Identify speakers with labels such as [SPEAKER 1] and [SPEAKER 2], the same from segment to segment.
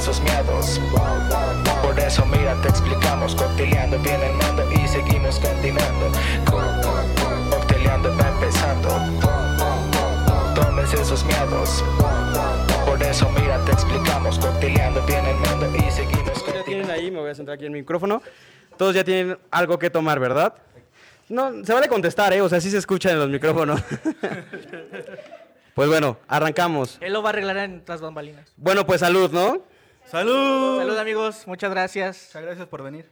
[SPEAKER 1] sus miedos. Por eso mira, te explicamos, cocteleando viene el mando y seguimos continuando. Cocteleando va empezando. Tómense sus miedos. Por eso mira, te explicamos, cocteleando viene el mando y seguimos
[SPEAKER 2] Ya tienen
[SPEAKER 1] continuando.
[SPEAKER 2] ahí, me voy a centrar aquí en mi micrófono. Todos ya tienen algo que tomar, ¿verdad? No, se vale contestar, ¿eh? O sea, sí se escucha en los micrófonos. pues bueno, arrancamos.
[SPEAKER 3] Él lo va a arreglar en las bambalinas.
[SPEAKER 2] Bueno, pues salud, ¿no?
[SPEAKER 4] ¡Salud!
[SPEAKER 3] Salud, amigos. Muchas gracias.
[SPEAKER 4] Muchas gracias por venir.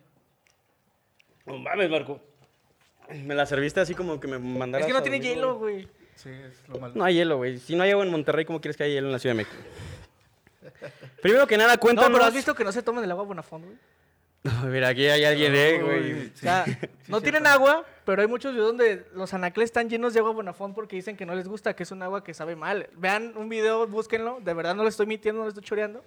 [SPEAKER 2] No mames, Marco. Me la serviste así como que me mandaras.
[SPEAKER 3] Es que
[SPEAKER 2] a
[SPEAKER 3] no tiene
[SPEAKER 2] dormir,
[SPEAKER 3] hielo, güey.
[SPEAKER 4] Sí, es lo malo.
[SPEAKER 2] No hay hielo, güey. Si no hay agua en Monterrey, ¿cómo quieres que haya hielo en la Ciudad de México? Primero que nada,
[SPEAKER 3] No,
[SPEAKER 2] cuéntanos.
[SPEAKER 3] pero has visto que no se toman el agua Bonafont, güey.
[SPEAKER 2] Mira, aquí hay alguien, eh, güey.
[SPEAKER 3] O sea, no tienen agua, pero hay muchos videos donde los anacles están llenos de agua Bonafont porque dicen que no les gusta, que es un agua que sabe mal. Vean un video, búsquenlo. De verdad no le estoy mintiendo, no le estoy choreando.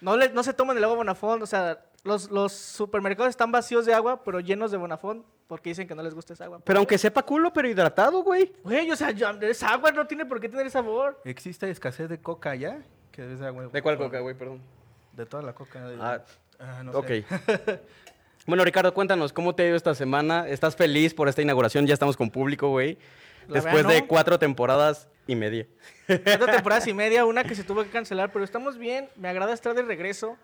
[SPEAKER 3] No, le- no se toman el agua Bonafont. O sea, los, los supermercados están vacíos de agua, pero llenos de Bonafont porque dicen que no les gusta esa agua.
[SPEAKER 2] Pero aunque sepa culo, pero hidratado, güey.
[SPEAKER 3] Güey, o sea, yo- es agua, no tiene por qué tener sabor.
[SPEAKER 4] ¿Existe escasez de coca ya? Que debes de agua.
[SPEAKER 2] ¿De cuál coca, güey? Perdón.
[SPEAKER 4] De toda la coca. de-
[SPEAKER 2] Ah,
[SPEAKER 4] Ah, no sé.
[SPEAKER 2] ok. bueno, Ricardo, cuéntanos, ¿cómo te ha ido esta semana? ¿Estás feliz por esta inauguración? Ya estamos con público, güey.
[SPEAKER 3] La
[SPEAKER 2] Después
[SPEAKER 3] verdad,
[SPEAKER 2] de
[SPEAKER 3] no.
[SPEAKER 2] cuatro temporadas y media.
[SPEAKER 3] Cuatro temporadas y media, una que se tuvo que cancelar, pero estamos bien. Me agrada estar de regreso.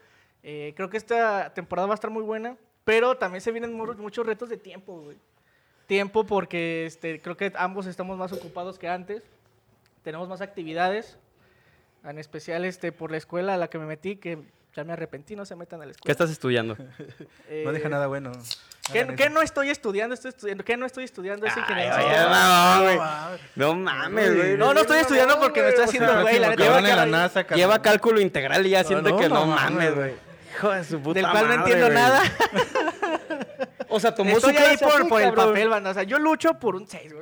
[SPEAKER 3] Eh, creo que esta temporada va a estar muy buena, pero también se vienen mu- muchos retos de tiempo, güey. Tiempo porque este, creo que ambos estamos más ocupados que antes. Tenemos más actividades, en especial este, por la escuela a la que me metí, que ya me arrepentí, no se metan a
[SPEAKER 2] ¿Qué
[SPEAKER 3] la escuela.
[SPEAKER 2] estás estudiando?
[SPEAKER 4] No deja
[SPEAKER 3] Eh,
[SPEAKER 4] nada bueno.
[SPEAKER 3] ¿Qué,
[SPEAKER 4] Hagan
[SPEAKER 3] qué
[SPEAKER 4] eso.
[SPEAKER 3] no estoy estudiando? Estoy estudiando ¿Qué no estoy estudiando?
[SPEAKER 2] Ah,
[SPEAKER 3] Es ingeniería.
[SPEAKER 2] Ay,
[SPEAKER 3] en sistemas.
[SPEAKER 2] no, güey.
[SPEAKER 4] mames.
[SPEAKER 2] No mames, güey.
[SPEAKER 3] no, no estoy estudiando porque me estoy
[SPEAKER 4] O sea,
[SPEAKER 3] haciendo, güey. La
[SPEAKER 4] próximo
[SPEAKER 3] neta,
[SPEAKER 4] cabrón
[SPEAKER 3] llevo
[SPEAKER 4] en la
[SPEAKER 3] acá-
[SPEAKER 4] NASA, carnal.
[SPEAKER 2] Lleva cálculo integral y ya siento
[SPEAKER 4] no,
[SPEAKER 2] que Ah, no,
[SPEAKER 4] no
[SPEAKER 2] mames,
[SPEAKER 4] mames,
[SPEAKER 2] güey. Hijo de su puta
[SPEAKER 3] del cual no
[SPEAKER 2] madre,
[SPEAKER 3] entiendo
[SPEAKER 2] güey.
[SPEAKER 3] nada.
[SPEAKER 2] O sea, tomó
[SPEAKER 3] estoy
[SPEAKER 2] su
[SPEAKER 3] ahí
[SPEAKER 2] clase
[SPEAKER 3] por,
[SPEAKER 2] así,
[SPEAKER 3] por el
[SPEAKER 2] cabrón.
[SPEAKER 3] papel, banda. O sea, yo lucho por un 6,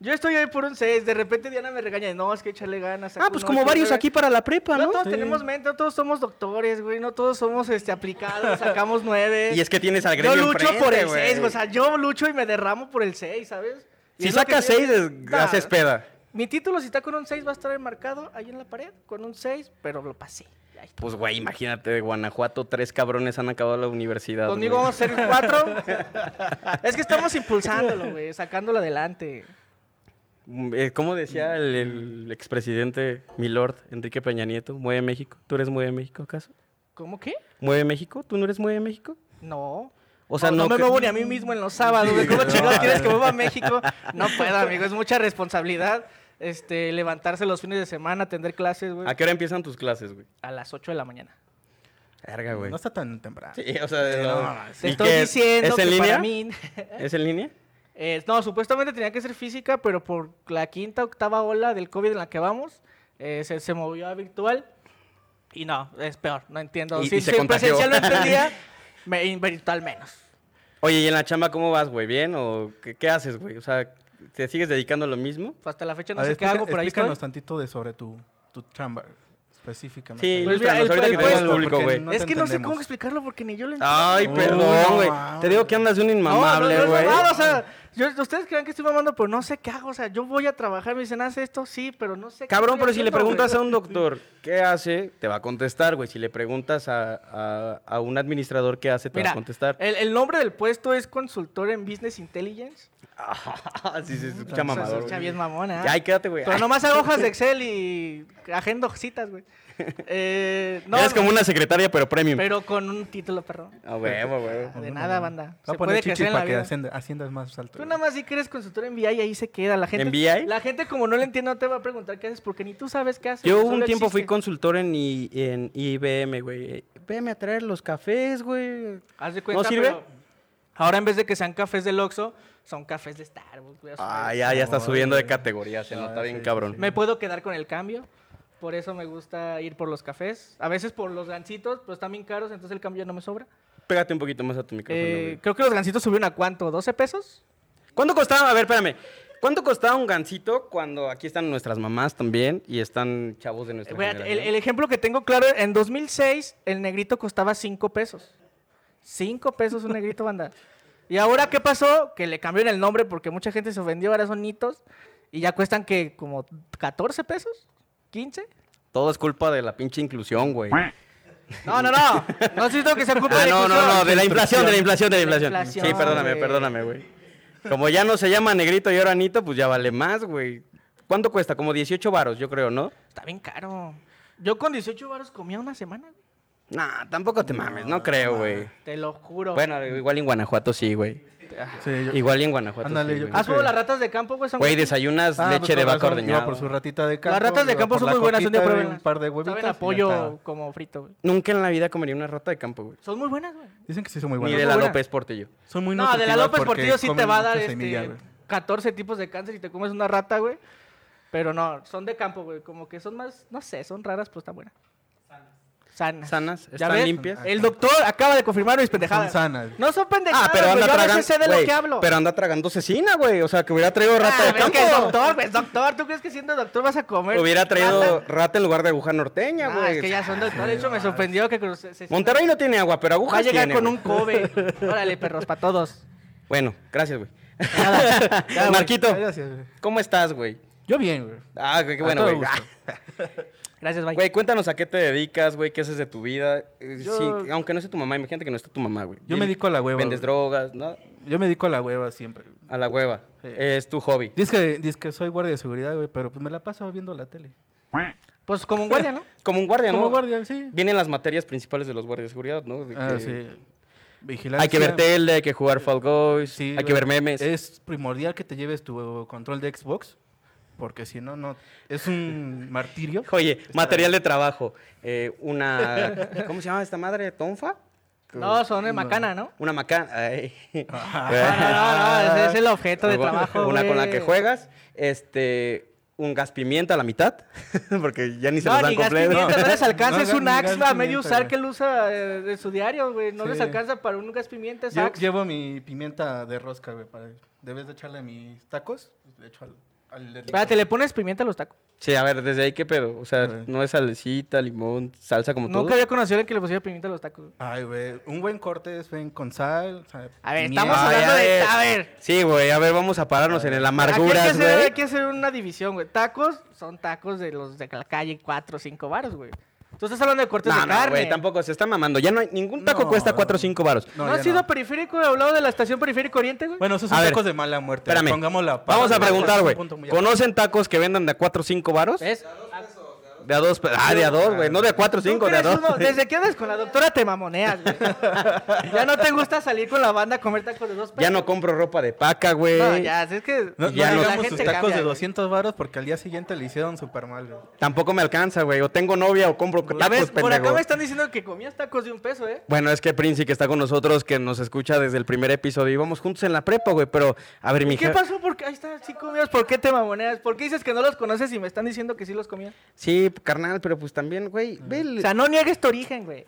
[SPEAKER 3] Yo estoy ahí por un 6. De repente Diana me regaña. No, es que échale ganas. saca
[SPEAKER 2] Ah, pues
[SPEAKER 3] un
[SPEAKER 2] como
[SPEAKER 3] ocho,
[SPEAKER 2] varios
[SPEAKER 3] güey".
[SPEAKER 2] aquí para la prepa,
[SPEAKER 3] No,
[SPEAKER 2] ¿no?
[SPEAKER 3] todos tenemos mente, no todos somos doctores, güey. No todos somos este, aplicados, sacamos 9.
[SPEAKER 2] Y es que tienes al
[SPEAKER 3] yo
[SPEAKER 2] gremio
[SPEAKER 3] lucho por
[SPEAKER 2] enfrente,
[SPEAKER 3] el
[SPEAKER 2] güey.
[SPEAKER 3] 6, o sea, yo lucho y me derramo por el 6, ¿sabes? Y
[SPEAKER 2] Si
[SPEAKER 3] es lo que
[SPEAKER 2] sacas seis,
[SPEAKER 3] tiene-
[SPEAKER 2] es-
[SPEAKER 3] Nah,
[SPEAKER 2] haces peda.
[SPEAKER 3] Mi título, si está con un 6, va a estar enmarcado ahí en la pared, con un 6, pero lo pasé. Ahí está.
[SPEAKER 2] Pues, güey, imagínate, de Guanajuato, tres cabrones han acabado la universidad.
[SPEAKER 3] Conmigo
[SPEAKER 2] güey.
[SPEAKER 3] vamos a ser cuatro. es que estamos impulsándolo, güey, sacándolo adelante.
[SPEAKER 2] Mm, eh, ¿Cómo decía el, el expresidente Milord Enrique Peña Nieto? Mueve México. ¿Tú eres Mueve México, acaso?
[SPEAKER 3] ¿Cómo qué?
[SPEAKER 2] ¿Mueve México? ¿Tú no eres Mueve México?
[SPEAKER 3] No.
[SPEAKER 2] O sea, no,
[SPEAKER 3] me
[SPEAKER 2] cre-
[SPEAKER 3] muevo ni a mí mismo en los sábados. güey. ¿Cómo chingados quieres que mueva a México? No puedo, amigo. Es mucha responsabilidad este, levantarse los fines de semana, atender clases, güey.
[SPEAKER 2] ¿A qué hora empiezan tus clases, güey?
[SPEAKER 3] A las 8 de la mañana.
[SPEAKER 2] Verga, güey.
[SPEAKER 4] No está tan temprano.
[SPEAKER 2] Sí, o sea,
[SPEAKER 4] Sí,
[SPEAKER 2] no-
[SPEAKER 4] no mames.
[SPEAKER 3] Te
[SPEAKER 2] ¿Y
[SPEAKER 3] estoy
[SPEAKER 2] qué?
[SPEAKER 3] diciendo
[SPEAKER 2] ¿Es en
[SPEAKER 3] que
[SPEAKER 2] línea?
[SPEAKER 3] para mí...
[SPEAKER 2] ¿Es en línea?
[SPEAKER 3] Eh, no, supuestamente tenía que ser física, pero por la quinta, octava ola del COVID en la que vamos, eh, se, se movió a virtual. Y no, es peor, no entiendo.
[SPEAKER 2] Y-
[SPEAKER 3] si
[SPEAKER 2] y se
[SPEAKER 3] si en
[SPEAKER 2] contagió.
[SPEAKER 3] presencial lo entendía, me, en virtual menos.
[SPEAKER 2] Oye, ¿y en la chamba cómo vas, güey? ¿Bien? ¿O qué, qué haces, güey? O sea, ¿te sigues dedicando a lo mismo?
[SPEAKER 3] Pues hasta la fecha no
[SPEAKER 4] A
[SPEAKER 3] sé
[SPEAKER 4] ver,
[SPEAKER 3] qué
[SPEAKER 4] explica-
[SPEAKER 3] hago, pero ahí estoy.
[SPEAKER 4] explícanos tantito de sobre tu, tu chamba específicamente.
[SPEAKER 2] Sí,
[SPEAKER 3] Pues
[SPEAKER 2] pues
[SPEAKER 3] mira, el-
[SPEAKER 2] ahorita
[SPEAKER 3] el
[SPEAKER 2] que tenemos
[SPEAKER 3] puesto,
[SPEAKER 2] público,
[SPEAKER 4] porque
[SPEAKER 2] güey.
[SPEAKER 4] no
[SPEAKER 3] es
[SPEAKER 4] te
[SPEAKER 3] que no sé
[SPEAKER 4] entendemos.
[SPEAKER 3] cómo explicarlo porque ni yo lo entiendo.
[SPEAKER 2] Ay,
[SPEAKER 4] Oh,
[SPEAKER 2] perdón,
[SPEAKER 4] no
[SPEAKER 2] güey.
[SPEAKER 4] mames.
[SPEAKER 2] Te digo que andas de un
[SPEAKER 3] No, no, no
[SPEAKER 2] inmamable,
[SPEAKER 3] es
[SPEAKER 2] güey.
[SPEAKER 3] mamada, o sea, yo- ustedes crean que estoy mamando, pero no sé qué hago. O sea, yo voy a trabajar, me dicen, haz esto, sí, pero no sé qué
[SPEAKER 2] Cabrón,
[SPEAKER 3] estoy
[SPEAKER 2] pero si le
[SPEAKER 3] haciendo, güey.
[SPEAKER 2] preguntas a un doctor qué hace, te va a contestar, güey. Si le preguntas a, a- a un administrador qué hace, te va
[SPEAKER 3] Mira, eh,
[SPEAKER 2] a contestar.
[SPEAKER 3] el, el nombre del puesto es consultor en Business Intelligence.
[SPEAKER 2] sí, se escucha
[SPEAKER 4] Puta,
[SPEAKER 3] O sea,
[SPEAKER 2] mamador,
[SPEAKER 3] se escucha
[SPEAKER 2] güey.
[SPEAKER 3] bien mamona. ¿eh?
[SPEAKER 2] Ay, quédate, güey.
[SPEAKER 3] Pero nomás hago hojas de Excel y agendo citas, güey. Eh, no,
[SPEAKER 2] Eres como una secretaria, pero premium.
[SPEAKER 3] pero con un título, perro.
[SPEAKER 2] A huevo, güey.
[SPEAKER 3] De
[SPEAKER 4] No, no,
[SPEAKER 3] nada,
[SPEAKER 4] no.
[SPEAKER 3] banda.
[SPEAKER 4] Va
[SPEAKER 3] Se
[SPEAKER 4] a poner
[SPEAKER 3] puede crecer
[SPEAKER 4] chichis
[SPEAKER 3] en la
[SPEAKER 4] para que
[SPEAKER 3] vida.
[SPEAKER 4] ascienda- asciendas más alto.
[SPEAKER 3] Tú
[SPEAKER 4] güey.
[SPEAKER 3] nada más sí que eres consultor en VI y ahí se queda. La gente,
[SPEAKER 2] ¿En VI?
[SPEAKER 3] La gente, como no le entiende, no te va a preguntar qué haces porque ni tú sabes qué haces.
[SPEAKER 2] Yo
[SPEAKER 3] solo
[SPEAKER 2] un tiempo fui
[SPEAKER 3] existe.
[SPEAKER 2] consultor en, I- en IBM, güey. Veme a traer los cafés, güey.
[SPEAKER 3] Haz de cuenta,
[SPEAKER 2] ¿No sirve?
[SPEAKER 3] pero ahora en vez de que sean cafés del Oxxo, son cafés de Starbucks. güey, o sea,
[SPEAKER 2] Ah, ya, ya está
[SPEAKER 4] Ay,
[SPEAKER 2] subiendo de
[SPEAKER 4] güey.
[SPEAKER 2] categoría, se
[SPEAKER 4] Ah,
[SPEAKER 2] nota bien
[SPEAKER 4] sí,
[SPEAKER 2] cabrón.
[SPEAKER 3] Me puedo quedar con el cambio. Por eso me gusta ir por los cafés. A veces por los gancitos, pero están bien caros, entonces el cambio no me sobra.
[SPEAKER 2] Pégate un poquito más a tu micrófono,
[SPEAKER 3] Eh,
[SPEAKER 2] güey.
[SPEAKER 3] creo que los gancitos subieron a cuánto, ¿12 pesos?
[SPEAKER 2] ¿Cuánto costaba? A ver, espérame. ¿Cuánto costaba un gancito cuando aquí están nuestras mamás también y están chavos de
[SPEAKER 3] Eh,
[SPEAKER 2] nuestra
[SPEAKER 3] güey, el,
[SPEAKER 2] generación?
[SPEAKER 3] el ejemplo que tengo claro, en 2006 el negrito costaba 5 pesos. 5 pesos un negrito, banda. ¿Y ahora qué pasó? Que le cambiaron el nombre porque mucha gente se ofendió, ahora son nitos y ya cuestan que como 14 pesos, 15.
[SPEAKER 2] Todo es culpa de la pinche inclusión, güey.
[SPEAKER 3] No, no, no. No siento que sea culpa
[SPEAKER 2] Ah,
[SPEAKER 3] de
[SPEAKER 2] no, no,
[SPEAKER 3] Cuchón.
[SPEAKER 2] no, de la inflación, de la inflación, de la
[SPEAKER 3] De la
[SPEAKER 2] inflación. Sí,
[SPEAKER 3] inflación,
[SPEAKER 2] perdóname,
[SPEAKER 3] güey.
[SPEAKER 2] perdóname, güey. Como ya no se llama negrito y ahora anito, pues ya vale más, güey. ¿Cuánto cuesta? Como 18 varos, yo creo, ¿no?
[SPEAKER 3] Está bien caro. Yo con 18 baros comía una semana, güey.
[SPEAKER 2] Nah, tampoco te mames, no creo, güey.
[SPEAKER 3] Te lo juro.
[SPEAKER 2] Bueno, igual en Guanajuato sí, güey.
[SPEAKER 4] Sí, yo-
[SPEAKER 2] Igual y en Guanajuato
[SPEAKER 4] Ándale,
[SPEAKER 2] sí,
[SPEAKER 4] yo
[SPEAKER 2] güey.
[SPEAKER 3] ¿Has
[SPEAKER 4] creo
[SPEAKER 3] probado
[SPEAKER 4] que-
[SPEAKER 3] las ratas de campo, güey? Son
[SPEAKER 2] Güey,
[SPEAKER 3] como-
[SPEAKER 2] desayunas
[SPEAKER 4] Ah, pues,
[SPEAKER 2] leche de
[SPEAKER 4] con razón,
[SPEAKER 2] vaca
[SPEAKER 4] iba
[SPEAKER 2] ordeñada.
[SPEAKER 4] por su ratita de campo.
[SPEAKER 3] Las ratas de
[SPEAKER 4] iba
[SPEAKER 3] campo
[SPEAKER 4] por
[SPEAKER 3] son
[SPEAKER 4] la
[SPEAKER 3] muy buenas, son de
[SPEAKER 4] coquita,
[SPEAKER 3] prueba.
[SPEAKER 4] Un par de huevitos.
[SPEAKER 3] Saben a
[SPEAKER 4] y ya
[SPEAKER 3] pollo
[SPEAKER 4] está.
[SPEAKER 3] como frito, güey.
[SPEAKER 2] Nunca en la vida comería una rata de campo, güey.
[SPEAKER 3] Son muy buenas, güey.
[SPEAKER 4] Dicen que sí son muy
[SPEAKER 2] Ni
[SPEAKER 4] buenas.
[SPEAKER 2] de la
[SPEAKER 3] buena.
[SPEAKER 2] López Portillo.
[SPEAKER 4] Son muy
[SPEAKER 3] No, de la
[SPEAKER 4] nutritivas
[SPEAKER 3] López
[SPEAKER 4] porque
[SPEAKER 3] Portillo sí te
[SPEAKER 4] comen
[SPEAKER 3] va a dar
[SPEAKER 4] mucha
[SPEAKER 3] este,
[SPEAKER 4] semilla, güey.
[SPEAKER 3] 14 tipos de cáncer y te comes una rata, güey. Pero no, son de campo, güey. Como que son más, no sé, son raras, pero están buenas. Sanas.
[SPEAKER 2] Sanas,
[SPEAKER 3] ¿Ya
[SPEAKER 2] están
[SPEAKER 3] ves?
[SPEAKER 2] limpias.
[SPEAKER 3] El doctor acaba de confirmar mis pendejadas.
[SPEAKER 4] Son sanas.
[SPEAKER 3] No son pendejadas,
[SPEAKER 2] Ah, pero
[SPEAKER 3] güey.
[SPEAKER 2] anda
[SPEAKER 3] Yo a
[SPEAKER 2] tragando.
[SPEAKER 3] veces sé de lo
[SPEAKER 2] güey,
[SPEAKER 3] que hablo.
[SPEAKER 2] Pero anda tragando cecina, güey. O sea, que hubiera traído
[SPEAKER 3] Ah,
[SPEAKER 2] rata de
[SPEAKER 3] pero es
[SPEAKER 2] campo.
[SPEAKER 3] que es doctor, güey, es doctor. ¿Tú crees que siendo doctor vas a comer?
[SPEAKER 2] Hubiera traído
[SPEAKER 3] rata?
[SPEAKER 2] rata en lugar de aguja norteña,
[SPEAKER 3] Ah,
[SPEAKER 2] güey. Ah,
[SPEAKER 3] es que ya son doctor. De hecho, me sorprendió que cruce- se-
[SPEAKER 2] Monterrey no tiene agua, pero
[SPEAKER 3] va a
[SPEAKER 2] agujas
[SPEAKER 3] llegar
[SPEAKER 2] tiene,
[SPEAKER 3] con
[SPEAKER 2] güey.
[SPEAKER 3] un cobe. Órale, perros, para todos.
[SPEAKER 2] Bueno, gracias, güey.
[SPEAKER 3] Nada, ya, güey.
[SPEAKER 2] Marquito,
[SPEAKER 4] Gracias, güey.
[SPEAKER 2] ¿cómo estás, güey?
[SPEAKER 4] Yo bien, güey.
[SPEAKER 2] Ah, güey, qué
[SPEAKER 4] A
[SPEAKER 2] bueno,
[SPEAKER 4] todo
[SPEAKER 2] güey.
[SPEAKER 4] gusto.
[SPEAKER 2] Ah,
[SPEAKER 3] Gracias, bye.
[SPEAKER 2] Güey, cuéntanos a qué te dedicas, güey, qué haces de tu vida. Eh,
[SPEAKER 4] Yo-
[SPEAKER 2] sí, aunque no sea tu mamá, imagínate que no está tu mamá, güey.
[SPEAKER 4] Yo me dedico a la hueva,
[SPEAKER 2] Vendes
[SPEAKER 4] güey.
[SPEAKER 2] drogas, ¿no?
[SPEAKER 4] Yo me dedico a la hueva siempre. güey.
[SPEAKER 2] A la hueva.
[SPEAKER 4] Sí.
[SPEAKER 2] Es tu hobby.
[SPEAKER 4] Dice que, dice que soy guardia de seguridad, güey, pero pues me la paso viendo la tele.
[SPEAKER 3] Pues como un guardia, ¿no?
[SPEAKER 2] Como un guardia, ¿no?
[SPEAKER 4] Como guardia, sí.
[SPEAKER 2] Vienen las materias principales de los guardias de seguridad, ¿no? De
[SPEAKER 4] Ah,
[SPEAKER 2] que
[SPEAKER 4] sí. Vigilancia.
[SPEAKER 2] Hay que ver tele, hay que jugar Fall Guys,
[SPEAKER 4] Sí,
[SPEAKER 2] hay
[SPEAKER 4] güey.
[SPEAKER 2] que ver memes.
[SPEAKER 4] Es primordial que te lleves tu control de Xbox, porque si no, no. Es un martirio.
[SPEAKER 2] Oye, material de trabajo. eh, una. ¿Cómo se llama esta madre? ¿Tonfa?
[SPEAKER 3] No, son de macana, ¿no?
[SPEAKER 2] Una macana. ay.
[SPEAKER 3] No, no, no, no, ese es el objeto de
[SPEAKER 2] Una-
[SPEAKER 3] trabajo.
[SPEAKER 2] Una con la que
[SPEAKER 3] güey.
[SPEAKER 2] juegas. Este. Un gas pimienta a la mitad. Porque ya ni se
[SPEAKER 3] No,
[SPEAKER 2] los dan
[SPEAKER 3] ni gas
[SPEAKER 2] completo.
[SPEAKER 3] pimienta, no les alcanza,
[SPEAKER 4] No,
[SPEAKER 3] es
[SPEAKER 4] gas-
[SPEAKER 3] un
[SPEAKER 4] ni
[SPEAKER 3] axe
[SPEAKER 4] gas
[SPEAKER 3] a medio
[SPEAKER 4] pimienta,
[SPEAKER 3] usar
[SPEAKER 4] güey.
[SPEAKER 3] que él usa eh, de su diario, güey. No les
[SPEAKER 4] Sí.
[SPEAKER 3] alcanza para un gas pimienta, es
[SPEAKER 4] Yo
[SPEAKER 3] axe.
[SPEAKER 4] llevo mi pimienta de rosca, güey. Para, debes de echarle a mis tacos. pues, Le echo al. al del-
[SPEAKER 3] Espérate, ¿le pones pimienta a los tacos?
[SPEAKER 2] Sí, a ver, desde ahí qué pedo. O sea,
[SPEAKER 4] Sí.
[SPEAKER 2] no es salecita, limón, salsa como todo.
[SPEAKER 3] Nunca había conocido a alguien que le pusiera pimienta a los tacos. güey.
[SPEAKER 4] Ay, güey. Un buen corte es bien con sal. o sea,
[SPEAKER 3] A ver,
[SPEAKER 4] pimienta.
[SPEAKER 3] estamos
[SPEAKER 2] Ay,
[SPEAKER 3] hablando de- a ver.
[SPEAKER 2] Sí, güey, a ver, vamos a pararnos en el
[SPEAKER 3] Aquí hay
[SPEAKER 2] amarguras,
[SPEAKER 3] que hacer-
[SPEAKER 2] güey.
[SPEAKER 3] Hay que hacer una división, güey. Tacos son tacos de los de la calle 4 o 5 baros, güey. Tú estás hablando de cortes
[SPEAKER 2] No,
[SPEAKER 3] de
[SPEAKER 2] no,
[SPEAKER 3] carne.
[SPEAKER 2] güey, tampoco se está mamando. Ya no hay ningún taco
[SPEAKER 4] No,
[SPEAKER 2] cuesta
[SPEAKER 4] no.
[SPEAKER 2] 4 o 5 varos.
[SPEAKER 3] ¿No,
[SPEAKER 4] No,
[SPEAKER 3] has
[SPEAKER 4] ya
[SPEAKER 3] ido
[SPEAKER 4] no.
[SPEAKER 3] a periférico y hablado de la estación periférico oriente, güey?
[SPEAKER 4] Bueno, esos
[SPEAKER 2] A
[SPEAKER 4] son
[SPEAKER 2] ver.
[SPEAKER 4] tacos de mala muerte.
[SPEAKER 2] Espérame.
[SPEAKER 4] Pongamos la paz,
[SPEAKER 2] Vamos a
[SPEAKER 4] güey,
[SPEAKER 2] preguntar,
[SPEAKER 4] es un
[SPEAKER 2] güey.
[SPEAKER 4] punto muy aparte.
[SPEAKER 2] ¿Conocen tacos que vendan de a 4 o 5 varos?
[SPEAKER 3] ¿Ves?
[SPEAKER 2] De a 2, ah, de a 2, güey, no de a 4 o
[SPEAKER 3] Tú
[SPEAKER 2] 5,
[SPEAKER 3] que
[SPEAKER 2] de a
[SPEAKER 3] eres
[SPEAKER 2] 2.
[SPEAKER 3] uno- desde que andas con la doctora te mamoneas, güey. ya no te gusta salir con la banda a comer tacos de dos pesos.
[SPEAKER 2] Ya no compro ropa de paca, güey.
[SPEAKER 3] No, ya, es que
[SPEAKER 4] No,
[SPEAKER 2] Ya
[SPEAKER 4] ya
[SPEAKER 2] no- la
[SPEAKER 4] no digamos sus
[SPEAKER 3] gente
[SPEAKER 4] tacos
[SPEAKER 3] cambia,
[SPEAKER 4] de
[SPEAKER 3] güey.
[SPEAKER 4] 200 varos porque al día siguiente le hicieron súper mal, güey.
[SPEAKER 2] Tampoco me alcanza, güey. O tengo novia o compro
[SPEAKER 3] Ya ves,
[SPEAKER 2] tacos,
[SPEAKER 3] por acá
[SPEAKER 2] pendejo.
[SPEAKER 3] me están diciendo que comías tacos de un peso, ¿eh?
[SPEAKER 2] Bueno, es que Princi, que está con nosotros, que nos escucha desde el primer episodio, íbamos juntos en la prepa, güey, pero a ver, mi
[SPEAKER 3] ¿Qué
[SPEAKER 2] hija...
[SPEAKER 3] pasó? ¿Por qué? Ahí está, sí comías. ¿Por qué te mamoneas? ¿Por qué dices que no los conoces y me están diciendo que sí los comías?
[SPEAKER 2] Sí, carnal, pero pues también, güey, ve, el-
[SPEAKER 3] O sea, no niegues tu origen, güey.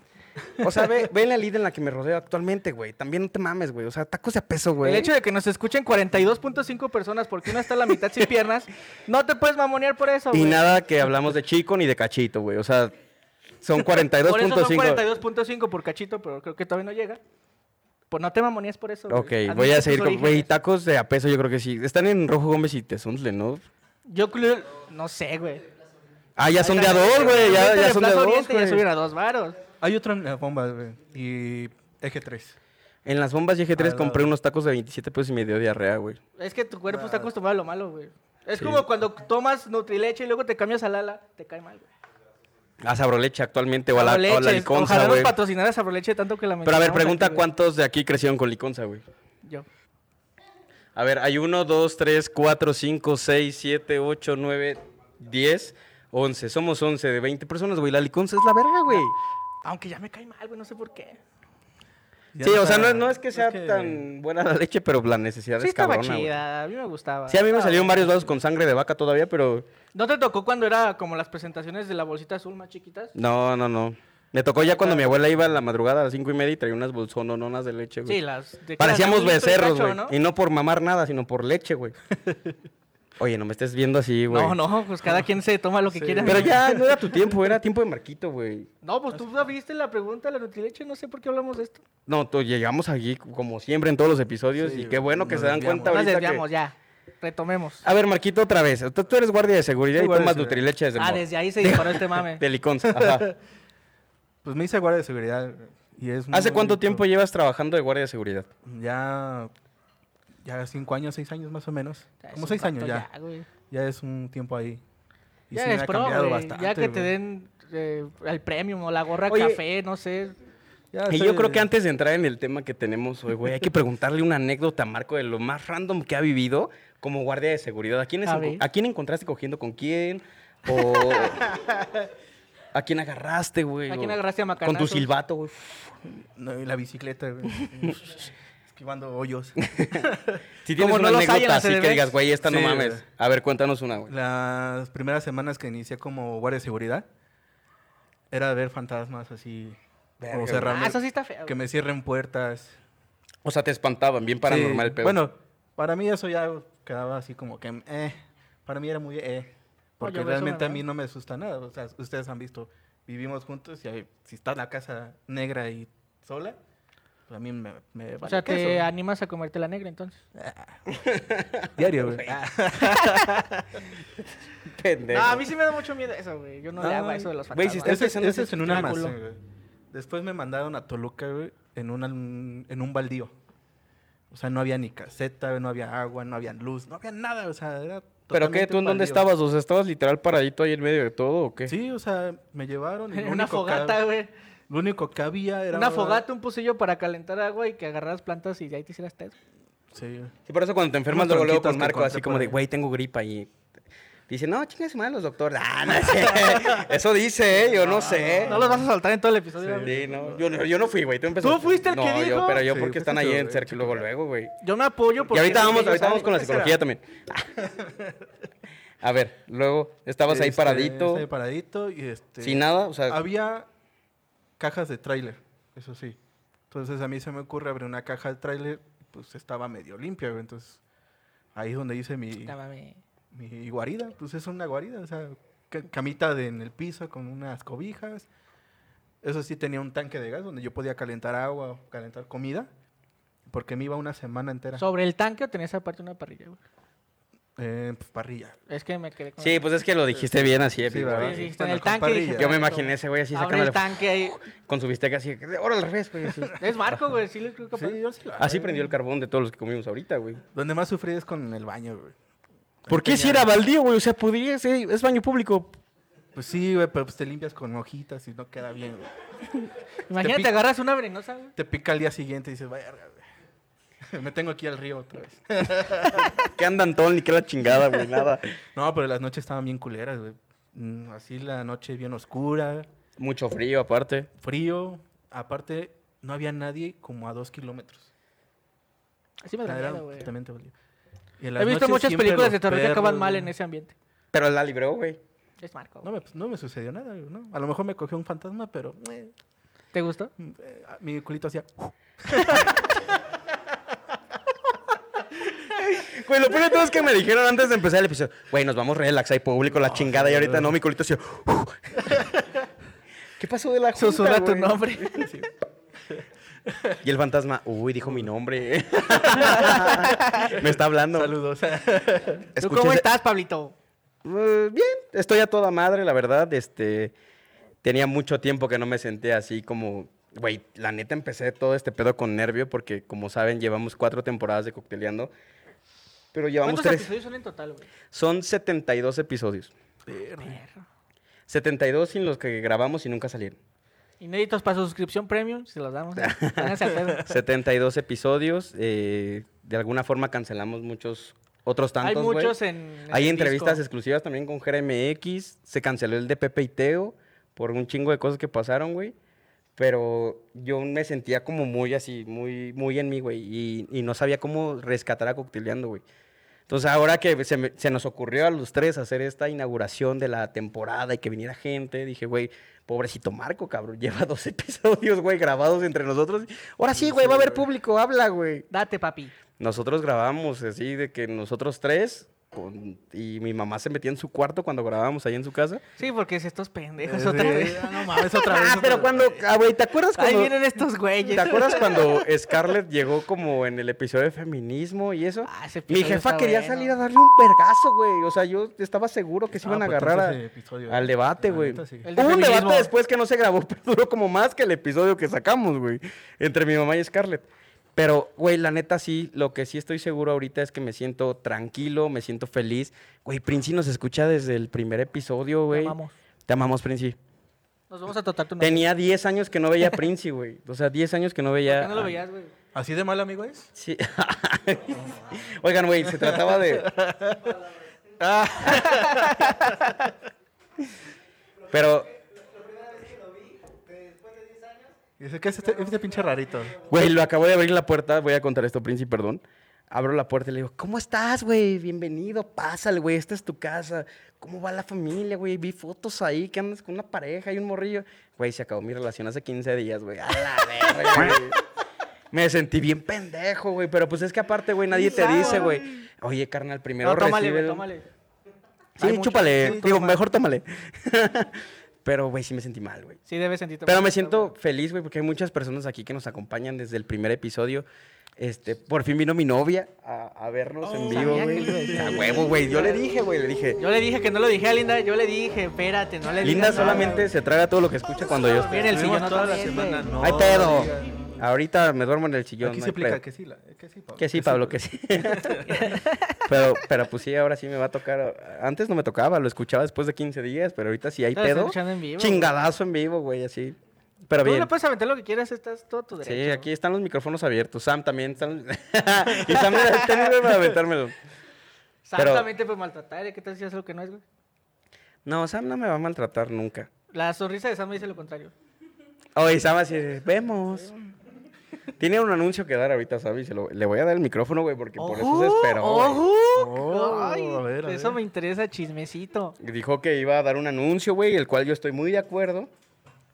[SPEAKER 2] o sea, ve, ve la lid en la que me rodeo actualmente, güey. También no te mames, güey. O sea, tacos de a peso, güey.
[SPEAKER 3] El hecho de que nos escuchen 42.5 personas porque una está a la mitad sin piernas, no te puedes mamonear por eso, güey.
[SPEAKER 2] Y nada que hablamos de chico ni de cachito, güey. O sea, son
[SPEAKER 3] Por eso son
[SPEAKER 2] 42.5.
[SPEAKER 3] 42.5 por cachito, pero creo que todavía no llega. Pues no te mamonees por eso. güey.
[SPEAKER 2] Ok,
[SPEAKER 3] Admite
[SPEAKER 2] voy a
[SPEAKER 3] tus
[SPEAKER 2] seguir con. Güey,
[SPEAKER 3] orígenes.
[SPEAKER 2] tacos de a peso, yo creo que sí. Están en Rojo Gómez y Tezontle, ¿no?
[SPEAKER 3] Yo creo, no sé, güey.
[SPEAKER 2] Ah, ya son de a
[SPEAKER 3] Ahí
[SPEAKER 2] dos,
[SPEAKER 3] está,
[SPEAKER 2] güey. Ya,
[SPEAKER 3] gente
[SPEAKER 2] ya
[SPEAKER 3] de
[SPEAKER 2] son de a
[SPEAKER 3] Plaza
[SPEAKER 2] dos,
[SPEAKER 3] Oriente Ya
[SPEAKER 2] güey.
[SPEAKER 3] subieron a dos varos.
[SPEAKER 4] Hay otro en las bombas, güey. Y eje 3.
[SPEAKER 2] En las bombas YG3
[SPEAKER 4] Ah,
[SPEAKER 2] compré
[SPEAKER 4] no.
[SPEAKER 2] unos tacos de 27 pesos y me dio diarrea, güey.
[SPEAKER 3] Es que tu cuerpo está acostumbrado a lo malo, güey. Es como cuando tomas Nutrileche y luego te cambias al ala, te cae mal, güey.
[SPEAKER 2] A Ah, sabroleche actualmente o a la, o a la
[SPEAKER 3] Leches,
[SPEAKER 2] liconza,
[SPEAKER 3] Ojalá nos
[SPEAKER 2] güey.
[SPEAKER 3] patrocinara Sabroleche tanto que la
[SPEAKER 2] Pero a ver,
[SPEAKER 3] mencionamos
[SPEAKER 2] pregunta
[SPEAKER 3] aquí, güey.
[SPEAKER 2] cuántos de aquí crecieron con liconza, güey.
[SPEAKER 3] Yo.
[SPEAKER 2] A ver, hay 1, 2, 3, 4, 5, 6, 7, 8, 9, 10, 11. Somos 11 de 20 personas, güey. La liconza es la verga, güey.
[SPEAKER 3] Aunque ya me cae mal, güey, no sé por qué.
[SPEAKER 2] Sí, o sea, no, no es que sea tan buena la leche, pero la necesidad
[SPEAKER 3] Sí
[SPEAKER 2] es
[SPEAKER 3] estaba
[SPEAKER 2] cabrona, güey.
[SPEAKER 3] chida, a mí me gustaba.
[SPEAKER 2] Sí, a mí me
[SPEAKER 3] Estaba
[SPEAKER 2] salieron
[SPEAKER 3] buena.
[SPEAKER 2] varios vasos con sangre de vaca todavía, pero
[SPEAKER 3] ¿No te tocó cuando era como las presentaciones de la bolsita azul más chiquitas?
[SPEAKER 2] no, no, no. Me tocó ya cuando mi abuela iba a la madrugada a las cinco y media y traía unas bolsonononas de leche, güey.
[SPEAKER 3] Sí, las... de que
[SPEAKER 2] Parecíamos
[SPEAKER 3] eran de un litro y
[SPEAKER 2] becerros,
[SPEAKER 3] cacho,
[SPEAKER 2] güey. Y no por mamar nada, sino por leche, güey. Oye, no me estés viendo así, güey.
[SPEAKER 3] ¿no? no, no, pues cada quien se toma lo que quiera.
[SPEAKER 2] Pero ya no era tu tiempo, era tiempo de Marquito, güey.
[SPEAKER 3] No, pues tú abriste la pregunta de la Nutrileche, no sé por qué hablamos de esto.
[SPEAKER 2] No, tú- llegamos aquí como siempre en todos los episodios
[SPEAKER 4] Sí,
[SPEAKER 2] y qué bueno que
[SPEAKER 4] nos
[SPEAKER 2] se dan
[SPEAKER 4] desviamos.
[SPEAKER 2] cuenta
[SPEAKER 3] Nos
[SPEAKER 2] ahorita
[SPEAKER 3] desviamos,
[SPEAKER 2] que- Ah,
[SPEAKER 3] ya. Retomemos.
[SPEAKER 2] A ver, Marquito, otra vez. Tú, tú eres guardia pues de seguridad
[SPEAKER 4] Soy
[SPEAKER 2] y
[SPEAKER 4] guardia
[SPEAKER 2] tomas
[SPEAKER 4] de seguridad.
[SPEAKER 2] Nutrileche desde el
[SPEAKER 3] Ah,
[SPEAKER 2] mo-
[SPEAKER 3] desde ahí se disparó este mame.
[SPEAKER 2] de Liconza, ajá.
[SPEAKER 4] Pues me hice guardia de seguridad. Y es
[SPEAKER 2] ¿Hace
[SPEAKER 4] muy
[SPEAKER 2] cuánto
[SPEAKER 4] bonito.
[SPEAKER 2] tiempo llevas trabajando de guardia de seguridad?
[SPEAKER 4] Ya. Ya cinco años, seis años más o menos.
[SPEAKER 3] Ya, es
[SPEAKER 4] Como
[SPEAKER 3] un
[SPEAKER 4] seis años
[SPEAKER 3] rato
[SPEAKER 4] ya.
[SPEAKER 3] ya, güey.
[SPEAKER 4] Ya es un tiempo ahí. Y
[SPEAKER 3] Ya
[SPEAKER 4] sí me
[SPEAKER 3] es
[SPEAKER 4] ha
[SPEAKER 3] pro,
[SPEAKER 4] cambiado
[SPEAKER 3] güey. Ya que te
[SPEAKER 4] güey.
[SPEAKER 3] den eh, el premium o la gorra
[SPEAKER 2] Oye.
[SPEAKER 3] café, no sé.
[SPEAKER 4] Ya
[SPEAKER 2] Y
[SPEAKER 4] soy-
[SPEAKER 2] Eh, yo creo que antes de entrar en el tema que tenemos hoy, güey, hay que preguntarle una anécdota a Marco de lo más random que ha vivido como guardia de seguridad. ¿A quién,
[SPEAKER 3] A ver.
[SPEAKER 2] ¿a quién encontraste cogiendo con quién? ¿O a quién agarraste, güey?
[SPEAKER 3] ¿A quién
[SPEAKER 2] ¿O
[SPEAKER 3] agarraste a
[SPEAKER 2] Con tu
[SPEAKER 3] macanazos?
[SPEAKER 2] silbato, güey.
[SPEAKER 4] No, y la bicicleta, güey. Esquivando hoyos.
[SPEAKER 2] Si
[SPEAKER 3] Como
[SPEAKER 2] tienes
[SPEAKER 3] no
[SPEAKER 2] una
[SPEAKER 3] los hay en
[SPEAKER 2] anécdota
[SPEAKER 3] la
[SPEAKER 2] así que
[SPEAKER 3] CDMX.
[SPEAKER 2] digas, güey, esta no
[SPEAKER 4] Sí,
[SPEAKER 2] mames.
[SPEAKER 4] güey.
[SPEAKER 2] A ver, cuéntanos una, güey.
[SPEAKER 4] Las primeras semanas que inicié como guardia de seguridad era ver fantasmas así.
[SPEAKER 2] Verga,
[SPEAKER 4] o
[SPEAKER 2] güey.
[SPEAKER 4] cerrarme.
[SPEAKER 3] Ah, eso sí está feo.
[SPEAKER 4] que
[SPEAKER 3] güey.
[SPEAKER 4] me cierren puertas.
[SPEAKER 2] O sea, te espantaban, bien paranormal
[SPEAKER 4] Sí,
[SPEAKER 2] el pedo.
[SPEAKER 4] Bueno, para mí eso ya quedaba así como que, eh, para mí era muy, eh, porque
[SPEAKER 3] Oye, güey, eso
[SPEAKER 4] realmente
[SPEAKER 3] me
[SPEAKER 4] a
[SPEAKER 3] va.
[SPEAKER 4] mí no me asusta nada. O sea, ustedes han visto, vivimos juntos y ahí, si está la casa negra y sola, pues a mí me, me
[SPEAKER 3] O
[SPEAKER 4] vale
[SPEAKER 3] sea, te
[SPEAKER 4] queso.
[SPEAKER 3] animas a comerte la negra entonces.
[SPEAKER 4] Diario, güey. Ah,
[SPEAKER 2] pendejo.
[SPEAKER 3] No, a mí sí me da mucho miedo eso, güey. Yo no, le
[SPEAKER 4] no,
[SPEAKER 3] hago a eso de los
[SPEAKER 2] güey,
[SPEAKER 3] fantasmas.
[SPEAKER 2] si estás-
[SPEAKER 4] Ese, es-
[SPEAKER 2] pensando
[SPEAKER 4] ese
[SPEAKER 2] en
[SPEAKER 4] es en una
[SPEAKER 3] espectáculo.
[SPEAKER 4] almacén, güey. Después me mandaron a Toluca, güey, en un, alm- en un baldío. O sea, no había ni caseta, güey, no había agua, no había luz, no había nada. O sea, era
[SPEAKER 2] ¿Pero qué?
[SPEAKER 4] totalmente
[SPEAKER 2] ¿Tú en
[SPEAKER 4] un
[SPEAKER 2] dónde
[SPEAKER 4] baldío.
[SPEAKER 2] estabas? O sea, ¿estabas literal paradito ahí en medio de todo o qué?
[SPEAKER 4] Sí, o sea, me llevaron. y lo
[SPEAKER 3] Una
[SPEAKER 4] único que-
[SPEAKER 3] fogata, güey.
[SPEAKER 4] Lo único que había era.
[SPEAKER 3] Una fogata, un pocillo para calentar agua y que agarraras plantas y de ahí te hicieras test.
[SPEAKER 4] Sí.
[SPEAKER 2] Sí, por eso cuando te enfermas
[SPEAKER 4] Unos
[SPEAKER 2] luego luego con
[SPEAKER 4] tronquitos que
[SPEAKER 2] Marco,
[SPEAKER 4] encontré
[SPEAKER 2] así
[SPEAKER 4] por
[SPEAKER 2] como de,
[SPEAKER 4] ahí.
[SPEAKER 2] güey, tengo gripa y... Dice, no, chingas madre los doctores. Ah, no sé. Eso dice, ¿eh? yo no, sé.
[SPEAKER 3] No los vas a saltar en todo el episodio.
[SPEAKER 4] Sí.
[SPEAKER 3] güey.
[SPEAKER 2] Sí, no. Yo, no- yo no fui, güey. Tú, empezaste-
[SPEAKER 3] ¿Tú fuiste el
[SPEAKER 2] no,
[SPEAKER 3] que
[SPEAKER 2] Yo,
[SPEAKER 3] dijo?
[SPEAKER 2] pero yo
[SPEAKER 4] Sí,
[SPEAKER 2] porque
[SPEAKER 4] fuiste
[SPEAKER 2] están
[SPEAKER 4] tú,
[SPEAKER 2] ahí en
[SPEAKER 4] güey,
[SPEAKER 2] cerca y luego, luego, güey.
[SPEAKER 3] Yo me apoyo
[SPEAKER 2] Y
[SPEAKER 3] porque...
[SPEAKER 2] ahorita vamos,
[SPEAKER 3] ellos
[SPEAKER 2] ahorita vamos
[SPEAKER 3] saben
[SPEAKER 2] con la
[SPEAKER 3] qué
[SPEAKER 2] psicología también. A ver, luego estabas ahí
[SPEAKER 4] Este,
[SPEAKER 2] paradito,
[SPEAKER 4] estaba ahí paradito y este.
[SPEAKER 2] sin nada, o sea,
[SPEAKER 4] Había cajas de tráiler, eso sí. Entonces a mí se me ocurre abrir una caja de tráiler, pues estaba medio limpia, güey. Entonces ahí es donde hice mi,
[SPEAKER 3] será. No, mami.
[SPEAKER 4] mi guarida. Pues es una guarida, o sea, ca- camita de- en el piso con unas cobijas. Eso sí tenía un tanque de gas donde yo podía calentar agua o calentar comida, porque me iba una semana entera.
[SPEAKER 3] ¿Sobre el tanque o tenías aparte una parrilla, güey?
[SPEAKER 4] Eh, pues, parrilla.
[SPEAKER 3] Es que me quedé con...
[SPEAKER 2] sí, pues es que lo dijiste bien así, épico,
[SPEAKER 4] ¿verdad?
[SPEAKER 2] güey.
[SPEAKER 3] Sí, sí, está en
[SPEAKER 4] Bueno,
[SPEAKER 3] el
[SPEAKER 4] con
[SPEAKER 3] tanque. dije,
[SPEAKER 4] parrilla.
[SPEAKER 2] Yo me
[SPEAKER 3] "Perfecto".
[SPEAKER 2] imaginé ese güey así
[SPEAKER 3] Abre el
[SPEAKER 2] sacándole
[SPEAKER 3] tanque ahí.
[SPEAKER 2] con su bistec así, ahora al revés, güey. así.
[SPEAKER 3] Es Marco, güey. Sí, le creo que
[SPEAKER 4] Sí, yo sí la- eh,
[SPEAKER 2] Así prendió el carbón de todos los que comimos ahorita, güey.
[SPEAKER 4] Donde más sufrí es con el baño, güey.
[SPEAKER 2] ¿Por qué si era baldío, güey? O sea, podría ser, es baño público.
[SPEAKER 4] Pues sí, güey, pero pues te limpias con hojitas y no queda bien, güey.
[SPEAKER 3] Imagínate,
[SPEAKER 4] pica.
[SPEAKER 3] agarras una venenosa, güey.
[SPEAKER 4] Te pica al día siguiente y dices, verga, güey. Me tengo aquí al río otra vez.
[SPEAKER 2] ¿Qué andan todo ni qué la chingada, güey? Nada.
[SPEAKER 4] No, pero las noches estaban bien culeras, güey. Mm, Así la noche bien oscura,
[SPEAKER 2] Mucho frío aparte.
[SPEAKER 4] frío. Aparte, no había nadie como a dos kilómetros.
[SPEAKER 3] Así me da
[SPEAKER 4] Era
[SPEAKER 3] miedo, güey.
[SPEAKER 4] completamente baldío. Y en las
[SPEAKER 3] He visto
[SPEAKER 4] noches
[SPEAKER 3] muchas
[SPEAKER 4] siempre
[SPEAKER 3] películas
[SPEAKER 4] los
[SPEAKER 3] de terror que acaban
[SPEAKER 4] perros,
[SPEAKER 3] mal
[SPEAKER 4] güey.
[SPEAKER 3] en ese ambiente.
[SPEAKER 2] Pero la libró, güey.
[SPEAKER 3] Es Marco.
[SPEAKER 4] No
[SPEAKER 3] güey.
[SPEAKER 4] me, no me sucedió nada, güey, ¿no? A lo mejor me cogió un fantasma, pero eh,
[SPEAKER 3] ¿Te gustó?
[SPEAKER 4] eh, mi culito hacía...
[SPEAKER 2] Güey, lo peor de todo es que me dijeron antes de empezar el episodio, güey, nos vamos relax, hay público, la chingada. Y ahorita no, mi colito así. "Uh". ¿Qué pasó de la junta,
[SPEAKER 3] Susurra tu
[SPEAKER 2] güey?
[SPEAKER 3] nombre.
[SPEAKER 4] Sí.
[SPEAKER 2] Y el fantasma, uy, dijo mi nombre. me está hablando.
[SPEAKER 4] Saludos.
[SPEAKER 3] ¿Tú
[SPEAKER 2] Escucha
[SPEAKER 3] cómo
[SPEAKER 2] ese-
[SPEAKER 3] estás, Pablito?
[SPEAKER 2] Eh, bien, estoy a toda madre, la verdad. Este, tenía mucho tiempo que no me senté así como, güey, la neta empecé todo este pedo con nervio porque, como saben, llevamos cuatro temporadas de Cocteleando, pero llevamos
[SPEAKER 3] ¿Cuántos
[SPEAKER 2] tres.
[SPEAKER 3] episodios son en total, güey?
[SPEAKER 2] Son 72 episodios.
[SPEAKER 3] Perro.
[SPEAKER 2] 72 sin los que grabamos y nunca salieron.
[SPEAKER 3] Inéditos para suscripción premium, se los damos. Pónganse al pedo.
[SPEAKER 2] 72 episodios. eh, de alguna forma cancelamos muchos, otros
[SPEAKER 3] Hay
[SPEAKER 2] tantos, güey.
[SPEAKER 3] muchos en. en
[SPEAKER 2] Hay
[SPEAKER 3] el
[SPEAKER 2] entrevistas
[SPEAKER 3] disco.
[SPEAKER 2] exclusivas también con GRMX. Se canceló el de Pepe y Teo por un chingo de cosas que pasaron, güey. Pero yo me sentía como muy así, muy, muy en mí, güey. Y, y no sabía cómo rescatar a Cocteleando, güey. Entonces, ahora que se, me- se nos ocurrió a los tres hacer esta inauguración de la temporada y que viniera gente, dije, güey, pobrecito Marco, cabrón. Lleva dos episodios, güey, grabados entre nosotros. Ahora sí, güey, va a haber público, habla, güey.
[SPEAKER 3] Date, papi.
[SPEAKER 2] Nosotros grabamos así de que nosotros tres con- y mi mamá se metía en su cuarto cuando grabábamos ahí en su casa.
[SPEAKER 3] Sí, porque es estos pendejos
[SPEAKER 4] Es
[SPEAKER 3] otra
[SPEAKER 4] de-
[SPEAKER 3] vez.
[SPEAKER 4] Ah, no mames, otra vez.
[SPEAKER 2] Ah, pero cuando, ah, güey, ¿te acuerdas
[SPEAKER 3] Ahí
[SPEAKER 2] cuando,
[SPEAKER 3] vienen estos güeyes.
[SPEAKER 2] ¿te acuerdas cuando Scarlett llegó como en el episodio de feminismo y eso?
[SPEAKER 3] Ah, ese
[SPEAKER 2] Mi
[SPEAKER 3] episodio
[SPEAKER 2] jefa
[SPEAKER 3] está
[SPEAKER 2] quería
[SPEAKER 3] bueno.
[SPEAKER 2] salir a darle un vergazo, güey. O sea, yo estaba seguro que se
[SPEAKER 4] Ah,
[SPEAKER 2] iban a
[SPEAKER 4] pues,
[SPEAKER 2] agarrar a-
[SPEAKER 4] entonces ese episodio,
[SPEAKER 2] al debate,
[SPEAKER 4] la
[SPEAKER 2] güey.
[SPEAKER 4] neta, sí.
[SPEAKER 3] El
[SPEAKER 2] Hubo un
[SPEAKER 3] feminismo.
[SPEAKER 2] debate después que no se grabó, pero duró como más que el episodio que sacamos, güey. Entre mi mamá y Scarlett. Pero, güey, la neta sí, lo que sí estoy seguro ahorita es que me siento tranquilo, me siento feliz. Güey, Princi nos escucha desde el primer episodio, güey.
[SPEAKER 3] amamos.
[SPEAKER 2] Te amamos, Princi.
[SPEAKER 3] Nos vamos a tratar tu novia.
[SPEAKER 2] Tenía 10 años que no veía a Princi, güey. O sea, 10 años que no veía.
[SPEAKER 3] ¿Por qué no lo
[SPEAKER 2] a-
[SPEAKER 3] veías, güey?
[SPEAKER 4] ¿Así de mal, amigo es?
[SPEAKER 2] Sí. Oigan, güey, se trataba de.
[SPEAKER 3] Ah.
[SPEAKER 2] Pero,
[SPEAKER 4] Dice, ¿qué es este, este pinche rarito?
[SPEAKER 2] güey, lo acabo de abrir la puerta. Voy a contar esto, Príncipe, perdón. Abro la puerta y le digo, ¿cómo estás, güey? Bienvenido, pásale, güey, esta es tu casa. ¿Cómo va la familia, güey? Vi fotos ahí que andas con una pareja y un morrillo. Güey, se acabó mi relación hace 15 días, güey. A la verga, güey. Me sentí bien pendejo, güey. Pero pues es que aparte, güey, nadie te dice, güey. Oye, carnal, primero
[SPEAKER 3] No, tómale,
[SPEAKER 2] recibe
[SPEAKER 3] güey,
[SPEAKER 2] el-
[SPEAKER 3] tómale.
[SPEAKER 2] Sí,
[SPEAKER 3] Hay mucho-
[SPEAKER 2] chúpale.
[SPEAKER 4] sí,
[SPEAKER 2] Digo,
[SPEAKER 4] tómale.
[SPEAKER 2] mejor tómale. Pero, güey, sí me sentí mal, güey.
[SPEAKER 3] Sí, debes sentirte.
[SPEAKER 2] Pero
[SPEAKER 3] mal,
[SPEAKER 2] me
[SPEAKER 3] está
[SPEAKER 2] siento
[SPEAKER 3] bueno.
[SPEAKER 2] feliz, güey, porque hay muchas personas aquí que nos acompañan desde el primer episodio. Este, por fin vino mi novia a, a vernos en vivo,
[SPEAKER 3] Oh, sabía que lo
[SPEAKER 2] güey.
[SPEAKER 3] decía.
[SPEAKER 2] A huevo, güey. Yo le dije, güey, le dije.
[SPEAKER 3] Yo le dije que no lo dije a Linda, yo le dije, espérate, no le dije.
[SPEAKER 2] Linda solamente se traga todo lo que escucha cuando yo estoy.
[SPEAKER 3] Viene el
[SPEAKER 4] Estuvimos
[SPEAKER 3] sillón
[SPEAKER 4] toda
[SPEAKER 3] otra
[SPEAKER 4] la
[SPEAKER 3] vez,
[SPEAKER 4] semana,
[SPEAKER 3] güey.
[SPEAKER 4] no.
[SPEAKER 2] ¡Ay, pedo!
[SPEAKER 4] diga.
[SPEAKER 2] Ahorita me duermo en el sillón.
[SPEAKER 4] Aquí
[SPEAKER 2] no
[SPEAKER 4] se
[SPEAKER 2] hay
[SPEAKER 4] aplica
[SPEAKER 2] pedo.
[SPEAKER 4] que sí, la- que sí, Pablo.
[SPEAKER 2] Que sí, Pablo, que sí. pero, pero pues sí, ahora sí me va a tocar. Antes no me tocaba, lo escuchaba después de 15 días, pero ahorita sí hay
[SPEAKER 3] Lo estás
[SPEAKER 2] pedo.
[SPEAKER 3] escuchando en vivo,
[SPEAKER 2] chingadazo en vivo, güey, así. Pero
[SPEAKER 3] Tú
[SPEAKER 2] bien.
[SPEAKER 3] le puedes aventar lo que quieras, estás todo tu derecho.
[SPEAKER 2] Sí, aquí están los micrófonos abiertos. Sam también. Sam- y Sam era- está libre para aventármelo. pero-
[SPEAKER 3] Exactamente, pues maltratar, ¿eh? ¿qué tal si haces lo que no es, güey?
[SPEAKER 2] No, Sam no me va a maltratar nunca.
[SPEAKER 3] La sonrisa de Sam me dice lo contrario.
[SPEAKER 2] Oye, Sam así, de, vemos. Tiene un anuncio que dar ahorita, Sam, y se lo- le voy a dar el micrófono, güey, porque por eso se esperó. güey.
[SPEAKER 3] ¡Ojú!
[SPEAKER 4] Oh,
[SPEAKER 3] Ay,
[SPEAKER 4] a ver, a
[SPEAKER 3] eso
[SPEAKER 4] ver.
[SPEAKER 3] me interesa, chismecito.
[SPEAKER 2] Dijo que iba a dar un anuncio, güey, el cual yo estoy muy de acuerdo.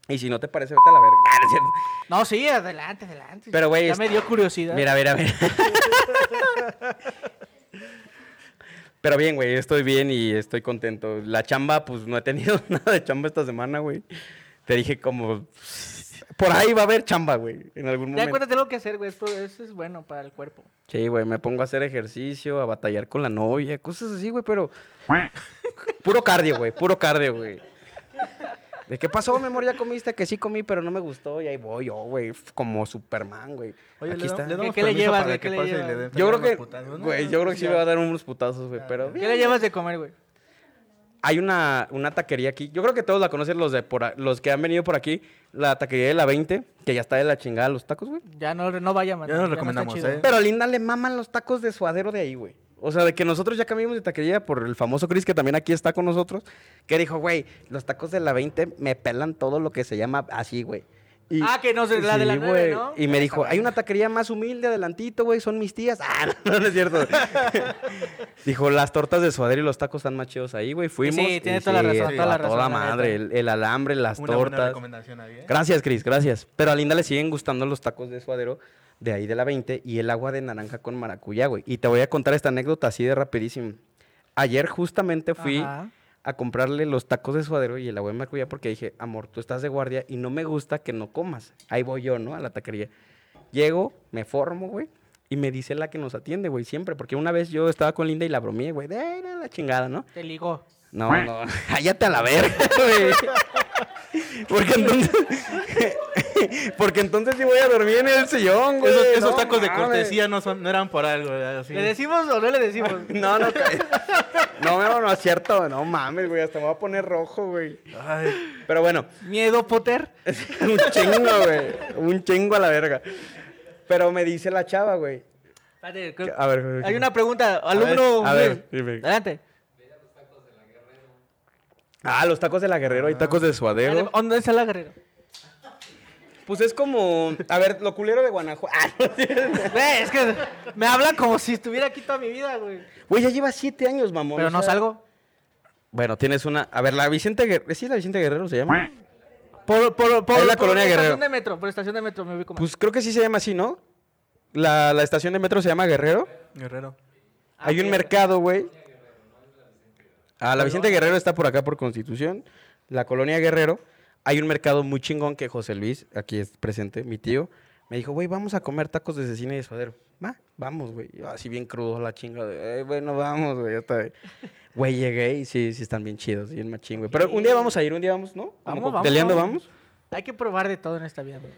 [SPEAKER 2] Y si no te parece, vete a la verga. Ah, no es cierto.
[SPEAKER 3] No, sí, adelante, adelante.
[SPEAKER 2] Pero, güey,
[SPEAKER 3] Ya
[SPEAKER 2] es-
[SPEAKER 3] me dio curiosidad.
[SPEAKER 2] Mira, mira, mira. Pero bien, güey, estoy bien y estoy contento. La chamba, pues no he tenido nada de chamba esta semana, güey. Te dije como... Por ahí va a haber chamba, güey, en algún
[SPEAKER 3] ya
[SPEAKER 2] momento.
[SPEAKER 3] cuéntate lo que hacer, güey. Esto, eso es bueno para el cuerpo.
[SPEAKER 2] Sí, güey, me pongo a hacer ejercicio, a batallar con la novia, cosas así, güey, pero... Puro cardio, güey, puro cardio, güey. ¿De qué pasó, mi amor? ¿Ya comiste? Que sí comí, pero no me gustó. Y ahí voy yo, güey, como Superman, güey.
[SPEAKER 4] Oye,
[SPEAKER 2] Aquí
[SPEAKER 4] le,
[SPEAKER 2] está.
[SPEAKER 4] da- le
[SPEAKER 3] ¿Qué-
[SPEAKER 4] damos
[SPEAKER 3] qué le
[SPEAKER 4] permiso
[SPEAKER 3] llevas,
[SPEAKER 4] para
[SPEAKER 3] güey?
[SPEAKER 4] que
[SPEAKER 3] ¿Qué le
[SPEAKER 4] pase y
[SPEAKER 3] llevas?
[SPEAKER 4] le den
[SPEAKER 2] Yo creo
[SPEAKER 4] unos
[SPEAKER 2] que,
[SPEAKER 4] putazos, ¿no? Ah,
[SPEAKER 2] güey, yo creo que sí me va a dar unos putazos, güey, pero
[SPEAKER 3] ¿Qué le llevas de comer, güey?
[SPEAKER 2] hay una, una taquería aquí. Yo creo que todos la conocen los de por a- los que han venido por aquí, la taquería de la 20, que ya está de la chingada los tacos, güey.
[SPEAKER 3] Ya no, no vaya, man.
[SPEAKER 4] Ya nos recomendamos,
[SPEAKER 3] está chido.
[SPEAKER 4] ¿eh?
[SPEAKER 2] Pero a Linda le maman los tacos de suadero de ahí, güey. O sea, de que nosotros ya cambiamos de taquería por el famoso Chris, que también aquí está con nosotros, que dijo, güey, los tacos de la 20 me pelan todo lo que se llama así, güey. Y-
[SPEAKER 3] Ah, que no sé, la de la nueve,
[SPEAKER 2] güey.
[SPEAKER 3] ¿no?
[SPEAKER 2] Y me dijo, hay una taquería más humilde adelantito, güey, son mis tías. Ah, no, no es cierto. dijo, las tortas de suadero y los tacos están más chidos ahí, güey. Fuimos.
[SPEAKER 3] sí,
[SPEAKER 2] y
[SPEAKER 3] tiene toda la razón,
[SPEAKER 2] a
[SPEAKER 3] toda la razón, la
[SPEAKER 2] madre,
[SPEAKER 3] neta.
[SPEAKER 2] el, el alambre, las
[SPEAKER 4] Una buena
[SPEAKER 2] tortas.
[SPEAKER 4] recomendación ahí, ¿eh?
[SPEAKER 2] Gracias, Cris, gracias. Pero a Linda le siguen gustando los tacos de suadero de ahí de la 20 y el agua de naranja con maracuyá, güey. Y te voy a contar esta anécdota así de rapidísimo. Ayer justamente fui
[SPEAKER 3] Ajá.
[SPEAKER 2] a comprarle los tacos de suadero y el agua de maracuyá porque dije, amor, tú estás de guardia y no me gusta que no comas. Ahí voy yo, ¿no? A la taquería. Llego, me formo, güey. Y me dice la que nos atiende, güey, siempre. Porque una vez yo estaba con Linda y la bromeé, güey. De "Ay, no, la chingada, ¿no?
[SPEAKER 3] Te ligó.
[SPEAKER 2] No, no, cállate a la verga, güey. Porque entonces. Porque entonces sí voy a dormir en el sillón, güey.
[SPEAKER 4] Esos, esos
[SPEAKER 2] No
[SPEAKER 4] tacos de
[SPEAKER 2] mames.
[SPEAKER 4] cortesía no, son, no eran por algo, ¿verdad? Así.
[SPEAKER 3] ¿Le decimos o no le decimos?
[SPEAKER 2] No, no, ca- no, no, no, es cierto. No mames, güey. Hasta me voy a poner rojo, güey.
[SPEAKER 4] Ay,
[SPEAKER 2] Pero bueno,
[SPEAKER 3] Miedo, Potter.
[SPEAKER 2] un chingo, güey. Un chingo a la verga. Pero me dice la chava, güey.
[SPEAKER 3] Espérate, creo-
[SPEAKER 2] A ver, güey.
[SPEAKER 3] Hay una pregunta, alumno.
[SPEAKER 2] a ver,
[SPEAKER 3] Uriel.
[SPEAKER 2] dime.
[SPEAKER 3] Adelante.
[SPEAKER 2] Ah, los tacos de la Guerrero y tacos de suadero.
[SPEAKER 3] Adelante. ¿Dónde está la guerrera?
[SPEAKER 2] Pues es como. A ver, lo culero de Guanajuato. Ah, no es cierto.
[SPEAKER 3] Güey, es que me habla como si estuviera aquí toda mi vida, güey.
[SPEAKER 2] Güey, ya lleva siete años, mamón.
[SPEAKER 3] Pero
[SPEAKER 2] o
[SPEAKER 3] no
[SPEAKER 2] sea-
[SPEAKER 3] salgo.
[SPEAKER 2] Bueno, tienes una. A ver, la Vicente Guerrero. ¿Sí, la Vicente Guerrero se llama?
[SPEAKER 3] Por, por, por,
[SPEAKER 2] Ahí la
[SPEAKER 3] por
[SPEAKER 2] colonia Guerrero.
[SPEAKER 3] Estación de metro, por estación de metro me ubico más.
[SPEAKER 2] Pues creo que sí se llama así, ¿no? La, la estación de metro se llama Guerrero.
[SPEAKER 4] Guerrero.
[SPEAKER 3] Ah,
[SPEAKER 2] Hay un
[SPEAKER 3] ok.
[SPEAKER 2] mercado, güey. A la Vicente Guerrero está por acá por Constitución. La colonia Guerrero. Hay un mercado muy chingón que José Luis, aquí es presente, mi tío, me dijo, güey, vamos a comer tacos de cecina y suadero. Va, vamos, güey. Yo así bien crudo la chinga. de, "Ay, bueno, vamos, güey. ya está bien". Güey, llegué y sí, sí están bien chidos, bien machín, güey. Pero un día vamos a ir, un día vamos, ¿no?
[SPEAKER 3] Vamos,
[SPEAKER 2] Como
[SPEAKER 3] vamos,
[SPEAKER 2] Peleando
[SPEAKER 3] vamos.
[SPEAKER 2] vamos.
[SPEAKER 3] Hay que probar de todo en esta vida. güey.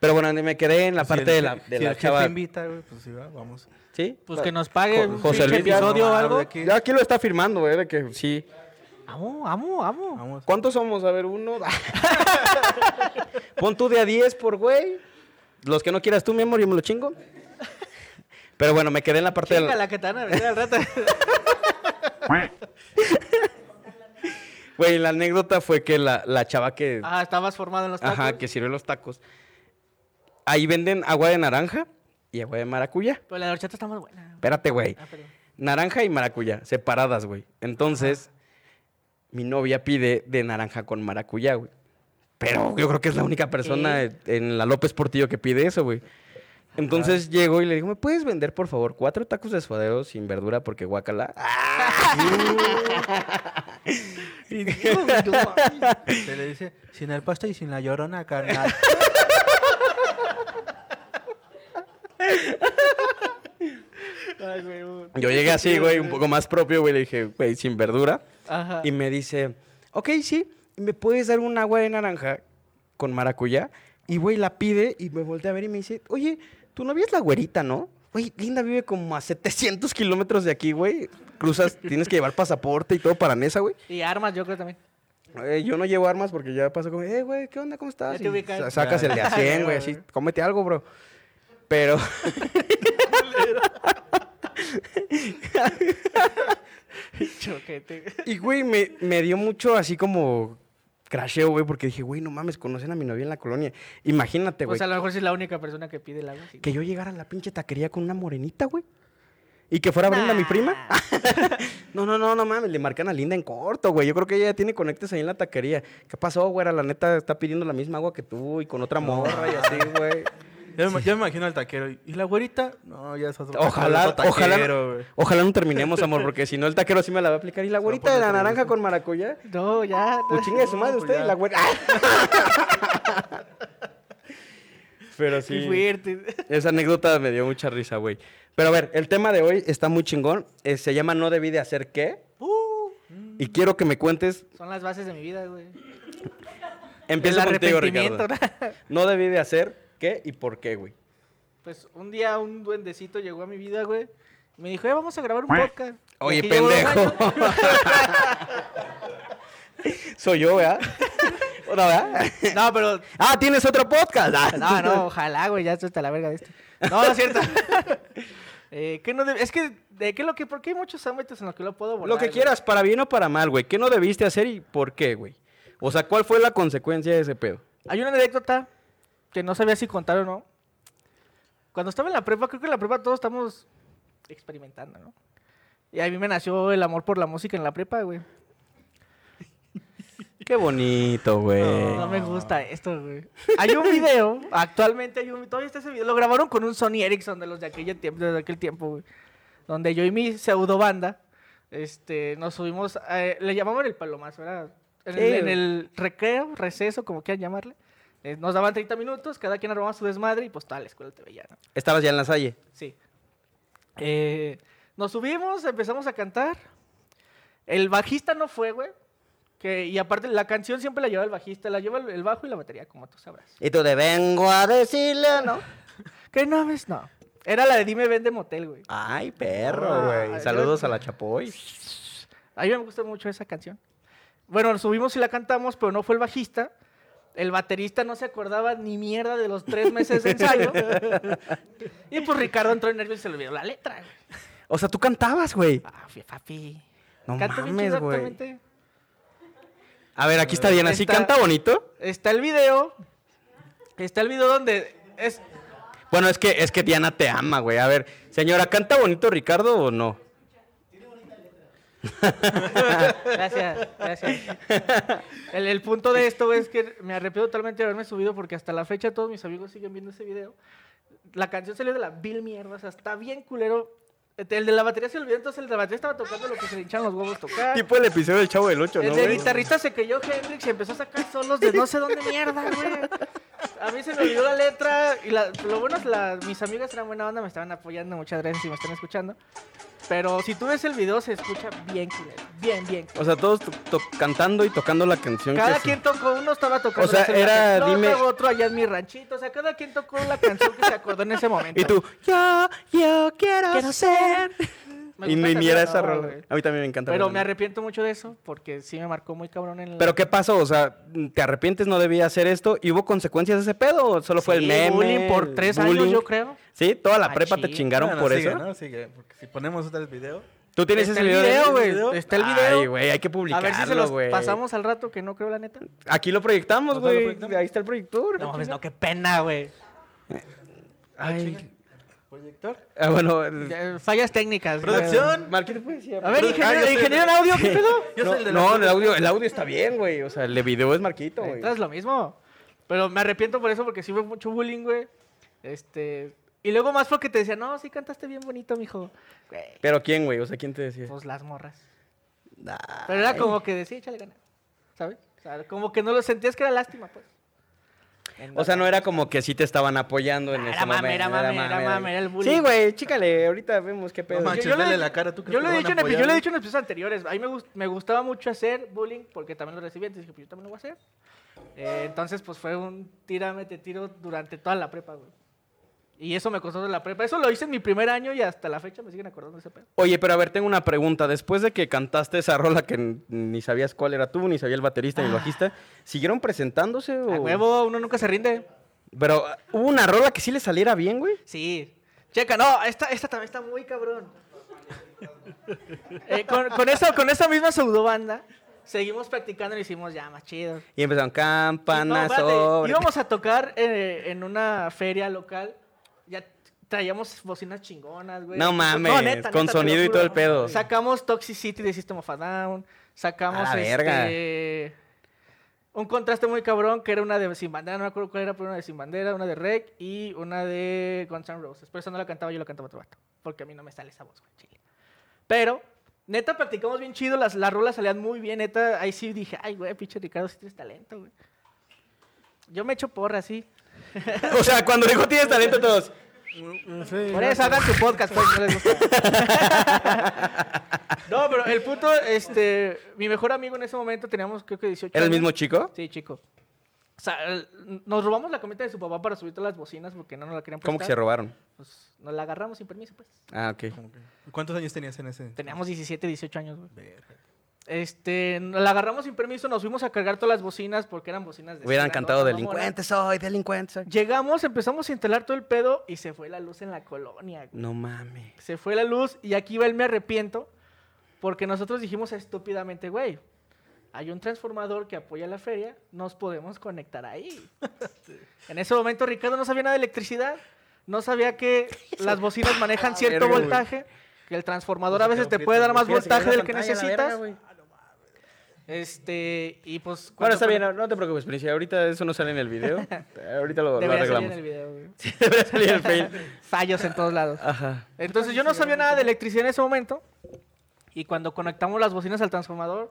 [SPEAKER 2] Pero bueno, me quedé en la
[SPEAKER 4] Si
[SPEAKER 2] parte de
[SPEAKER 4] el-
[SPEAKER 2] la, de
[SPEAKER 4] si
[SPEAKER 2] la
[SPEAKER 4] el jefe
[SPEAKER 2] chava.
[SPEAKER 4] invita, güey, pues sí, va, vamos.
[SPEAKER 2] ¿Sí?
[SPEAKER 3] Pues que nos pague
[SPEAKER 2] Jo-
[SPEAKER 3] un
[SPEAKER 2] José
[SPEAKER 3] pinche
[SPEAKER 2] Luis, ya
[SPEAKER 3] episodio
[SPEAKER 4] no,
[SPEAKER 3] o
[SPEAKER 4] a
[SPEAKER 3] algo.
[SPEAKER 4] ver, aquí-
[SPEAKER 2] Ya aquí lo está firmando, güey, de que sí.
[SPEAKER 3] Amo, amo, amo.
[SPEAKER 4] Vamos.
[SPEAKER 2] ¿Cuántos somos? A ver, uno. Pon tú de a 10 por güey. Los que no quieras tú, mi amor, yo me lo chingo. Pero bueno, me quedé en la parte de
[SPEAKER 3] Chinga
[SPEAKER 2] la...
[SPEAKER 3] la que te van a vender al rato.
[SPEAKER 2] Güey, la anécdota fue que la, la chava que...
[SPEAKER 3] ah, estabas formado en los tacos.
[SPEAKER 2] Ajá, que sirve los tacos. Ahí venden agua de naranja y agua de maracuyá.
[SPEAKER 3] Pero la de horchata está más buena.
[SPEAKER 2] Espérate, güey.
[SPEAKER 3] Ah, perdón.
[SPEAKER 2] Naranja y maracuyá, separadas, güey. Entonces, mi novia pide de naranja con maracuyá, güey. Pero yo creo que es la única persona
[SPEAKER 3] ¿Qué?
[SPEAKER 2] en la López Portillo que pide eso, güey. Entonces llego y le digo, ¿me puedes vender, por favor, cuatro tacos de suadero sin verdura porque guacala?
[SPEAKER 4] Se le dice, sin el pasto y sin la llorona, carnal.
[SPEAKER 3] Ay, güey, güey.
[SPEAKER 2] Yo llegué así, güey, un poco más propio, güey. Le dije, güey, sin verdura.
[SPEAKER 3] Ajá.
[SPEAKER 2] Y me dice, ok, sí, ¿me puedes dar un agua de naranja con maracuyá? Y, güey, la pide y me voltea a ver y me dice, oye, tu novia es la güerita, ¿no? Güey, Linda vive como a 700 kilómetros de aquí, güey. Cruzas, tienes que llevar pasaporte y todo para Nesa, güey.
[SPEAKER 3] Y armas, yo creo también.
[SPEAKER 2] Eh, yo no llevo armas porque ya pasó como, eh, güey, ¿qué onda? ¿Cómo estás?
[SPEAKER 3] Ya te
[SPEAKER 2] Y
[SPEAKER 3] ubicas.
[SPEAKER 2] sa- sacas el de a 100, güey, así, cómete algo, bro. Pero...
[SPEAKER 3] Choquete.
[SPEAKER 2] Y, güey, me, me dio mucho así como crasheo, güey, porque dije, güey, no mames, conocen a mi novia en la colonia. Imagínate,
[SPEAKER 3] O
[SPEAKER 2] güey,
[SPEAKER 3] sea, a lo mejor sí es la única persona que pide el agua. sí.
[SPEAKER 2] que yo llegara a la pinche taquería con una morenita, güey. Y que fuera Brenda, mi prima. no, no, no, no mames, le marcan a Linda en corto, güey. Yo creo que ella ya tiene conectes ahí en la taquería. ¿Qué pasó, güera? La neta está pidiendo la misma agua que tú y con otra morra y así, güey.
[SPEAKER 4] Ya me, ya me imagino al taquero. ¿Y la güerita? No, ya es otro
[SPEAKER 2] Ojalá,
[SPEAKER 4] otro taquero,
[SPEAKER 2] ojalá,
[SPEAKER 4] güey.
[SPEAKER 2] ojalá no terminemos, amor, porque si no el taquero sí me la va a aplicar. Y la güerita de la naranja con maracuyá.
[SPEAKER 3] No, ya.
[SPEAKER 2] Pues chingue su madre
[SPEAKER 4] pues
[SPEAKER 2] usted y
[SPEAKER 4] ya.
[SPEAKER 2] la güera. Pero sí.
[SPEAKER 3] Qué fuerte.
[SPEAKER 2] Esa anécdota me dio mucha risa, güey. Pero a ver, el tema de hoy está muy chingón. Eh, se llama No debí de hacer qué.
[SPEAKER 3] Uh,
[SPEAKER 2] Y quiero que me cuentes.
[SPEAKER 3] son las bases de mi vida, güey.
[SPEAKER 2] Empieza
[SPEAKER 3] El
[SPEAKER 2] contigo, Ricardo.
[SPEAKER 3] arrepentimiento,
[SPEAKER 2] No debí de hacer qué y por qué, güey.
[SPEAKER 3] Pues un día un duendecito llegó a mi vida, güey. y Me dijo, eh, vamos a grabar un podcast. Y
[SPEAKER 2] Oye,
[SPEAKER 3] aquí llegó,
[SPEAKER 2] pendejo.
[SPEAKER 3] "Bueno".
[SPEAKER 2] Soy yo, ¿verdad? ¿No, verdad?
[SPEAKER 3] No, pero.
[SPEAKER 2] Ah, tienes otro podcast. Ah.
[SPEAKER 3] No, no, ojalá, güey, ya esto está la verga de esto. No, no es cierto. Eh, ¿qué no deb- es que, de qué lo que, porque hay muchos ámbitos en los que lo puedo abordar.
[SPEAKER 2] Lo que
[SPEAKER 3] güey.
[SPEAKER 2] quieras, para bien o para mal, güey. ¿Qué no debiste hacer y por qué, güey? O sea, ¿cuál fue la consecuencia de ese pedo?
[SPEAKER 3] Hay una anécdota que no sabía si contar o no. Cuando estaba en la prepa, creo que en la prepa todos estamos experimentando, ¿no? Y a mí me nació el amor por la música en la prepa, güey.
[SPEAKER 2] Qué bonito, güey.
[SPEAKER 3] No me gusta esto, güey. Hay un video, actualmente hay un todavía está ese video. Lo grabaron con un Sony Ericsson de los de aquel tiempo, de aquel tiempo, güey. Donde yo y mi pseudo banda, este, nos subimos, eh, le llamaban el palomazo, ¿verdad? En, el,
[SPEAKER 2] Sí.
[SPEAKER 3] en el recreo, receso, como quieran llamarle. eh, nos daban 30 minutos, cada quien armaba su desmadre y pues toda la escuela te veía, ¿no?
[SPEAKER 2] Estabas ya en la salle.
[SPEAKER 3] Sí. Eh, nos subimos, empezamos a cantar. El bajista no fue, güey. Que, y aparte, la canción siempre la lleva el bajista, la lleva el, el bajo y la batería, como tú sabrás.
[SPEAKER 2] Y tú te vengo a decirle, ¿no?
[SPEAKER 3] ¿Qué no ves? No. Era la de Dime Vende Motel, güey.
[SPEAKER 2] Ay, perro,
[SPEAKER 3] Ah,
[SPEAKER 2] güey.
[SPEAKER 3] yo-
[SPEAKER 2] Saludos a la Chapoy.
[SPEAKER 3] A mí me gusta mucho esa canción. Bueno, nos subimos y la cantamos, pero no fue el bajista. El baterista no se acordaba ni mierda de los tres meses de ensayo. y pues Ricardo entró en nervio y se le olvidó la letra. güey.
[SPEAKER 2] O sea, tú cantabas, güey.
[SPEAKER 3] Ah, fui, papi.
[SPEAKER 2] No
[SPEAKER 3] Canto bien
[SPEAKER 2] mames,
[SPEAKER 3] chido
[SPEAKER 2] güey.
[SPEAKER 3] actualmente.
[SPEAKER 2] A ver, aquí está bien. ¿Así
[SPEAKER 3] Está-
[SPEAKER 2] canta bonito?
[SPEAKER 3] Está el video. Está el video donde es.
[SPEAKER 2] Bueno, es que, es que Diana te ama, güey. A ver, señora, ¿canta bonito Ricardo o no?
[SPEAKER 3] Gracias, gracias. El, el punto de esto es que me arrepiento totalmente de haberme subido porque hasta la fecha todos mis amigos siguen viendo ese video. La canción salió de la vil mierda, o sea, está bien culero. El de la batería se olvidó, entonces el de la batería estaba tocando lo que se le hinchaban los huevos tocar.
[SPEAKER 5] Tipo el episodio del Chavo del 8,
[SPEAKER 3] el
[SPEAKER 5] ¿no,
[SPEAKER 3] de
[SPEAKER 5] güey?
[SPEAKER 3] guitarrista se cayó Hendrix y empezó a sacar solos de no sé dónde mierda, güey. A mí se me olvidó la letra y la- lo bueno es que mis amigas eran buena onda, me estaban apoyando, muchas gracias si me están escuchando. Pero si tú ves el video se escucha bien, culero, bien, bien.
[SPEAKER 2] O sea, todos to- to- cantando y tocando la canción. que
[SPEAKER 3] Cada
[SPEAKER 2] se-
[SPEAKER 3] quien tocó, uno estaba tocando
[SPEAKER 2] O sea,
[SPEAKER 3] la celda
[SPEAKER 2] era,
[SPEAKER 3] que
[SPEAKER 2] dime-
[SPEAKER 3] explota, otro allá en mi ranchito, o sea, cada quien tocó la canción que se acordó en ese momento.
[SPEAKER 2] Y tú, yo, yo quiero, ser.
[SPEAKER 3] Me
[SPEAKER 2] Y
[SPEAKER 3] gusta
[SPEAKER 2] ni, ni era
[SPEAKER 3] también,
[SPEAKER 2] esa
[SPEAKER 3] no,
[SPEAKER 2] rola.
[SPEAKER 3] güey.
[SPEAKER 2] A mí también me encanta.
[SPEAKER 3] Pero
[SPEAKER 2] Belinda.
[SPEAKER 3] me arrepiento mucho de eso porque sí me marcó muy cabrón en la-
[SPEAKER 2] Pero ¿qué pasó? O sea, ¿te arrepientes? ¿No debía hacer esto? ¿Y hubo consecuencias de ese pedo? ¿O solo fue el
[SPEAKER 3] Sí,
[SPEAKER 2] meme?
[SPEAKER 3] bullying por
[SPEAKER 2] el
[SPEAKER 3] tres años,
[SPEAKER 2] bullying?
[SPEAKER 3] yo creo. Ah,
[SPEAKER 2] Sí, toda la prepa te
[SPEAKER 3] Machín.
[SPEAKER 2] chingaron
[SPEAKER 4] Bueno,
[SPEAKER 2] por
[SPEAKER 4] sigue,
[SPEAKER 2] eso.
[SPEAKER 4] ¿no? Sigue, porque si ponemos otra vez video.
[SPEAKER 2] ¿Tú tienes
[SPEAKER 3] Está
[SPEAKER 2] ese
[SPEAKER 3] el
[SPEAKER 2] video?
[SPEAKER 3] video,
[SPEAKER 2] de-
[SPEAKER 3] güey. Está el video.
[SPEAKER 2] Ay, güey, hay que
[SPEAKER 3] A ver
[SPEAKER 2] publicarlo,
[SPEAKER 3] si se los
[SPEAKER 2] güey.
[SPEAKER 3] pasamos al rato, que no creo la neta.
[SPEAKER 2] Aquí lo proyectamos,
[SPEAKER 4] ¿No lo
[SPEAKER 2] güey.
[SPEAKER 4] proyectamos?
[SPEAKER 2] Ahí está el proyector.
[SPEAKER 3] No mames, no, qué pena, güey.
[SPEAKER 2] Ay.
[SPEAKER 4] Proyector.
[SPEAKER 2] Ah, bueno.
[SPEAKER 3] Eh, Fallas técnicas. güey.
[SPEAKER 4] Producción.
[SPEAKER 2] Marquito pues, puede decir.
[SPEAKER 3] A ver,
[SPEAKER 2] ah,
[SPEAKER 3] ingeniero, ingeniero en audio, ¿qué pedo?
[SPEAKER 4] Yo
[SPEAKER 2] no,
[SPEAKER 4] soy el de la
[SPEAKER 2] no, el audio, el audio está bien, güey. O sea, el de video es Marquito, güey.
[SPEAKER 3] Entonces lo mismo. Pero me arrepiento por eso, porque sí fue mucho bullying, güey. Este. Y luego más porque te decían, no, sí cantaste bien bonito, mijo. Güey,
[SPEAKER 2] Pero ¿quién, güey? O sea, ¿quién te decía?
[SPEAKER 3] pues las morras.
[SPEAKER 2] Nah.
[SPEAKER 3] Pero era como que decía, échale ganas. ¿Sabes? O sea, como que no lo sentías que era lástima, pues.
[SPEAKER 2] O sea, no era como que sí te estaban apoyando en
[SPEAKER 3] Ah, Era
[SPEAKER 2] ese
[SPEAKER 3] mame,
[SPEAKER 2] momento.
[SPEAKER 3] era mame, era mame, era el bullying.
[SPEAKER 2] Sí, güey, chícale, ahorita vemos qué pedo.
[SPEAKER 4] No manches,
[SPEAKER 3] Yo- yo le-
[SPEAKER 4] vele la cara, ¿tú crees
[SPEAKER 3] Yo
[SPEAKER 4] que
[SPEAKER 3] lo, he
[SPEAKER 4] lo van
[SPEAKER 3] dicho
[SPEAKER 4] a
[SPEAKER 3] en epi-
[SPEAKER 4] apoyar,
[SPEAKER 3] yo lo he
[SPEAKER 4] güey?
[SPEAKER 3] dicho en episodios anteriores. A mí me, gust- me gustaba mucho hacer bullying porque también lo recibí. Entonces dije, pues yo también lo voy a hacer. Eh, entonces, pues fue un tírame, te tiro durante toda la prepa, güey. Y eso me costó de la prepa. Eso lo hice en mi primer año y hasta la fecha me siguen acordando de ese pedo.
[SPEAKER 2] Oye, pero a ver, tengo una pregunta. Después de que cantaste esa rola que n- ni sabías cuál era tú, ni sabía el baterista ni el bajista, ¿siguieron presentándose o...?
[SPEAKER 3] Ah. A huevo, uno nunca se rinde.
[SPEAKER 2] Pero ah, hubo una rola que sí le saliera bien, güey.
[SPEAKER 3] Sí. Checa, no, esta, esta también está muy cabrón. Eh, con, con, esa, con esa misma pseudobanda, seguimos practicando y lo hicimos ya más chido.
[SPEAKER 2] Y empezaron
[SPEAKER 3] No,
[SPEAKER 2] campanas
[SPEAKER 3] espérate,
[SPEAKER 2] sobre...
[SPEAKER 3] Íbamos a tocar eh, en una feria local. Ya traíamos bocinas chingonas, güey.
[SPEAKER 2] No mames, con
[SPEAKER 3] te lo
[SPEAKER 2] sonido y
[SPEAKER 3] juro.
[SPEAKER 2] todo el pedo.
[SPEAKER 3] Sacamos Toxic City de System of a Down. Sacamos
[SPEAKER 2] A la
[SPEAKER 3] este, un contraste muy cabrón que era una de Sin Bandera, no me acuerdo cuál era, pero una de Sin Bandera, una de Rec y una de Guns N' Roses. Pero esa no la cantaba yo, la cantaba otro vato. Porque a mí no me sale esa voz, güey, chile. Pero, neta, practicamos bien chido, las, las rolas salían muy bien, neta. Ahí sí dije, ay, güey, pinche Ricardo, sí tienes talento, güey. Yo me echo porra, sí.
[SPEAKER 2] O sea, cuando dijo tienes talento todos...
[SPEAKER 4] Mm,
[SPEAKER 3] Por eso hagan su podcast, pues, no les gusta. No, pero el punto, este, mi mejor amigo en ese momento teníamos creo que 18
[SPEAKER 2] ¿Era el
[SPEAKER 3] años.
[SPEAKER 2] mismo chico?
[SPEAKER 3] Sí, chico. O sea, el- nos robamos la cometa de su papá para subir todas las bocinas porque no nos la querían prestar.
[SPEAKER 2] ¿Cómo que se robaron?
[SPEAKER 3] Pues, nos la agarramos sin permiso, pues.
[SPEAKER 2] Ah, ok.
[SPEAKER 4] ¿Cuántos años tenías en ese?
[SPEAKER 3] Teníamos 17, 18 años, güey.
[SPEAKER 4] Verga.
[SPEAKER 3] Este, nos la agarramos sin permiso, nos fuimos a cargar todas las bocinas porque eran bocinas de...
[SPEAKER 2] Hubieran
[SPEAKER 3] escuela,
[SPEAKER 2] cantado
[SPEAKER 3] ¿no? Mamonas.
[SPEAKER 2] delincuente soy, delincuente soy.
[SPEAKER 3] Llegamos, empezamos a instalar todo el pedo y se fue la luz en la colonia, güey.
[SPEAKER 2] No mames.
[SPEAKER 3] Se fue la luz y aquí va el me arrepiento porque nosotros dijimos estúpidamente, güey, hay un transformador que apoya la feria, nos podemos conectar ahí. en ese momento Ricardo no sabía nada de electricidad, no sabía que las bocinas manejan cierto
[SPEAKER 2] verga, güey. Pues
[SPEAKER 3] voltaje, que el transformador a
[SPEAKER 4] se
[SPEAKER 3] veces
[SPEAKER 4] quedó
[SPEAKER 3] te
[SPEAKER 4] prieto,
[SPEAKER 3] puede dar
[SPEAKER 4] güey.
[SPEAKER 3] más
[SPEAKER 2] Mira, se
[SPEAKER 3] voltaje
[SPEAKER 2] cayó la
[SPEAKER 3] del que
[SPEAKER 2] pantalla a la verga,
[SPEAKER 3] necesitas.
[SPEAKER 2] güey.
[SPEAKER 3] Este, y pues...
[SPEAKER 2] Bueno,
[SPEAKER 3] cuando-
[SPEAKER 2] está bien, no- no te preocupes, Príncipe. Ahorita eso no sale en el video. Ahorita lo, lo
[SPEAKER 3] Debería salir en
[SPEAKER 2] arreglamos.
[SPEAKER 3] el video, güey.
[SPEAKER 2] Debería salir el fail.
[SPEAKER 3] Fallos en todos lados.
[SPEAKER 2] Ajá.
[SPEAKER 3] Entonces yo no sabía nada de electricidad en ese momento. Y cuando conectamos las bocinas al transformador,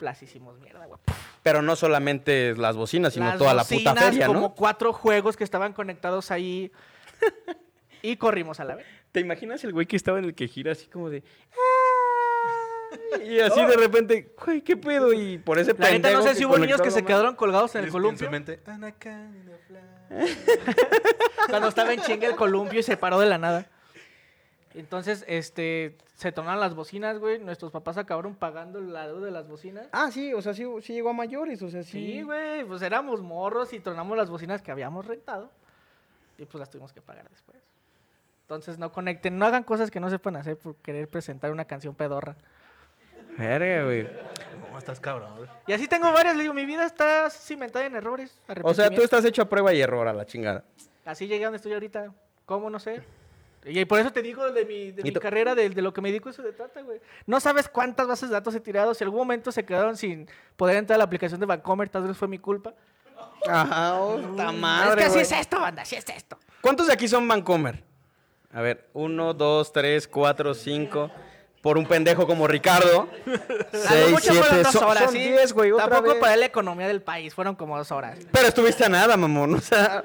[SPEAKER 3] las hicimos mierda, güey.
[SPEAKER 2] Pero no solamente las bocinas, sino
[SPEAKER 3] Las
[SPEAKER 2] Pues toda la
[SPEAKER 3] bocinas,
[SPEAKER 2] puta feria,
[SPEAKER 3] como
[SPEAKER 2] ¿no?
[SPEAKER 3] cuatro juegos que estaban conectados ahí. y corrimos a la vez.
[SPEAKER 2] ¿Te imaginas el güey que estaba en el que gira así como de... "Ah", Y así de repente, güey, ¿qué pedo? Y por ese
[SPEAKER 3] La neta,
[SPEAKER 2] pendejo
[SPEAKER 3] no sé si hubo niños
[SPEAKER 2] conectó
[SPEAKER 3] que se
[SPEAKER 2] nomás.
[SPEAKER 3] quedaron colgados en el
[SPEAKER 4] Y En su
[SPEAKER 3] columpio.
[SPEAKER 4] mente, "Ana Karenina Fly".
[SPEAKER 3] cuando estaba en chinga el columpio y se paró de la nada. Entonces, este, se tomaron las bocinas, güey. Nuestros papás acabaron pagando la deuda de las bocinas.
[SPEAKER 2] Ah, sí, o sea, sí, sí llegó a mayores, o sea,
[SPEAKER 3] Sí, güey, pues éramos morros y tronamos las bocinas que habíamos rentado y pues las tuvimos que pagar después. Entonces no conecten, no hagan cosas que no sepan hacer por querer presentar una canción pedorra.
[SPEAKER 2] Verga, güey.
[SPEAKER 4] No, estás cabrón. güey.
[SPEAKER 3] Y así tengo varias, le digo, mi vida está cimentada en errores.
[SPEAKER 2] O sea, tú
[SPEAKER 3] arrepentimientos.
[SPEAKER 2] estás hecho a prueba y error a la chingada.
[SPEAKER 3] Así llegué a donde estoy ahorita, ¿cómo no sé? Y por eso te digo de mi, de
[SPEAKER 2] Y
[SPEAKER 3] mi
[SPEAKER 2] tú-
[SPEAKER 3] carrera, de, de lo que me dedico, eso de trata, güey. No sabes cuántas bases de datos he tirado, si algún momento se quedaron sin poder entrar a la aplicación de Vancomer, tal vez fue mi culpa.
[SPEAKER 2] Ajá, puta madre,
[SPEAKER 3] es que así
[SPEAKER 2] güey.
[SPEAKER 3] es esto, banda, así es esto.
[SPEAKER 2] ¿Cuántos de aquí son Vancomer? A ver, uno, dos, tres, cuatro, cinco. Por un pendejo como Ricardo.
[SPEAKER 3] Tardó
[SPEAKER 2] seis,
[SPEAKER 3] mucho fueron
[SPEAKER 2] siete,
[SPEAKER 3] dos
[SPEAKER 2] son,
[SPEAKER 3] horas,
[SPEAKER 2] son
[SPEAKER 3] sí.
[SPEAKER 2] diez, güey. otra
[SPEAKER 3] Tampoco
[SPEAKER 2] vez.
[SPEAKER 3] para la economía del país, fueron como dos horas.
[SPEAKER 2] Pero estuviste a nada, mamón. O sea.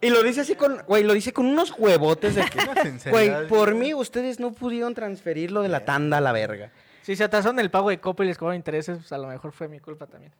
[SPEAKER 2] Y lo dice así con. Güey, lo dice con unos huevotes de
[SPEAKER 4] Una
[SPEAKER 2] que.
[SPEAKER 4] sinceridad.
[SPEAKER 2] Güey, por mí ustedes no pudieron transferir lo de la tanda a la verga.
[SPEAKER 3] Si se atrasaron el pago de copa y les cobraron intereses, pues a lo mejor fue mi culpa también.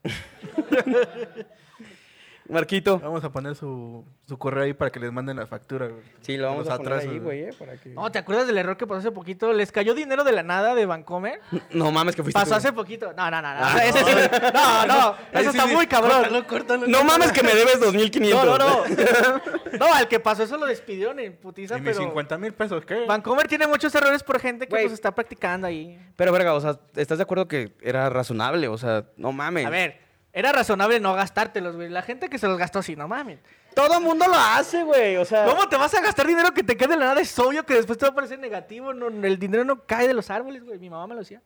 [SPEAKER 2] Marquito.
[SPEAKER 4] Vamos a poner su, su correo ahí para que les manden la factura. güey.
[SPEAKER 2] Sí, lo vamos
[SPEAKER 4] Los
[SPEAKER 2] a poner ahí,
[SPEAKER 4] atrasos,
[SPEAKER 2] güey, eh, para que-
[SPEAKER 3] No, Oh, ¿te acuerdas del error que pasó hace poquito? ¿Les cayó dinero de la nada de Vancomer?
[SPEAKER 2] No mames que fuiste.
[SPEAKER 3] Pasó
[SPEAKER 2] tú.
[SPEAKER 3] hace poquito. No, no, no.
[SPEAKER 2] Ah,
[SPEAKER 3] No, ese sí me- no, no,
[SPEAKER 4] Ese
[SPEAKER 3] eso está
[SPEAKER 4] sí,
[SPEAKER 3] muy cabrón.
[SPEAKER 4] córtalo, córtalo,
[SPEAKER 2] No mames que me debes 2500.
[SPEAKER 3] No, no, no. No, al que pasó eso lo despidieron en putiza,
[SPEAKER 4] ¿Y mis
[SPEAKER 3] pero...
[SPEAKER 4] 50 mil pesos qué?
[SPEAKER 3] Vancomer tiene muchos errores por gente que
[SPEAKER 2] Güey.
[SPEAKER 3] pues está practicando ahí.
[SPEAKER 2] Pero verga, o sea, ¿estás de acuerdo que era razonable? O sea, no mames.
[SPEAKER 3] A ver, era razonable no gastártelos, güey. La gente que se los gastó, sí, no mames.
[SPEAKER 2] Todo mundo lo hace, güey. O sea.
[SPEAKER 3] ¿Cómo te vas a gastar dinero que te quede de la nada? Es obvio que después te va a parecer negativo. no- el dinero no cae de los árboles, güey. Mi mamá me lo decía.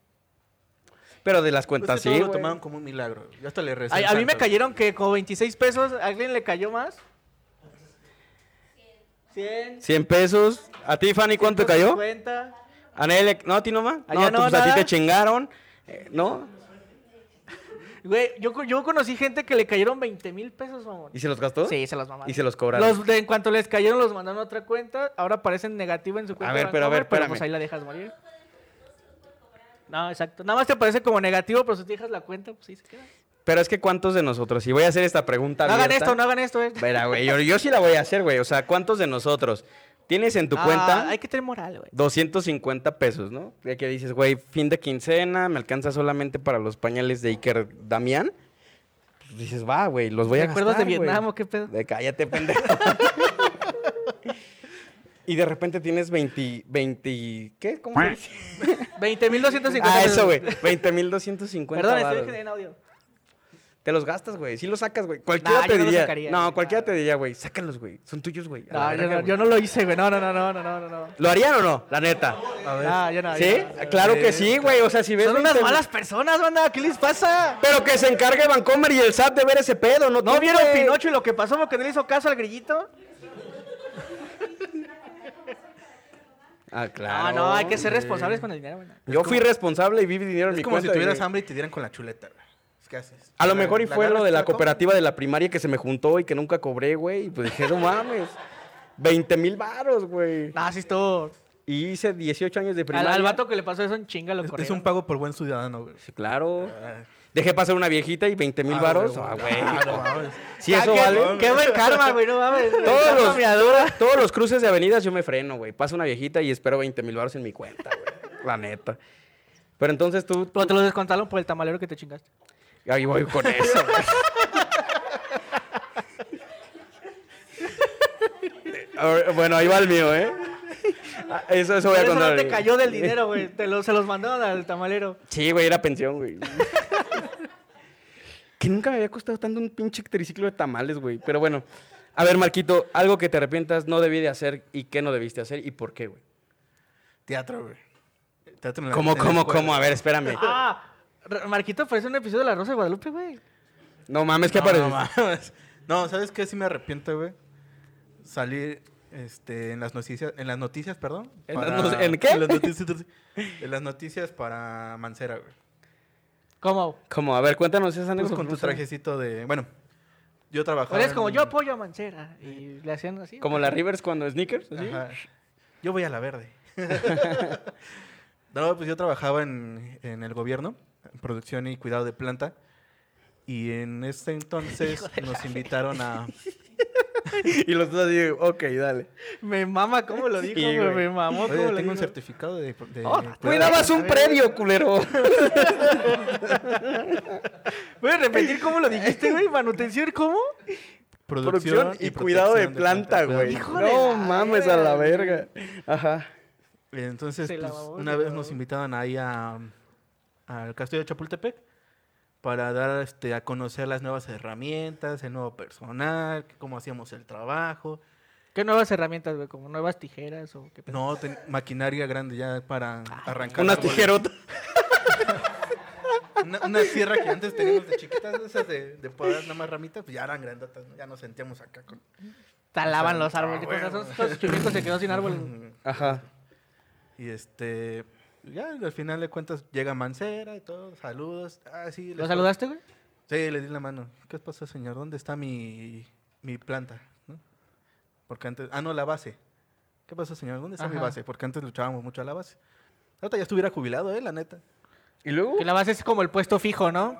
[SPEAKER 2] Pero de las
[SPEAKER 4] Pues que
[SPEAKER 2] cuentas
[SPEAKER 4] todos
[SPEAKER 2] sí,
[SPEAKER 4] lo
[SPEAKER 2] güey.
[SPEAKER 4] tomaron como un milagro. Yo hasta le recé.
[SPEAKER 3] Ay,
[SPEAKER 4] al
[SPEAKER 3] a mí me
[SPEAKER 4] santo.
[SPEAKER 3] cayeron que como 26 pesos. ¿A alguien le cayó más? 100.
[SPEAKER 2] 100 pesos. ¿A ti, Fanny, cuánto te cayó?
[SPEAKER 3] 150.
[SPEAKER 2] ¿A Nele? No, a ti nomás.
[SPEAKER 3] ¿A
[SPEAKER 2] No,
[SPEAKER 3] ella
[SPEAKER 2] tú,
[SPEAKER 3] no,
[SPEAKER 2] pues, a ti
[SPEAKER 3] nada?
[SPEAKER 2] te chingaron. Eh, ¿No?
[SPEAKER 3] Güey, yo, co- yo conocí gente que le cayeron 20 mil pesos, mamón.
[SPEAKER 2] ¿Y se los gastó?
[SPEAKER 3] Sí, se los mamaron.
[SPEAKER 2] ¿Y se los cobraron?
[SPEAKER 3] Los de- en cuanto les cayeron, los mandaron a otra cuenta. Ahora aparecen negativo en su cuenta. de
[SPEAKER 2] ver, pero a
[SPEAKER 3] Bancomer,
[SPEAKER 2] ver,
[SPEAKER 3] pues
[SPEAKER 2] espérame.
[SPEAKER 3] ahí la dejas morir. No, exacto. Nada más te aparece como negativo, pero si te dejas la cuenta, pues ahí se queda.
[SPEAKER 2] Pero es que ¿cuántos de nosotros? Y voy a hacer esta pregunta
[SPEAKER 3] No hagan
[SPEAKER 2] abierta.
[SPEAKER 3] esto, no hagan esto, eh.
[SPEAKER 2] Verá, güey, yo, yo sí la voy a hacer, güey. O sea, ¿cuántos de nosotros tienes en tu
[SPEAKER 3] Ah,
[SPEAKER 2] cuenta
[SPEAKER 3] Hay que tener moral, güey.
[SPEAKER 2] 250 pesos, ¿no? De que dices, güey, fin de quincena, me alcanza solamente para los pañales de Iker Damián. Pues dices, va, güey, los voy a
[SPEAKER 3] ¿Te acuerdas
[SPEAKER 2] gastar,
[SPEAKER 3] de Vietnam
[SPEAKER 2] güey.
[SPEAKER 3] o qué pedo?
[SPEAKER 2] De cállate, pendejo. y de repente tienes 20, 20, ¿qué? ¿Cómo se dice?
[SPEAKER 3] 20.250
[SPEAKER 2] Ah,
[SPEAKER 3] pesos.
[SPEAKER 2] eso, güey. 20.250
[SPEAKER 3] Perdón,
[SPEAKER 2] varos.
[SPEAKER 3] estoy en audio.
[SPEAKER 2] Te los gastas, güey. Sí los sacas, güey. Cualquiera
[SPEAKER 3] Nah,
[SPEAKER 2] te
[SPEAKER 3] yo no los
[SPEAKER 2] diría.
[SPEAKER 3] sacaría,
[SPEAKER 2] no,
[SPEAKER 3] güey.
[SPEAKER 2] cualquiera te diría, güey, sácalos, güey. Son tuyos, güey. A la
[SPEAKER 3] No, yo
[SPEAKER 2] verga,
[SPEAKER 3] no,
[SPEAKER 2] güey.
[SPEAKER 3] yo no lo hice, güey. No, no, no, no, no, no, no.
[SPEAKER 2] ¿Lo harían o no? La neta.
[SPEAKER 4] A ver.
[SPEAKER 2] Ah,
[SPEAKER 3] No, yo no. yo
[SPEAKER 2] ¿Sí?
[SPEAKER 3] no.
[SPEAKER 2] Claro que sí, güey. O sea, si ves.
[SPEAKER 3] Son unas
[SPEAKER 2] 20
[SPEAKER 3] malas personas, banda. ¿Qué les pasa?
[SPEAKER 2] Pero que se encargue Vancomer y el SAT de ver ese pedo, ¿no?
[SPEAKER 3] ¿No
[SPEAKER 2] tú,
[SPEAKER 3] vieron
[SPEAKER 2] güey.
[SPEAKER 3] Pinocho y lo que pasó porque no le hizo caso al grillito?
[SPEAKER 2] Ah, claro.
[SPEAKER 3] no, no, hay que ser responsables con el dinero, güey.
[SPEAKER 2] Yo fui responsable y vi dinero en
[SPEAKER 4] Es
[SPEAKER 2] mi
[SPEAKER 4] como si
[SPEAKER 2] cuenta.
[SPEAKER 4] tuvieras
[SPEAKER 2] güey.
[SPEAKER 4] hambre y te dieran con la chuleta. güey. Es que haces.
[SPEAKER 2] A lo
[SPEAKER 4] La-
[SPEAKER 2] mejor y
[SPEAKER 4] la
[SPEAKER 2] fue
[SPEAKER 4] agarras
[SPEAKER 2] lo de la
[SPEAKER 4] la comes.
[SPEAKER 2] cooperativa de la primaria que se me juntó y que nunca cobré, güey. Y pues dije, no mames. 20 mil varos, güey.
[SPEAKER 3] No, Ah, sí estuvo.
[SPEAKER 2] Y hice 18 años de
[SPEAKER 3] Al,
[SPEAKER 2] primaria.
[SPEAKER 3] al vato que le pasó eso en chinga lo
[SPEAKER 4] Es,
[SPEAKER 3] corrieron.
[SPEAKER 4] es un pago por buen ciudadano, güey.
[SPEAKER 2] Sí, claro. Dejé pasar una viejita y 20 mil varos. Ah, güey.
[SPEAKER 4] Claro, mames.
[SPEAKER 2] Si
[SPEAKER 3] Ah,
[SPEAKER 2] eso
[SPEAKER 3] qué-
[SPEAKER 2] vale.
[SPEAKER 3] Qué buen karma, güey, no mames. güey.
[SPEAKER 2] Todos
[SPEAKER 3] Karma
[SPEAKER 2] los-
[SPEAKER 3] meadura.
[SPEAKER 2] Todos los cruces de avenidas yo me freno, güey. Pasa una viejita y espero 20 mil varos en mi cuenta, güey. La neta. Pero entonces tú...
[SPEAKER 3] Pero te lo descontaron por el tamalero que te chingaste.
[SPEAKER 2] Ahí voy con eso, güey. A ver, Bueno, ahí va el mío, ¿eh? Ah, Eso, eso voy a
[SPEAKER 3] Por eso
[SPEAKER 2] contar.
[SPEAKER 3] no te
[SPEAKER 2] güey.
[SPEAKER 3] cayó del dinero, güey. Te lo- se los mandaron al tamalero.
[SPEAKER 2] Sí, güey, era pensión, güey. que nunca me había costado tanto un pinche triciclo de tamales, güey. Pero bueno. A ver, Marquito, algo que te arrepientas no debí de hacer y qué no debiste hacer y por qué, güey.
[SPEAKER 4] Teatro, güey. Teatro en la-
[SPEAKER 2] ¿Cómo,
[SPEAKER 4] en la
[SPEAKER 2] cómo,
[SPEAKER 4] escuela.
[SPEAKER 2] cómo? A ver, espérame.
[SPEAKER 3] Ah, Re- Marquito aparece en un episodio de La Rosa de Guadalupe, güey.
[SPEAKER 2] No mames, ¿qué
[SPEAKER 4] No,
[SPEAKER 2] apareces?
[SPEAKER 4] No, mames. No, ¿sabes qué? Sí me arrepiento, güey. Salir este, en las noticias, en las noticias, perdón.
[SPEAKER 2] En las no- ¿en qué?
[SPEAKER 4] En las noticias, en las noticias para Mancera, güey.
[SPEAKER 3] ¿Cómo?
[SPEAKER 2] ¿Cómo? A ver, cuéntanos esa
[SPEAKER 4] Pues
[SPEAKER 2] anécdota.
[SPEAKER 4] con tu
[SPEAKER 2] rusa.
[SPEAKER 4] trajecito de, bueno, yo trabajaba.
[SPEAKER 3] Ahora Pues es como
[SPEAKER 4] en-
[SPEAKER 3] yo apoyo a Mancera. Y le hacían así.
[SPEAKER 2] Como la Rivers cuando sneakers, así.
[SPEAKER 4] Ajá. Yo voy a la verde. no, pues yo trabajaba en, en el gobierno, en producción y cuidado de planta. Y en ese entonces nos invitaron a...
[SPEAKER 2] Y los dos así, ok, dale.
[SPEAKER 3] Me mama cómo lo dijo,
[SPEAKER 2] Sí,
[SPEAKER 3] güey.
[SPEAKER 2] güey.
[SPEAKER 3] Me mamó
[SPEAKER 4] Oye,
[SPEAKER 3] cómo lo
[SPEAKER 4] tengo
[SPEAKER 3] dijo.
[SPEAKER 4] un certificado de... de
[SPEAKER 3] Oh,
[SPEAKER 4] cuidado de
[SPEAKER 2] Cuidabas un
[SPEAKER 3] A ver.
[SPEAKER 2] predio, culero.
[SPEAKER 3] Voy a repetir cómo lo dijiste, güey. Manutención, ¿cómo?
[SPEAKER 2] Producción y cuidado de
[SPEAKER 4] protección
[SPEAKER 2] planta, güey.
[SPEAKER 3] Hijo de
[SPEAKER 2] No
[SPEAKER 3] la
[SPEAKER 2] mames a la
[SPEAKER 3] verga.
[SPEAKER 2] verga. Ajá.
[SPEAKER 4] Entonces,
[SPEAKER 3] Se la
[SPEAKER 4] pues,
[SPEAKER 3] babó,
[SPEAKER 4] una
[SPEAKER 3] se la
[SPEAKER 4] vez nos
[SPEAKER 3] babó.
[SPEAKER 4] invitaban ahí a, al castillo de Chapultepec para dar este, a conocer las nuevas herramientas, el nuevo personal, cómo hacíamos el trabajo.
[SPEAKER 3] ¿Qué nuevas herramientas, güey? ¿Como nuevas tijeras o qué pedo?
[SPEAKER 4] No, ten- maquinaria grande ya para arrancar.
[SPEAKER 2] Unas
[SPEAKER 4] árboles.
[SPEAKER 2] tijerotas.
[SPEAKER 4] Una, una sierra que antes teníamos de chiquitas, esas de, de podar nada más ramitas, pues ya eran grandotas, ¿no? ya nos sentíamos acá con...
[SPEAKER 3] Talaban los árboles. yo con esos- esos chivicos se quedó sin árbol. güey.
[SPEAKER 2] Ajá.
[SPEAKER 4] Y este, ya al final de cuentas llega Mancera y todo, saludos. Ah, sí,
[SPEAKER 3] ¿Lo
[SPEAKER 4] les-
[SPEAKER 3] saludaste, güey?
[SPEAKER 4] Sí, le di la mano. ¿Qué pasó, señor? ¿Dónde está mi, mi planta? ¿No? Porque antes, ah, no, la base. ¿Qué pasó, señor? ¿Dónde está mi
[SPEAKER 3] Ajá.
[SPEAKER 4] base? Porque antes luchábamos mucho a la base. Ahorita ya estuviera jubilado, eh, la neta.
[SPEAKER 2] Y luego.
[SPEAKER 4] Uh.
[SPEAKER 3] Que la base es como el puesto fijo, ¿no?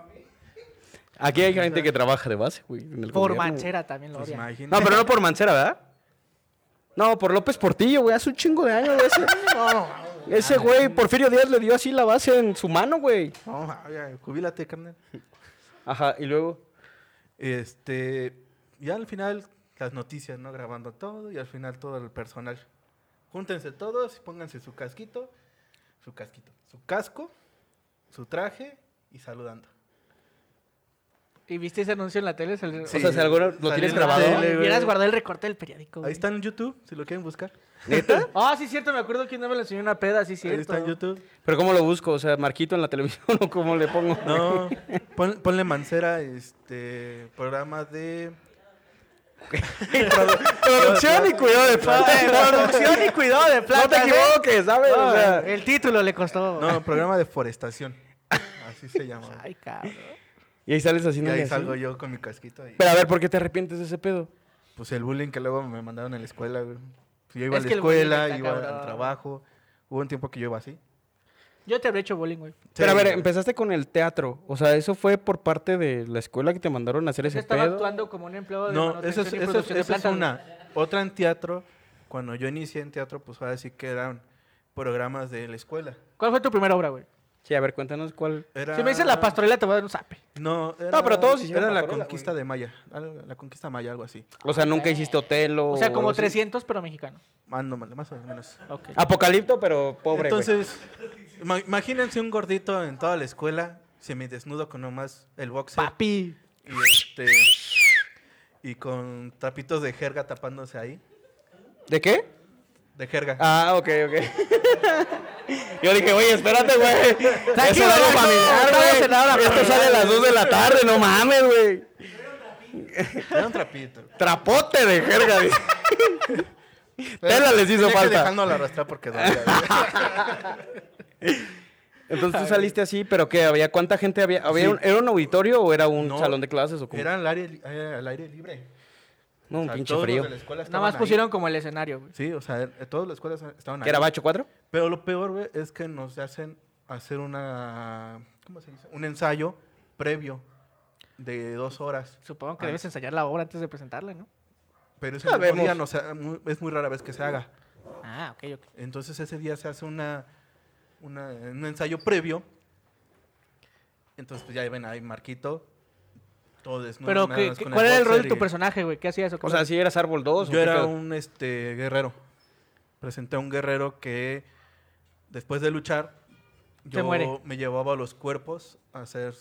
[SPEAKER 2] Aquí hay gente que trabaja de base, güey. en el
[SPEAKER 3] Por
[SPEAKER 2] gobierno, güey.
[SPEAKER 3] manchera también lo
[SPEAKER 4] Pues
[SPEAKER 3] odian.
[SPEAKER 4] imagínate.
[SPEAKER 2] No, pero no por Mancera, ¿verdad? No, por López Portillo, güey. Hace un chingo de años, güey. Ese, ese güey, Porfirio Díaz le dio así la base en su mano, güey.
[SPEAKER 4] No, ah, ya, jubílate, carnal.
[SPEAKER 2] Ajá, y luego.
[SPEAKER 4] Este, ya al final, las noticias, ¿no? Grabando todo y al final todo el personal. Júntense todos y pónganse su casquito, su casquito, su casco, su traje y saludando.
[SPEAKER 3] ¿Y viste ese anuncio en la tele? Salió-
[SPEAKER 2] o
[SPEAKER 4] Sí.
[SPEAKER 2] sea, si alguno lo
[SPEAKER 4] Salió
[SPEAKER 2] tienes
[SPEAKER 4] en la
[SPEAKER 2] grabado.
[SPEAKER 4] tele,
[SPEAKER 3] Ay, Hubieras guardado el recorte del periódico.
[SPEAKER 4] Ahí está en YouTube, si lo quieren buscar.
[SPEAKER 2] ¿Neta?
[SPEAKER 3] Ah, sí, cierto, me acuerdo que no me lo enseñó una peda, sí, cierto.
[SPEAKER 4] Ahí está en YouTube.
[SPEAKER 2] Pero ¿cómo lo busco? O sea, Marquito en la televisión o cómo le pongo.
[SPEAKER 4] No, pon- ponle Mancera, este, programa de...
[SPEAKER 2] Producción y cuidado de
[SPEAKER 3] eh, Producción y cuidado de plata.
[SPEAKER 2] No te
[SPEAKER 3] ¿eh?
[SPEAKER 2] equivoques, ¿sabes?
[SPEAKER 3] No, eh,
[SPEAKER 2] O sea,
[SPEAKER 3] el título le costó.
[SPEAKER 4] No, programa de forestación. Así se llama.
[SPEAKER 3] Ay, cabrón.
[SPEAKER 2] y ahí sales
[SPEAKER 4] Y
[SPEAKER 2] haciendo.
[SPEAKER 4] ahí
[SPEAKER 2] así.
[SPEAKER 4] salgo yo con mi casquito. y-
[SPEAKER 2] Pero a ver, ¿por qué te arrepientes de ese pedo?
[SPEAKER 4] pues el bullying que luego me mandaron a la escuela, güey. Yo iba
[SPEAKER 3] Es
[SPEAKER 4] a
[SPEAKER 3] que
[SPEAKER 4] la
[SPEAKER 3] el bullying
[SPEAKER 4] escuela,
[SPEAKER 3] está
[SPEAKER 4] iba
[SPEAKER 3] cabrón.
[SPEAKER 4] al trabajo. Hubo un tiempo que yo iba así.
[SPEAKER 3] Yo te habré hecho bullying, güey.
[SPEAKER 2] Pero a ver,
[SPEAKER 4] güey.
[SPEAKER 2] empezaste con el teatro. O sea, ¿eso fue por parte de la escuela que te mandaron a hacer ese
[SPEAKER 3] Yo estaba
[SPEAKER 2] pedo?
[SPEAKER 3] actuando como un empleado de
[SPEAKER 4] No, eso
[SPEAKER 3] manutención
[SPEAKER 4] es,
[SPEAKER 3] y
[SPEAKER 4] eso es,
[SPEAKER 3] producción de
[SPEAKER 4] eso es
[SPEAKER 3] plantas, güey.
[SPEAKER 4] una. Otra en teatro, cuando yo inicié en teatro, pues ahora sí que eran programas de la escuela.
[SPEAKER 3] ¿Cuál fue tu primera obra, güey?
[SPEAKER 2] Sí, a ver, cuéntanos cuál.
[SPEAKER 4] Era-
[SPEAKER 3] Si me dices la pastorela, te voy a dar un zape.
[SPEAKER 4] No, era,
[SPEAKER 2] pero todos hicieron
[SPEAKER 4] era la
[SPEAKER 2] pastorela,
[SPEAKER 4] conquista de Maya. algo- La conquista Maya, algo así.
[SPEAKER 2] O sea, nunca hiciste Otelo.
[SPEAKER 3] O sea,
[SPEAKER 2] algo
[SPEAKER 4] Oh,
[SPEAKER 3] como
[SPEAKER 2] así?
[SPEAKER 3] 300, pero mexicano.
[SPEAKER 4] Mándome, Ah, más o menos.
[SPEAKER 3] Ok.
[SPEAKER 2] Ah, Apocalipto, pero pobre. güey.
[SPEAKER 4] Entonces, ima- imagínense un gordito en toda la escuela, semi desnudo con nomás el boxer.
[SPEAKER 3] Papi.
[SPEAKER 4] Y este. Y con trapitos de jerga tapándose ahí.
[SPEAKER 2] ¿De qué?
[SPEAKER 4] De jerga.
[SPEAKER 2] Ah, ok, ok. Yo dije, oye, espérate, güey. Eso es algo
[SPEAKER 3] Marco,
[SPEAKER 2] familiar,
[SPEAKER 3] estamos en la hora
[SPEAKER 2] güey. Esto sale a las 2 de la tarde, no mames, güey.
[SPEAKER 4] Era un trapito.
[SPEAKER 2] Trapote de jerga, dice. Tela les hizo
[SPEAKER 4] Tenía que
[SPEAKER 2] falta.
[SPEAKER 4] dejándolo arrastrar porque dolía, güey.
[SPEAKER 2] Entonces tú saliste así, pero ¿qué? ¿Había cuánta gente había? ¿Había
[SPEAKER 4] Sí.
[SPEAKER 2] un- ¿Era un auditorio o era un
[SPEAKER 4] No,
[SPEAKER 2] salón de clases o cómo?
[SPEAKER 4] Era al aire, li- eh, al aire libre.
[SPEAKER 2] no,
[SPEAKER 4] O
[SPEAKER 2] un
[SPEAKER 4] sea,
[SPEAKER 2] pinche
[SPEAKER 4] todos los
[SPEAKER 2] frío.
[SPEAKER 4] de la escuela
[SPEAKER 3] Nada
[SPEAKER 4] estaban
[SPEAKER 3] más
[SPEAKER 4] ahí.
[SPEAKER 3] pusieron como el escenario, güey.
[SPEAKER 4] Sí, o sea, eh, todas las escuelas estaban
[SPEAKER 2] ¿Que era
[SPEAKER 4] ahí.
[SPEAKER 2] Bacho 4?
[SPEAKER 4] Pero lo peor, güey, es que nos hacen hacer una. ¿Cómo se dice? Un ensayo previo de dos horas.
[SPEAKER 3] Supongo que
[SPEAKER 4] Ahí.
[SPEAKER 3] debes ensayar la obra antes de presentarla, ¿no?
[SPEAKER 4] Pero ese
[SPEAKER 2] Ya
[SPEAKER 4] mismo día
[SPEAKER 2] vemos.
[SPEAKER 4] no se- mu- es muy rara vez que se haga.
[SPEAKER 3] Ah, ok, ok.
[SPEAKER 4] Entonces ese día se hace una, una- un ensayo previo. Entonces pues, ya ven ahí Marquito, todo desnudo.
[SPEAKER 3] Pero,
[SPEAKER 4] nada
[SPEAKER 3] ¿qué-
[SPEAKER 4] más
[SPEAKER 3] qué-
[SPEAKER 4] con
[SPEAKER 3] ¿cuál era el rol
[SPEAKER 4] boxer
[SPEAKER 3] de tu
[SPEAKER 4] y-
[SPEAKER 3] personaje, güey? ¿Qué hacías? qué
[SPEAKER 2] O sea,
[SPEAKER 3] pedo?
[SPEAKER 2] si eras árbol 2.
[SPEAKER 4] Yo era un este, guerrero. Presenté a un guerrero que después de luchar,
[SPEAKER 3] Se muere.
[SPEAKER 4] yo me llevaba los cuerpos a ser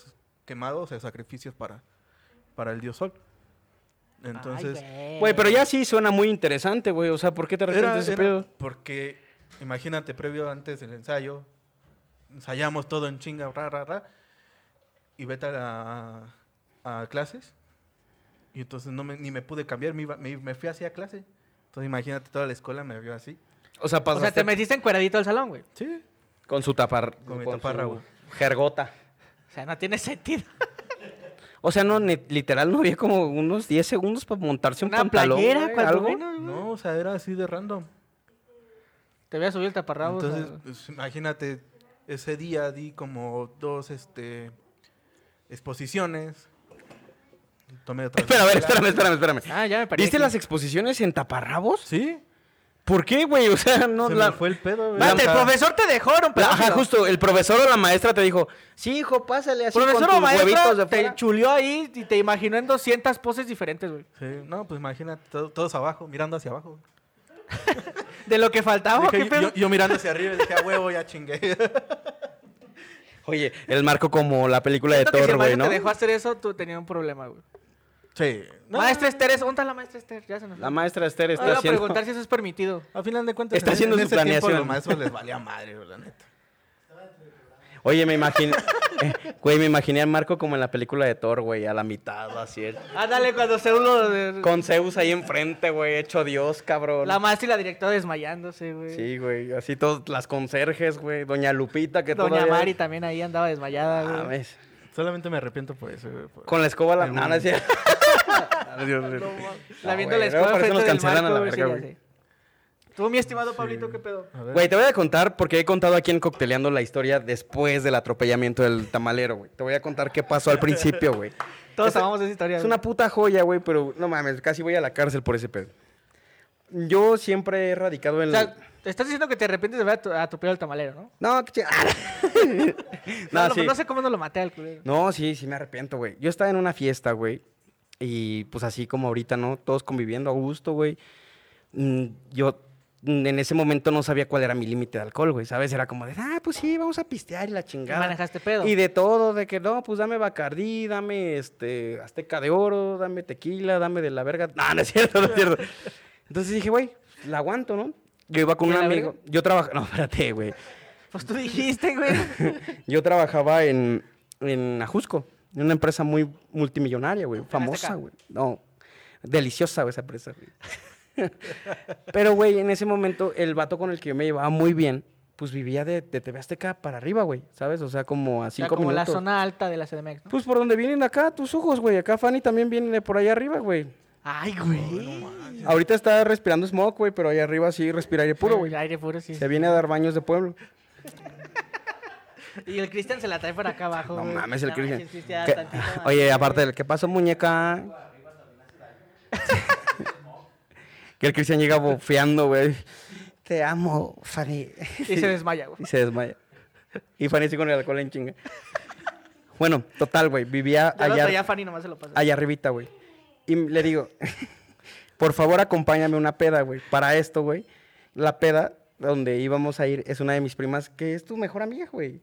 [SPEAKER 4] quemados, o sea, sacrificios para, para el dios sol. Entonces,
[SPEAKER 3] Ay,
[SPEAKER 2] Güey, pero ya sí suena muy interesante, güey. O sea, ¿por qué te arrepientes
[SPEAKER 4] Era-
[SPEAKER 2] de ese
[SPEAKER 4] era
[SPEAKER 2] pedo?
[SPEAKER 4] porque, imagínate, previo antes del ensayo, ensayamos todo en chinga, ra, ra, ra, y vete a, la- a clases. Y entonces no me- ni me pude cambiar, me, iba- me, me fui así a clase. Entonces imagínate, toda la escuela me vio así.
[SPEAKER 2] O sea,
[SPEAKER 3] O
[SPEAKER 2] pasaste
[SPEAKER 3] sea, te metiste encueradito al salón, güey.
[SPEAKER 4] Sí.
[SPEAKER 2] con su tapar...
[SPEAKER 4] Con mi
[SPEAKER 2] su
[SPEAKER 4] taparrabo.
[SPEAKER 2] Jergota.
[SPEAKER 3] O sea, no tiene sentido.
[SPEAKER 2] O sea, no, ne- literal, no había como unos 10 segundos para montarse un
[SPEAKER 3] Una
[SPEAKER 2] pantalón,
[SPEAKER 3] playera,
[SPEAKER 2] güey,
[SPEAKER 3] cuando
[SPEAKER 2] algo.
[SPEAKER 3] menos, güey.
[SPEAKER 4] No, o sea, era así de random.
[SPEAKER 3] Te voy a subir el taparrabos.
[SPEAKER 4] Entonces,
[SPEAKER 3] a-
[SPEAKER 4] pues, imagínate, ese día di como dos este, exposiciones. Tomé otra
[SPEAKER 2] Espera, a ver,
[SPEAKER 4] escuela.
[SPEAKER 2] espérame, espérame, espérame.
[SPEAKER 3] Ah, ya me perdí.
[SPEAKER 2] ¿Viste
[SPEAKER 3] aquí.
[SPEAKER 2] las exposiciones en taparrabos?
[SPEAKER 4] Sí,
[SPEAKER 2] ¿Por qué, güey? O sea, no...
[SPEAKER 4] se
[SPEAKER 2] la-
[SPEAKER 4] me fue el pedo. güey.
[SPEAKER 3] Espérate,
[SPEAKER 2] La-
[SPEAKER 3] el profesor te dejó, era un
[SPEAKER 2] la- Ajá,
[SPEAKER 3] pedófilo.
[SPEAKER 2] justo, el profesor o la maestra te dijo, sí, hijo, pásale así
[SPEAKER 3] Profesor
[SPEAKER 2] con
[SPEAKER 3] o
[SPEAKER 2] tus huevitos de
[SPEAKER 3] maestra
[SPEAKER 2] fuera".
[SPEAKER 3] te chuleó ahí y te imaginó en 200 poses diferentes, güey.
[SPEAKER 4] Sí, no, pues imagínate, to- todos abajo, mirando hacia abajo.
[SPEAKER 3] De lo que faltaba,
[SPEAKER 4] Dije,
[SPEAKER 3] ¿qué pedo?
[SPEAKER 4] yo, yo mirando hacia arriba, dije, a huevo, ya chingué.
[SPEAKER 2] Oye, el marco como la película de
[SPEAKER 3] Siento que si
[SPEAKER 2] Thor,
[SPEAKER 3] el
[SPEAKER 2] güey,
[SPEAKER 3] maestro
[SPEAKER 2] ¿no?
[SPEAKER 3] te dejó hacer eso, tú tenías un problema, güey.
[SPEAKER 4] Sí. no,
[SPEAKER 3] Maestra Esther, es... ¿dónde está la maestra Esther? Ya se nos
[SPEAKER 2] La maestra Esther
[SPEAKER 3] Te
[SPEAKER 2] está
[SPEAKER 3] iba a
[SPEAKER 2] haciendo...
[SPEAKER 3] preguntar si eso es permitido.
[SPEAKER 4] A final de cuentas,
[SPEAKER 2] Está haciendo su
[SPEAKER 4] tiempo
[SPEAKER 2] planeación.
[SPEAKER 4] los maestros les valía madre, güey, la neta.
[SPEAKER 2] Oye, me imagino... Güey, me imaginé a Marco como en la película de Thor, güey, a la mitad, así. el-
[SPEAKER 3] Ándale, Ah, cuando se uno. de-
[SPEAKER 2] Con Zeus ahí enfrente, güey, hecho Dios, cabrón.
[SPEAKER 3] La maestra y la directora desmayándose, güey.
[SPEAKER 2] Sí, güey, así todas las conserjes, güey. Doña Lupita, que
[SPEAKER 3] Doña
[SPEAKER 2] todavía- Ah,
[SPEAKER 3] Mari también ahí andaba desmayada, güey.
[SPEAKER 2] Mames.
[SPEAKER 4] Solamente me arrepiento por eso, güey. por-
[SPEAKER 2] Con la escoba la.
[SPEAKER 4] El
[SPEAKER 2] No, no es cierto. Dios, Dios.
[SPEAKER 3] La
[SPEAKER 2] No,
[SPEAKER 3] viendo la
[SPEAKER 2] Ah, güey,
[SPEAKER 3] escuela
[SPEAKER 2] luego por eso
[SPEAKER 3] frente
[SPEAKER 2] nos
[SPEAKER 3] del
[SPEAKER 2] cancelan
[SPEAKER 3] marco,
[SPEAKER 2] a la
[SPEAKER 3] güey, sí,
[SPEAKER 2] verga,
[SPEAKER 3] ya
[SPEAKER 2] güey. Ah.
[SPEAKER 3] sé. Tú, mi estimado Pablito, ¿qué pedo?
[SPEAKER 4] A ver.
[SPEAKER 2] Güey, te voy a contar, porque he contado aquí en Cocteleando la historia después del atropellamiento del tamalero, güey. Te voy a contar qué pasó al principio, güey.
[SPEAKER 3] Todos
[SPEAKER 2] Esa-
[SPEAKER 3] amamos esa historia.
[SPEAKER 2] Es
[SPEAKER 3] güey.
[SPEAKER 2] una puta joya, güey, pero no mames, casi voy a la cárcel por ese pedo. Yo siempre he radicado en...
[SPEAKER 3] O sea, te estás diciendo que te arrepientes de haber atro- atropellado al tamalero, ¿no?
[SPEAKER 2] No, que ching-
[SPEAKER 3] No,
[SPEAKER 2] no,
[SPEAKER 3] lo-
[SPEAKER 2] sí.
[SPEAKER 3] no sé cómo no lo maté al culero.
[SPEAKER 2] No, sí, sí me arrepiento, güey. Yo estaba en una fiesta, güey. Y pues así como ahorita, ¿no? Todos conviviendo a gusto, güey. Mm, Yo mm, en ese momento no sabía cuál era mi límite de alcohol, güey. ¿Sabes? Era como de, ah, pues sí, vamos a pistear y la
[SPEAKER 3] Y
[SPEAKER 2] chingada.
[SPEAKER 3] manejaste pedo.
[SPEAKER 2] Y de todo, de que no, pues dame Bacardí, dame este Azteca de Oro, dame tequila, dame de la verga. No, no es cierto, no es cierto. Entonces dije, güey, la aguanto, ¿no? Yo iba con
[SPEAKER 3] ¿Y
[SPEAKER 2] un
[SPEAKER 3] a la
[SPEAKER 2] amigo. Yo trabajaba. No, espérate, güey.
[SPEAKER 3] Pues tú dijiste, güey.
[SPEAKER 2] Yo trabajaba en, en Ajusco, en una empresa muy multimillonaria, güey. Famosa,
[SPEAKER 3] Azteca.
[SPEAKER 2] güey. No, deliciosa, güey, esa empresa, güey. Pero, güey, en ese momento, el vato con el que yo me llevaba muy bien, pues vivía de, de TV Azteca para arriba, güey, ¿sabes? O sea, como a
[SPEAKER 3] O sea,
[SPEAKER 2] cinco
[SPEAKER 3] como la
[SPEAKER 2] minutos.
[SPEAKER 3] zona alta de la CDMX, ¿no?
[SPEAKER 2] Pues por donde vienen acá tus ojos, güey. Acá Fanny también viene de por allá arriba, güey.
[SPEAKER 3] Ay, güey.
[SPEAKER 2] Ahorita está respirando smoke, güey, pero allá arriba sí respira aire puro, güey.
[SPEAKER 3] Aire puro, sí.
[SPEAKER 2] Se viene a dar baños de pueblo.
[SPEAKER 3] Y el Cristian se la trae para acá abajo.
[SPEAKER 2] No
[SPEAKER 3] güey.
[SPEAKER 2] mames, el
[SPEAKER 3] No
[SPEAKER 2] Cristian.
[SPEAKER 3] Cristian,
[SPEAKER 2] ¿Qué-
[SPEAKER 3] tantito más.
[SPEAKER 2] Oye, aparte del que pasó, muñeca. que el Cristian llega bofeando, güey. Te amo, Fanny.
[SPEAKER 3] Y se desmaya, güey.
[SPEAKER 2] Y se desmaya. Y Fanny sí con el alcohol en chinga. Bueno, total, güey. Vivía
[SPEAKER 3] Yo lo
[SPEAKER 2] allá.
[SPEAKER 3] traía a Fanny, nomás se lo pasé.
[SPEAKER 2] allá arribita, güey. Y m- le digo, por favor acompáñame a una peda, güey. Para esto, güey. La peda donde íbamos a ir es una de mis primas que es tu mejor amiga, güey.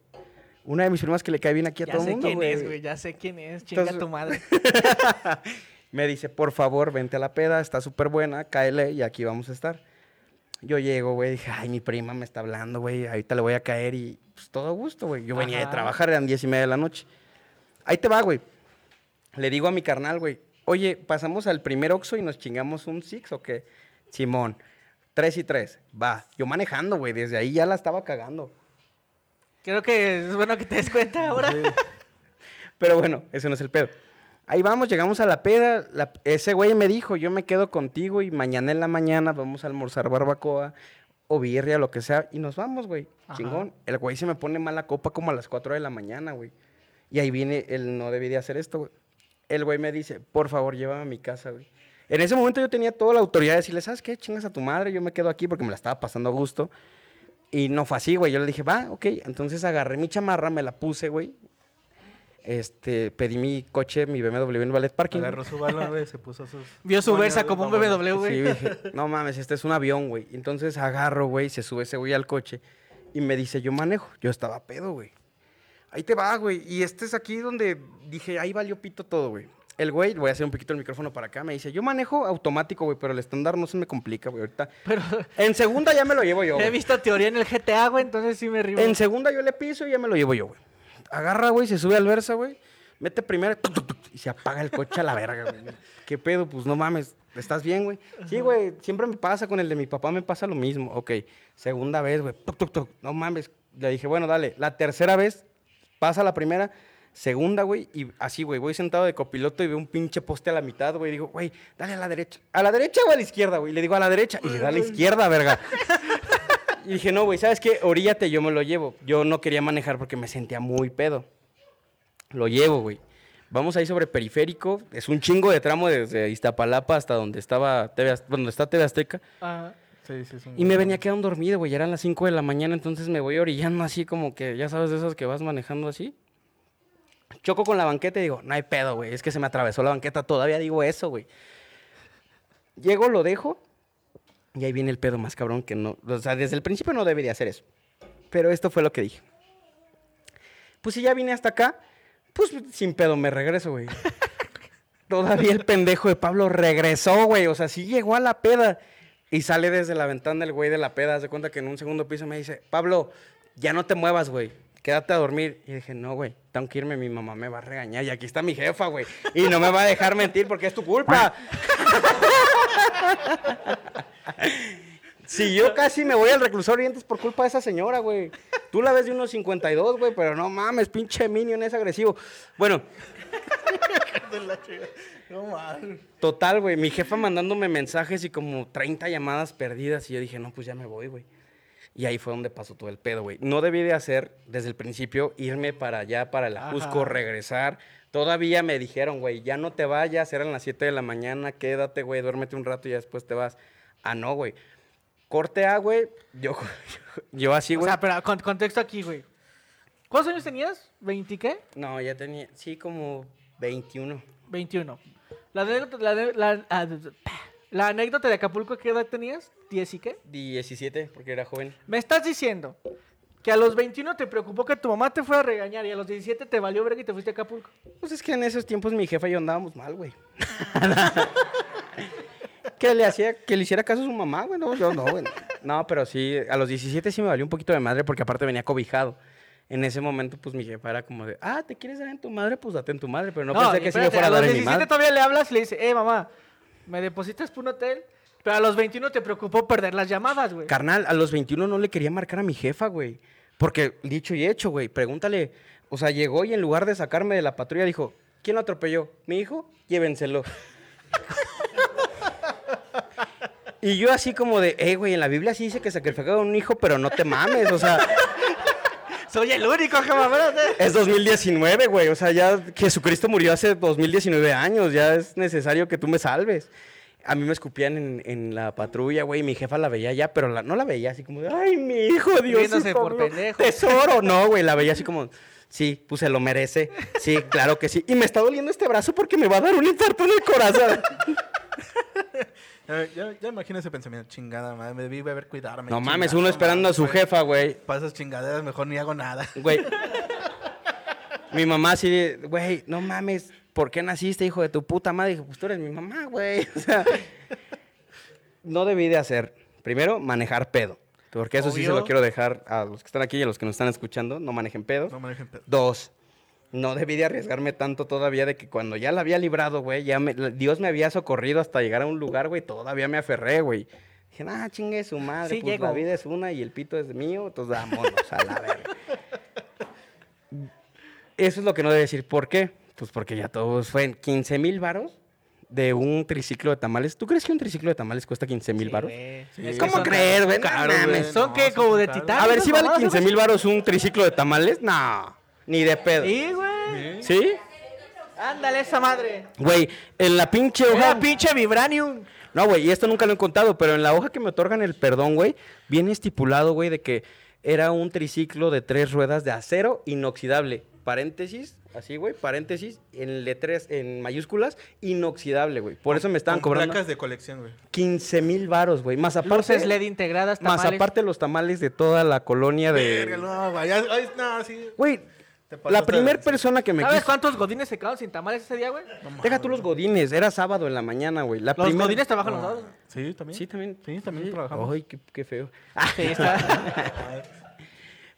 [SPEAKER 2] Una de mis primas que le cae bien aquí a
[SPEAKER 3] Ya
[SPEAKER 2] todo el
[SPEAKER 3] sé
[SPEAKER 2] mundo,
[SPEAKER 3] quién es,
[SPEAKER 2] güey.
[SPEAKER 3] güey. Ya sé quién es. Chinga
[SPEAKER 2] Entonces-
[SPEAKER 3] tu madre.
[SPEAKER 2] Me dice, por favor, vente a la peda, está súper buena, cáele y aquí vamos a estar. Yo llego, güey, dije, ay, mi prima me está hablando, güey, ahorita le voy a caer y pues todo a gusto, güey. Yo venía de
[SPEAKER 3] Ajá.
[SPEAKER 2] trabajar, eran diez y media de la noche. Ahí te va, güey. Le digo a mi carnal, güey, oye, pasamos al primer Oxxo y nos chingamos un Six o qué. Simón, tres y tres, va. Yo manejando, güey, desde ahí ya la estaba cagando.
[SPEAKER 3] Creo que es bueno que te des cuenta ahora.
[SPEAKER 2] Pero bueno, ese no es el pedo. Ahí vamos, llegamos a la peda. la- ese güey me dijo, yo me quedo contigo y mañana en la mañana vamos a almorzar barbacoa o birria, lo que sea. Y nos vamos, güey.
[SPEAKER 3] Ajá.
[SPEAKER 2] Chingón. El güey se me pone mala copa como a las 4 de la mañana, güey. Y ahí viene el no debí de hacer esto, güey. El güey me dice, por favor, llévame a mi casa, güey. En ese momento yo tenía toda la autoridad de decirle, ¿sabes qué? Chingas a tu madre, yo me quedo aquí porque me la estaba pasando a gusto. Y no fue así, güey. Yo le dije, va, ok. Entonces agarré mi chamarra, me la puse, güey. Este, pedí mi coche, mi BMW en Ballet Parking.
[SPEAKER 4] Agarró su balón, güey, se puso sus...
[SPEAKER 3] Vio su
[SPEAKER 4] moños,
[SPEAKER 3] versa
[SPEAKER 4] güey,
[SPEAKER 3] como un
[SPEAKER 4] vámonos.
[SPEAKER 3] BMW,
[SPEAKER 2] Sí,
[SPEAKER 3] güey.
[SPEAKER 2] dije, no mames, este es un avión, güey. Entonces agarro, güey, se sube ese güey al coche y me dice, yo manejo. Yo estaba pedo, güey. Ahí te va, güey. Y este es aquí donde dije, ahí valió pito todo, güey. El güey, voy a hacer un poquito el micrófono para acá, me dice, yo manejo automático, güey, pero el estándar no se me complica, güey. Ahorita.
[SPEAKER 3] Pero
[SPEAKER 2] En segunda ya me lo llevo yo.
[SPEAKER 3] he
[SPEAKER 2] güey.
[SPEAKER 3] visto teoría en el GTA, güey, entonces sí me río.
[SPEAKER 2] En segunda yo le piso y ya me lo llevo yo, güey. Agarra, güey, se sube al versa, güey. Mete primero tuc, tuc, tuc, y se apaga el coche a la verga, güey. ¿Qué pedo? Pues no mames. ¿Estás bien, güey? Sí, güey. Siempre me pasa con el de mi papá, me pasa lo mismo. Ok. Segunda vez, güey. tuc, tuc, tuc, No mames. Le dije, bueno, dale. La tercera vez, pasa la primera. Segunda, güey, y así, güey, voy sentado de copiloto y veo un pinche poste a la mitad, güey, y digo, güey, dale a la derecha. ¿A la derecha o a la izquierda, güey? Y Le digo, a la derecha. Y le da a la izquierda, verga. Y dije, no, güey, ¿sabes qué? Oríllate, yo me lo llevo. Yo no quería manejar porque me sentía muy pedo. Lo llevo, güey. Vamos ahí sobre periférico. Es un chingo de tramo desde Iztapalapa hasta donde estaba TV Az- donde está TV Azteca.
[SPEAKER 3] Ajá.
[SPEAKER 4] Sí, sí, es un
[SPEAKER 2] Y me
[SPEAKER 4] balón.
[SPEAKER 2] venía quedando dormido, güey. Ya eran las 5 de la mañana, entonces me voy orillando así como que, ya sabes, de esas que vas manejando así. Choco con la banqueta y digo, no hay pedo, güey. Es que se me atravesó la banqueta. Todavía digo eso, güey. Llego, lo dejo. Y ahí viene el pedo más cabrón que no. O sea, desde el principio no debería hacer eso. Pero esto fue lo que dije. Pues si ya vine hasta acá, pues sin pedo me regreso, güey. Todavía el pendejo de Pablo regresó, güey. O sea, sí llegó a la peda. Y sale desde la ventana el güey de la peda. Haz de cuenta que en un segundo piso me dice, Pablo, ya no te muevas, güey. quédate a dormir. Y dije, no, güey, tengo que irme, mi mamá me va a regañar. Y aquí está mi jefa, güey. Y no me va a dejar mentir porque es tu culpa. Si yo casi me voy al reclusorio antes por culpa de esa señora, güey. Tú la ves de unos 52, güey, pero no mames, pinche Minion es agresivo. Bueno,
[SPEAKER 3] De la chica. No mames.
[SPEAKER 2] Total, güey, mi jefa mandándome mensajes y como 30 llamadas perdidas y yo dije, no, pues ya me voy, güey. Y ahí fue donde pasó todo el pedo, güey. No debí de hacer desde el principio irme para allá, para el Ajusco,
[SPEAKER 3] Ajá.
[SPEAKER 2] regresar. Todavía me dijeron, güey, ya no te vayas, eran las 7 de la mañana, quédate, güey, duérmete un rato y ya después te vas. Ah, no, güey. Corte A, güey, yo, yo así,
[SPEAKER 3] O
[SPEAKER 2] güey.
[SPEAKER 3] sea, pero con contexto aquí, güey. ¿Cuántos años tenías? ¿20 qué?
[SPEAKER 2] no, ya tenía, sí, como 21.
[SPEAKER 3] 21. La anécdota, la, ane- la- ah, la anécdota de Acapulco, ¿qué edad tenías? ¿10 y qué?
[SPEAKER 2] 17, porque era joven.
[SPEAKER 3] Me estás diciendo que a los 21 te preocupó que tu mamá te fuera a regañar y a los 17 te valió verga y te fuiste a Acapulco.
[SPEAKER 2] Pues es que en esos tiempos mi jefa y yo andábamos mal, güey. que le hacía, que le hiciera caso a su mamá, güey. No, yo no, güey. No, pero sí, a los 17 sí me valió un poquito de madre porque aparte venía cobijado. En ese momento, pues mi jefa era como de, ah, ¿te quieres dar en tu madre? Pues date en tu madre. Pero no, pensé
[SPEAKER 3] y
[SPEAKER 2] que si me
[SPEAKER 3] espérate,
[SPEAKER 2] fuera a dar en mi
[SPEAKER 3] A los
[SPEAKER 2] madre.
[SPEAKER 3] 17 todavía le hablas y le dices, eh, mamá, me depositas por un hotel, pero a los 21 te preocupó perder las llamadas, güey.
[SPEAKER 2] Carnal, a los 21 no le quería marcar a mi jefa, güey. Porque dicho y hecho, güey, pregúntale. O sea, llegó y en lugar de sacarme de la patrulla dijo, ¿quién lo atropelló? ¿Mi hijo? Llévenselo. y yo así como de, eh, güey, en la Biblia sí dice que sacrificaron a un hijo, pero no te mames, o sea,
[SPEAKER 3] Soy el único que me acuerdo.
[SPEAKER 2] es 2019, güey. O sea, ya Jesucristo murió hace 2019 años. Ya es necesario que tú me salves. A mí me escupían en, en la patrulla, güey. y Mi jefa la veía ya, pero la- no la veía así como, de, ay, mi hijo, Dios.
[SPEAKER 3] Viéndose por pendejo.
[SPEAKER 2] Tesoro. No, güey, la veía así como, sí, pues se lo merece. Sí, claro que sí. Y me está doliendo este brazo porque me va a dar un infarto en el corazón.
[SPEAKER 4] Ya, ya, ya imagino ese pensamiento, chingada madre, me debí haber cuidarme.
[SPEAKER 2] no mames,
[SPEAKER 4] chingada
[SPEAKER 2] uno
[SPEAKER 4] madre,
[SPEAKER 2] esperando a su
[SPEAKER 4] güey.
[SPEAKER 2] jefa, güey.
[SPEAKER 4] Pasas chingaderas, mejor ni hago nada.
[SPEAKER 2] Güey. Mi mamá así, de, güey, no mames, ¿por qué naciste, hijo de tu puta madre? Dije, pues tú eres mi mamá, güey. O sea, no debí de hacer. Primero, manejar pedo. Porque eso sí se lo
[SPEAKER 3] Obvio.
[SPEAKER 2] quiero dejar a los que están aquí y a los que nos están escuchando. No manejen pedo.
[SPEAKER 4] No manejen pedo.
[SPEAKER 2] Dos, no debí de arriesgarme tanto todavía de que cuando ya la había librado, güey, ya me- la- Dios me había socorrido hasta llegar a un lugar, güey, todavía me aferré, güey. Dije, ah, chingue su madre,
[SPEAKER 3] Sí
[SPEAKER 2] pues la
[SPEAKER 3] llego".
[SPEAKER 2] vida es una y el pito es mío, entonces vámonos a la verga. Eso es lo que no debe decir. ¿Por qué? Pues porque ya todos fueron 15 mil varos de un triciclo de tamales. ¿Tú crees que un triciclo de tamales cuesta 15 mil varos?
[SPEAKER 1] Eh,
[SPEAKER 4] Es que
[SPEAKER 2] ¿Cómo
[SPEAKER 4] son
[SPEAKER 2] creer, güey? No
[SPEAKER 4] caros, güey.
[SPEAKER 2] mames.
[SPEAKER 3] Son
[SPEAKER 4] No,
[SPEAKER 3] que
[SPEAKER 4] son
[SPEAKER 3] como de
[SPEAKER 4] caros.
[SPEAKER 3] titán.
[SPEAKER 2] A ver, si vale 15 mil varos un triciclo de tamales, no, ni de pedo.
[SPEAKER 3] Sí, güey.
[SPEAKER 2] ¿Sí?
[SPEAKER 3] Ándale esa madre.
[SPEAKER 2] Güey, en la pinche hoja.
[SPEAKER 3] Una pinche Vibranium.
[SPEAKER 2] No, güey, y esto nunca lo he contado, pero en la hoja que me otorgan el perdón, güey, viene estipulado, güey, de que era un triciclo de tres ruedas de acero inoxidable. Paréntesis, así, güey, paréntesis, en letras, en mayúsculas, inoxidable, güey. Por eso me estaban
[SPEAKER 4] Con
[SPEAKER 2] cobrando
[SPEAKER 4] Placas de colección, güey.
[SPEAKER 2] 15 mil varos, güey. Más aparte.
[SPEAKER 3] Luces LED integradas,
[SPEAKER 2] más
[SPEAKER 3] tamales.
[SPEAKER 2] aparte los tamales de toda la colonia
[SPEAKER 4] Verga,
[SPEAKER 2] de.
[SPEAKER 4] no, güey. ya- ay, no, sí.
[SPEAKER 2] Güey,
[SPEAKER 4] Te pasaste
[SPEAKER 2] la
[SPEAKER 4] de
[SPEAKER 2] primer
[SPEAKER 4] lanza.
[SPEAKER 2] persona que me
[SPEAKER 3] ¿Sabes
[SPEAKER 2] quiso-
[SPEAKER 3] cuántos godines se quedaron sin tamales ese día, güey?
[SPEAKER 2] Deja tú los godines, era sábado en la mañana, güey. La
[SPEAKER 3] Los
[SPEAKER 2] primer-
[SPEAKER 3] godines trabajan los sábados.
[SPEAKER 4] Sí, también.
[SPEAKER 2] Sí, también.
[SPEAKER 4] Sí, también trabajamos.
[SPEAKER 2] Ay, qué, qué feo.
[SPEAKER 3] Sí, está.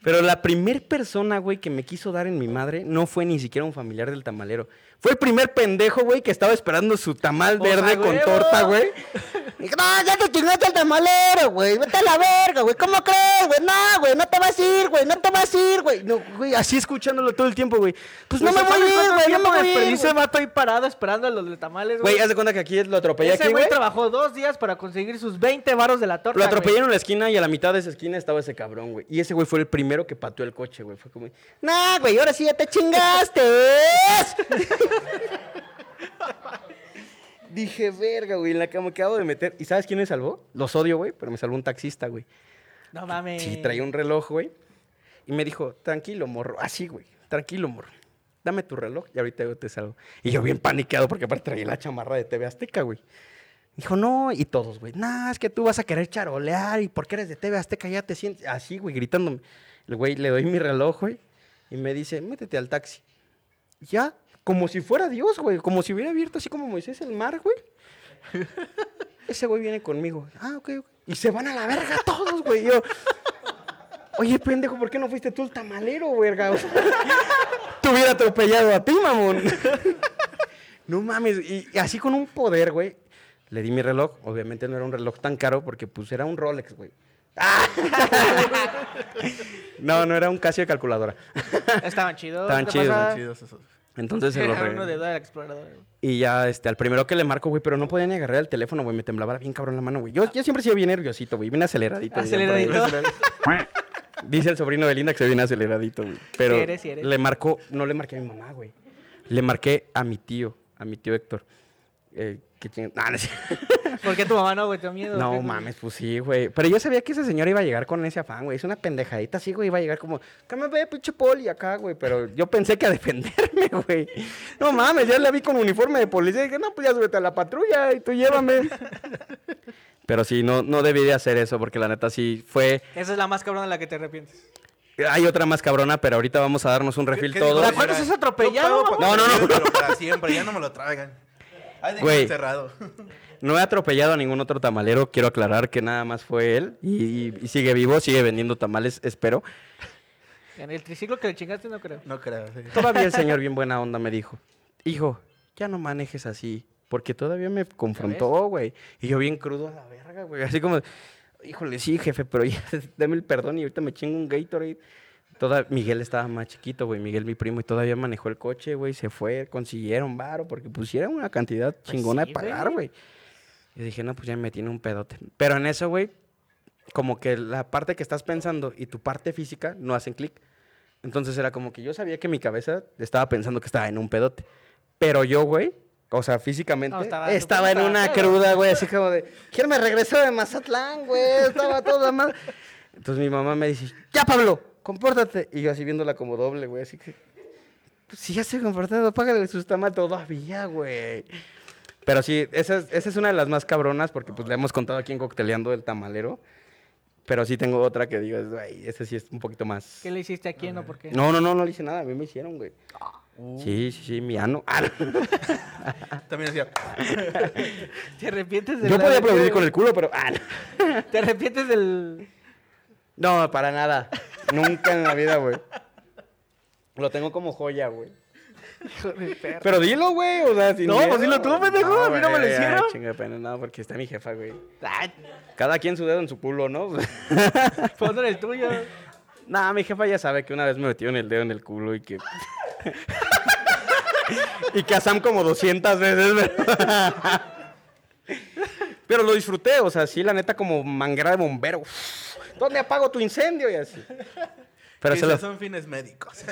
[SPEAKER 2] Pero la primer persona, güey, que me quiso dar en mi madre no fue ni siquiera un familiar del tamalero. Fue el primer pendejo, güey, que estaba esperando su tamal
[SPEAKER 3] Pues,
[SPEAKER 2] verde
[SPEAKER 3] a
[SPEAKER 2] con
[SPEAKER 3] huevo.
[SPEAKER 2] torta, güey. Dijo, no, ya te chingaste el tamalero, güey. Vete a la verga, güey. ¿Cómo crees, güey? No, güey, no te vas a ir, güey. No te vas a ir, güey. No, güey, así escuchándolo todo el tiempo, güey. Pues no me voy a ir, güey. No me voy a ir,
[SPEAKER 3] Desperdicio
[SPEAKER 2] güey.
[SPEAKER 3] el vato ahí parado esperando a los de tamales,
[SPEAKER 2] Güey, haz de cuenta que aquí lo atropellé
[SPEAKER 3] Ese
[SPEAKER 2] aquí, güey.
[SPEAKER 3] güey trabajó dos días para conseguir sus 20 varos de la torta.
[SPEAKER 2] Lo atropellé
[SPEAKER 3] güey.
[SPEAKER 2] en la esquina y a la mitad de esa esquina estaba ese cabrón, güey. Y ese güey fue el primero que pateó el coche, güey. Fue como, nah, güey, ahora sí ya te chingaste. Dije, verga, güey, en la que me acabo de meter. ¿Y sabes quién me salvó? Los odio, güey, pero me salvó un taxista, güey.
[SPEAKER 3] No mames.
[SPEAKER 2] Sí, traía un reloj, güey. Y me dijo, tranquilo, morro. Así, güey. Tranquilo, morro. Dame tu reloj y ahorita yo te salgo. Y yo bien paniqueado porque aparte traía la chamarra de TV Azteca, güey. Dijo, no, y todos, güey. Nah, es que tú vas a querer charolear y porque eres de TV Azteca ya te sientes así, güey, gritándome. El güey le doy mi reloj, güey, y me dice, métete al taxi. Ya, como si fuera Dios, güey, como si hubiera abierto así como Moisés el mar, güey. Ese güey viene conmigo. Ah, ok, ok. Y se van a la verga todos, güey. Yo, Oye, pendejo, ¿por qué no fuiste tú el tamalero, verga? O sea, te hubiera atropellado a ti, mamón. no mames. Y, y así con un poder, güey. Le di mi reloj. Obviamente no era un reloj tan caro porque pues era un Rolex, güey. ¡Ah! no, no era un Casio de calculadora.
[SPEAKER 3] Estaban chidos.
[SPEAKER 2] Estaban
[SPEAKER 3] ¿qué
[SPEAKER 2] chidos,
[SPEAKER 3] pasa?
[SPEAKER 2] estaban
[SPEAKER 4] Chidos esos.
[SPEAKER 2] Entonces se lo
[SPEAKER 3] Era uno
[SPEAKER 2] regalé.
[SPEAKER 3] de Dora la Exploradora.
[SPEAKER 2] Y ya, este, al primero que le marco, güey, pero no podía ni agarrar el teléfono, güey, me temblaba bien cabrón la mano, güey. Yo, yo siempre he sido bien nerviosito, güey, bien aceleradito. dirían por ahí.
[SPEAKER 3] Aceleradito.
[SPEAKER 2] Dice el sobrino de Linda que se viene aceleradito, güey. Pero
[SPEAKER 3] Sí eres, sí eres.
[SPEAKER 2] le marcó, no le marqué a mi mamá, güey. Le marqué a mi tío, a mi tío Héctor. Eh, que ching- nah, no, es-
[SPEAKER 3] ¿Por qué tu mamá no, güey? ¿Te da miedo?
[SPEAKER 2] no
[SPEAKER 3] ¿Qué?
[SPEAKER 2] mames, pues sí, güey. Pero yo sabía que ese señor iba a llegar con ese afán, güey. Es una pendejadita así, güey. Iba a llegar como, que me ve, pinche poli acá, güey. Pero yo pensé que a defenderme, güey. No mames, ya la vi con uniforme de policía. Y dije, no, pues ya súbete a la patrulla y tú llévame. Pero sí, no, no debí de hacer eso, porque la neta sí fue.
[SPEAKER 3] Esa es la más cabrona de la que te arrepientes.
[SPEAKER 2] Hay otra más cabrona, pero ahorita vamos a darnos un refil
[SPEAKER 4] ¿Qué
[SPEAKER 2] todos.
[SPEAKER 4] dijo?
[SPEAKER 3] ¿La cuál es atropellado?
[SPEAKER 4] Yo pago
[SPEAKER 2] No,
[SPEAKER 4] por
[SPEAKER 2] no,
[SPEAKER 4] mi
[SPEAKER 2] no.
[SPEAKER 4] vida, Pero para siempre, ya no me lo traigan. Ay,
[SPEAKER 2] Güey.
[SPEAKER 4] déjame cerrado.
[SPEAKER 2] No he atropellado a ningún otro tamalero, quiero aclarar que nada más fue él y, y sigue vivo, sigue vendiendo tamales, espero.
[SPEAKER 3] En el triciclo que le chingaste no creo.
[SPEAKER 4] No creo. sí.
[SPEAKER 2] Todavía el señor bien buena onda me dijo, hijo, ya no manejes así, porque todavía me confrontó, güey. Y yo bien crudo a la verga, güey, así como, híjole, sí, jefe, pero ya, dame el perdón y ahorita me chingo un Gatorade. Toda, Miguel estaba más chiquito, güey, Miguel mi primo, y todavía manejó el coche, güey, se fue, consiguieron varo, porque pusieron una cantidad chingona
[SPEAKER 3] Pues sí,
[SPEAKER 2] de pagar,
[SPEAKER 3] güey.
[SPEAKER 2] güey. Yo dije, no, pues ya me tiene un pedote. Pero en eso, güey, como que la parte que estás pensando y tu parte física no hacen clic. Entonces era como que yo sabía que mi cabeza estaba pensando que estaba en un pedote. Pero yo, güey, o sea, físicamente
[SPEAKER 3] No,
[SPEAKER 2] estaba,
[SPEAKER 3] estaba-
[SPEAKER 2] en
[SPEAKER 3] estaba
[SPEAKER 2] una
[SPEAKER 3] pedo.
[SPEAKER 2] cruda, güey, así como de, ¿quién me regresó de Mazatlán, güey? Estaba toda mal. Entonces mi mamá me dice, ya, Pablo, compórtate. Y yo así viéndola como doble, güey, así que, "Pues, si ya se ha comportado, págale sus tamales todavía, güey. Pero sí, esa es, esa es una de las más cabronas porque pues le hemos contado aquí en Cocteleando del Tamalero. Pero sí tengo otra que digo, güey, este sí es un poquito más...
[SPEAKER 3] ¿Qué le hiciste a quién o por qué? Oh.
[SPEAKER 2] No, no, no, no le hice nada, a mí me hicieron, güey. Sí, sí, sí, mi ano. Ah, no.
[SPEAKER 4] También hacía.
[SPEAKER 3] ¿Te arrepientes del
[SPEAKER 2] Yo podía
[SPEAKER 3] haber-
[SPEAKER 2] aplaudir con el culo, pero. ah,
[SPEAKER 3] ¿Te arrepientes del...?
[SPEAKER 2] no. no, para nada. Nunca en la vida, güey. Lo tengo como joya, güey.
[SPEAKER 3] Hijo de perra.
[SPEAKER 2] Pero dilo, güey. O sea, sin
[SPEAKER 3] No,
[SPEAKER 2] miedo.
[SPEAKER 3] pues dilo tú, pendejo, a mí no me lo
[SPEAKER 2] güey, ya,
[SPEAKER 3] hicieron.
[SPEAKER 2] Chinga de pena, no, porque está mi jefa, güey.
[SPEAKER 3] Ah,
[SPEAKER 2] Cada quien su dedo en su culo, ¿no?
[SPEAKER 3] Ponlo en el tuyo.
[SPEAKER 2] Nah, mi jefa ya sabe que una vez me metieron el dedo en el culo y que. y que a Sam como 200 veces. pero- Pero lo disfruté, o sea, sí, la neta, como manguera de bombero. ¿Dónde apago tu incendio? Y así. Pero
[SPEAKER 4] que
[SPEAKER 2] se lo-
[SPEAKER 4] esos son fines médicos.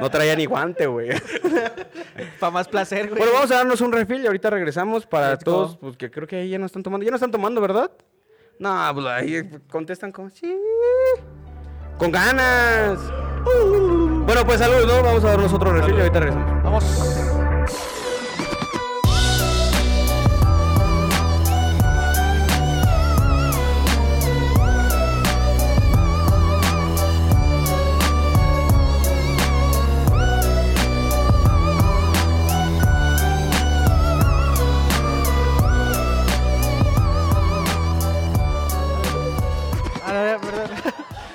[SPEAKER 2] no traía ni guante, güey.
[SPEAKER 3] Para más placer, güey.
[SPEAKER 2] Bueno, vamos a darnos un refil y ahorita regresamos para
[SPEAKER 3] Let's go.
[SPEAKER 2] todos, pues que creo que ahí ya no están tomando. Ya no están tomando, ¿verdad? No, pues ahí contestan como, sí. Con ganas. Bueno, pues saludos, ¿no? Vamos a darnos otro refil y ahorita regresamos.
[SPEAKER 3] Vamos. A la ver- Ah, perdón.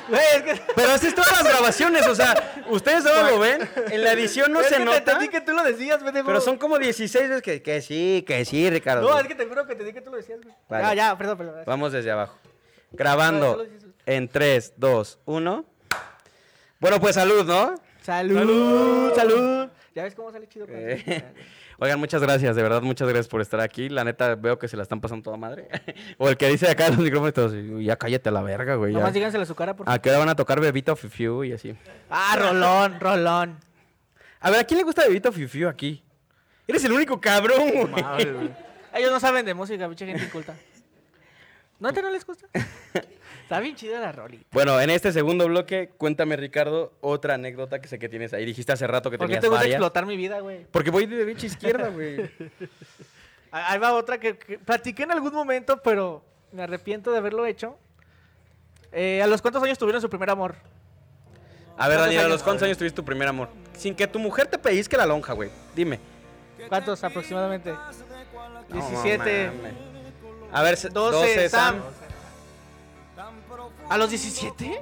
[SPEAKER 3] Güey, es que-
[SPEAKER 2] Pero así todas las grabaciones, o sea, ustedes solo lo ven. En la edición no
[SPEAKER 3] es
[SPEAKER 2] se
[SPEAKER 3] que Te
[SPEAKER 2] nota.
[SPEAKER 3] entendí que tú lo decías, pendejo.
[SPEAKER 2] Pero son como 16 veces que, que sí, que sí, Ricardo.
[SPEAKER 3] No, es que te juro que te dije que tú lo decías, güey.
[SPEAKER 2] Vale.
[SPEAKER 3] Ya, ya, perdón, perdón.
[SPEAKER 2] Vamos desde abajo. Grabando en 3, 2, 1. Bueno, pues salud, ¿no?
[SPEAKER 3] Salud.
[SPEAKER 2] Salud, salud.
[SPEAKER 3] Ya ves cómo sale chido.
[SPEAKER 2] Eh,
[SPEAKER 3] cabrón.
[SPEAKER 2] Oigan, muchas gracias, de verdad, muchas gracias por estar aquí. La neta, veo que se la están pasando toda madre. o el que dice acá en los micrófonos, todos, ya cállate a la verga, güey.
[SPEAKER 3] Nomás
[SPEAKER 2] Ya. Ah.
[SPEAKER 3] díganselo a su cara, por favor.
[SPEAKER 2] ¿A qué hora van a tocar Bebito Fifiu y así?
[SPEAKER 3] Ah, Rolón, Rolón.
[SPEAKER 2] A ver, ¿a quién le gusta Bebito Fifiu aquí? Eres el único cabrón, güey.
[SPEAKER 4] Madre, güey.
[SPEAKER 3] Ellos no saben de música, pinche gente inculta. ¿No te no les gusta? Está bien chida la rolita.
[SPEAKER 2] Bueno, en este segundo bloque, cuéntame, Ricardo, otra anécdota que sé que tienes ahí. Dijiste hace rato que
[SPEAKER 3] ¿Por qué
[SPEAKER 2] tenías
[SPEAKER 3] te gusta
[SPEAKER 2] varias.
[SPEAKER 3] explotar mi vida, güey?
[SPEAKER 2] Porque voy de derecha a izquierda, güey.
[SPEAKER 3] Ah, Ahí va otra que, que platiqué en algún momento, pero me arrepiento de haberlo hecho. Eh, ¿A los cuántos años tuvieron su primer amor?
[SPEAKER 2] A ver,
[SPEAKER 3] ¿Cuántos
[SPEAKER 2] Daniel, ¿a
[SPEAKER 3] años?
[SPEAKER 2] los cuántos años tuviste tu primer amor? Sin que tu mujer te pellizque la lonja, güey. Dime.
[SPEAKER 3] ¿Cuántos aproximadamente?
[SPEAKER 2] No,
[SPEAKER 3] 17.
[SPEAKER 2] mames. a ver, se- 12,
[SPEAKER 3] 12, Sam.
[SPEAKER 2] Sam.
[SPEAKER 3] ¿A los 17?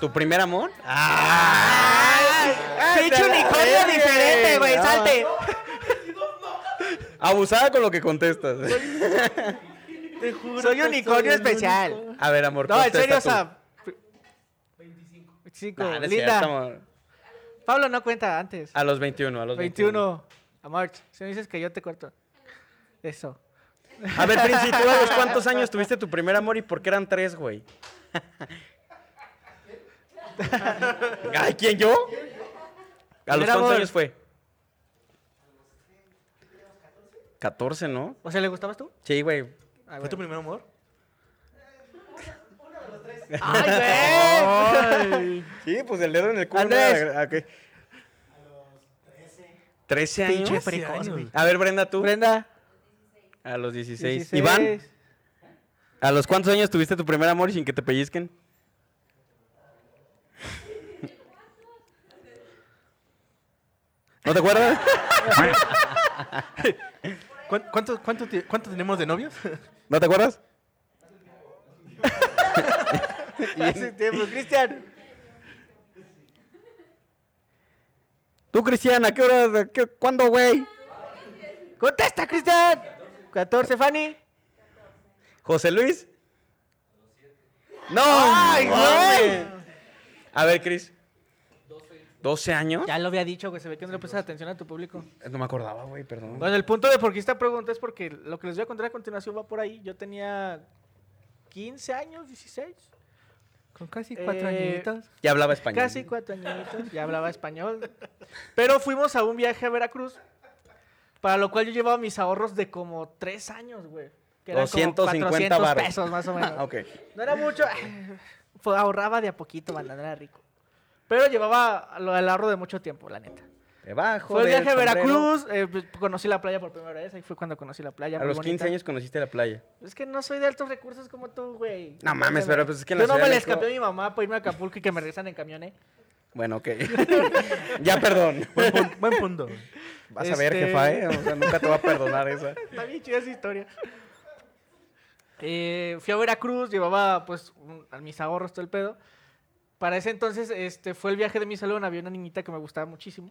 [SPEAKER 2] ¿Tu primer amor? Ah.
[SPEAKER 3] ¡Pinche unicornio diferente, güey!
[SPEAKER 2] No.
[SPEAKER 3] ¡Salte!
[SPEAKER 2] Abusada con lo que contestas.
[SPEAKER 3] Soy unicornio especial.
[SPEAKER 2] A ver, amor,
[SPEAKER 3] No, en serio,
[SPEAKER 2] contesta tú.
[SPEAKER 3] Sam. 25.
[SPEAKER 2] Nah, no es
[SPEAKER 3] Linda.
[SPEAKER 2] cierto, amor.
[SPEAKER 3] Pablo no cuenta antes.
[SPEAKER 2] A los 21, a los 21.
[SPEAKER 3] 21. A March. Si me dices que yo te corto. Eso.
[SPEAKER 2] A ver, Princi, ¿tú a los cuántos años tuviste tu primer amor y por qué eran tres, güey? Ay, ¿quién yo? ¿A los
[SPEAKER 3] Primer
[SPEAKER 2] cuántos
[SPEAKER 3] amor.
[SPEAKER 2] años fue? 14, ¿no?
[SPEAKER 3] O sea, ¿le gustabas tú?
[SPEAKER 2] Sí, güey.
[SPEAKER 3] Ay,
[SPEAKER 4] ¿Fue tu
[SPEAKER 3] güey.
[SPEAKER 4] primer amor?
[SPEAKER 3] ¡Ay, güey!
[SPEAKER 2] Sí, pues el dedo en el culo.
[SPEAKER 3] Andrés.
[SPEAKER 2] ¿no? Ah, ok. 13 años.
[SPEAKER 3] Pinche precoz, güey.
[SPEAKER 2] A ver, Brenda, tú.
[SPEAKER 3] Brenda.
[SPEAKER 2] A los 16.
[SPEAKER 3] 16.
[SPEAKER 2] Iván, ¿a los cuántos años tuviste tu primer amor sin que te pellizquen? ¿No te acuerdas?
[SPEAKER 4] ¿Cuán- ¿Cuánto, cuánto, ti- cuánto tenemos de novios?
[SPEAKER 2] ¿No te acuerdas?
[SPEAKER 3] Hace tiempo, Cristian.
[SPEAKER 2] Tú, Cristiana, ¿qué hora? a qué- ¿Cuándo, güey?
[SPEAKER 3] Contesta, Cristian. 14, Fanny.
[SPEAKER 2] ¿José Luis? ¡No!
[SPEAKER 3] ¡Ay,
[SPEAKER 2] mames!
[SPEAKER 3] güey!
[SPEAKER 2] A ver, Cris. 12. ¿12 años?
[SPEAKER 3] Ya lo había dicho, güey. Se ve que no le prestas atención a tu público.
[SPEAKER 2] No me acordaba, güey, perdón.
[SPEAKER 3] Bueno, el punto de por qué esta pregunta es porque lo que les voy a contar a continuación va por ahí. Yo tenía 15 años, 16.
[SPEAKER 4] Con
[SPEAKER 2] Eh,
[SPEAKER 4] casi
[SPEAKER 3] cuatro añitos.
[SPEAKER 2] Ya hablaba español.
[SPEAKER 3] Casi cuatro añitos, ya hablaba español. Pero fuimos a un viaje a Veracruz, para lo cual yo llevaba mis ahorros de como tres años, güey. Que eran como
[SPEAKER 2] 250
[SPEAKER 3] 400
[SPEAKER 2] varos.
[SPEAKER 3] pesos más o menos.
[SPEAKER 2] Ah, ok.
[SPEAKER 3] No era mucho, fue- ahorraba de a poquito, banda, no era rico. Pero llevaba lo- el ahorro de mucho tiempo, la neta.
[SPEAKER 2] Debajo
[SPEAKER 3] Fue el
[SPEAKER 2] del
[SPEAKER 3] viaje a
[SPEAKER 2] sombrero.
[SPEAKER 3] Veracruz, eh, pues, conocí la playa por primera vez, ahí fue cuando conocí la playa.
[SPEAKER 2] A
[SPEAKER 3] muy
[SPEAKER 2] los
[SPEAKER 3] bonita.
[SPEAKER 2] 15 años conociste la playa.
[SPEAKER 3] Es que no soy de altos recursos como tú, güey.
[SPEAKER 2] No mames,
[SPEAKER 3] Déjame.
[SPEAKER 2] pero, pues, es que en la
[SPEAKER 3] Yo no
[SPEAKER 2] Ciudad
[SPEAKER 3] me
[SPEAKER 2] de
[SPEAKER 3] les
[SPEAKER 2] México-
[SPEAKER 3] cambié a mi mamá para irme a Acapulco y que me regresan en camión, ¿eh?
[SPEAKER 2] Bueno, ok. ya perdón.
[SPEAKER 4] Buen, pun- buen punto.
[SPEAKER 2] Vas a ver,
[SPEAKER 3] Este-
[SPEAKER 2] jefa, ¿eh? O sea, nunca te va a perdonar esa.
[SPEAKER 3] Está bien chida esa historia. Eh, fui a Veracruz, llevaba pues un- a mis ahorros, todo el pedo. Para ese entonces este, fue el viaje de mi salón, había una niñita que me gustaba muchísimo.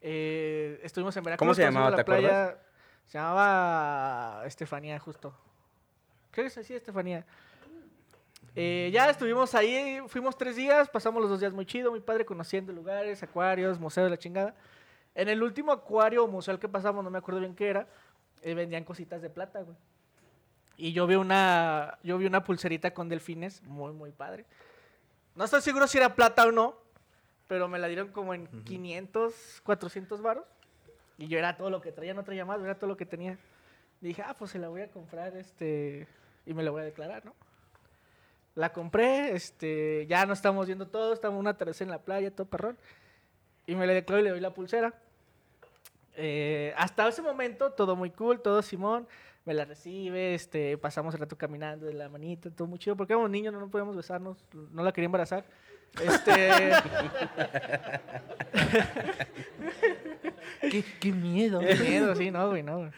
[SPEAKER 3] Eh, estuvimos en Veracruz.
[SPEAKER 2] ¿Cómo se llamaba,
[SPEAKER 3] conocimos
[SPEAKER 2] te acuerdas?
[SPEAKER 3] Se llamaba Estefanía, justo. Creo que es así, Estefanía. Eh, ya estuvimos ahí, fuimos tres días, pasamos los dos días muy chido, muy padre, conociendo lugares, acuarios, museo de la chingada. En el último acuario o museo al que pasamos, no me acuerdo bien qué era, eh, vendían cositas de plata, güey. Y yo vi una, yo vi una pulserita con delfines, muy, muy padre. No estoy seguro si era plata o no, pero me la dieron como en 500, 400 varos. Y yo era todo lo que traía, no traía más, era todo lo que tenía. Y dije, ah, pues se la voy a comprar, este, y me la voy a declarar, ¿no? La compré, este, ya no estamos viendo todo, estamos una tercera en la playa, todo perrón. Y me la declaro y le doy la pulsera. Eh, hasta ese momento, todo muy cool, todo Simón. Me la recibe, este, pasamos el rato caminando de la manita, todo muy chido. Porque éramos niños, no, no podíamos besarnos, no la quería embarazar. Este,
[SPEAKER 4] Qué, miedo.
[SPEAKER 3] Qué miedo, sí, no, güey, no. güey.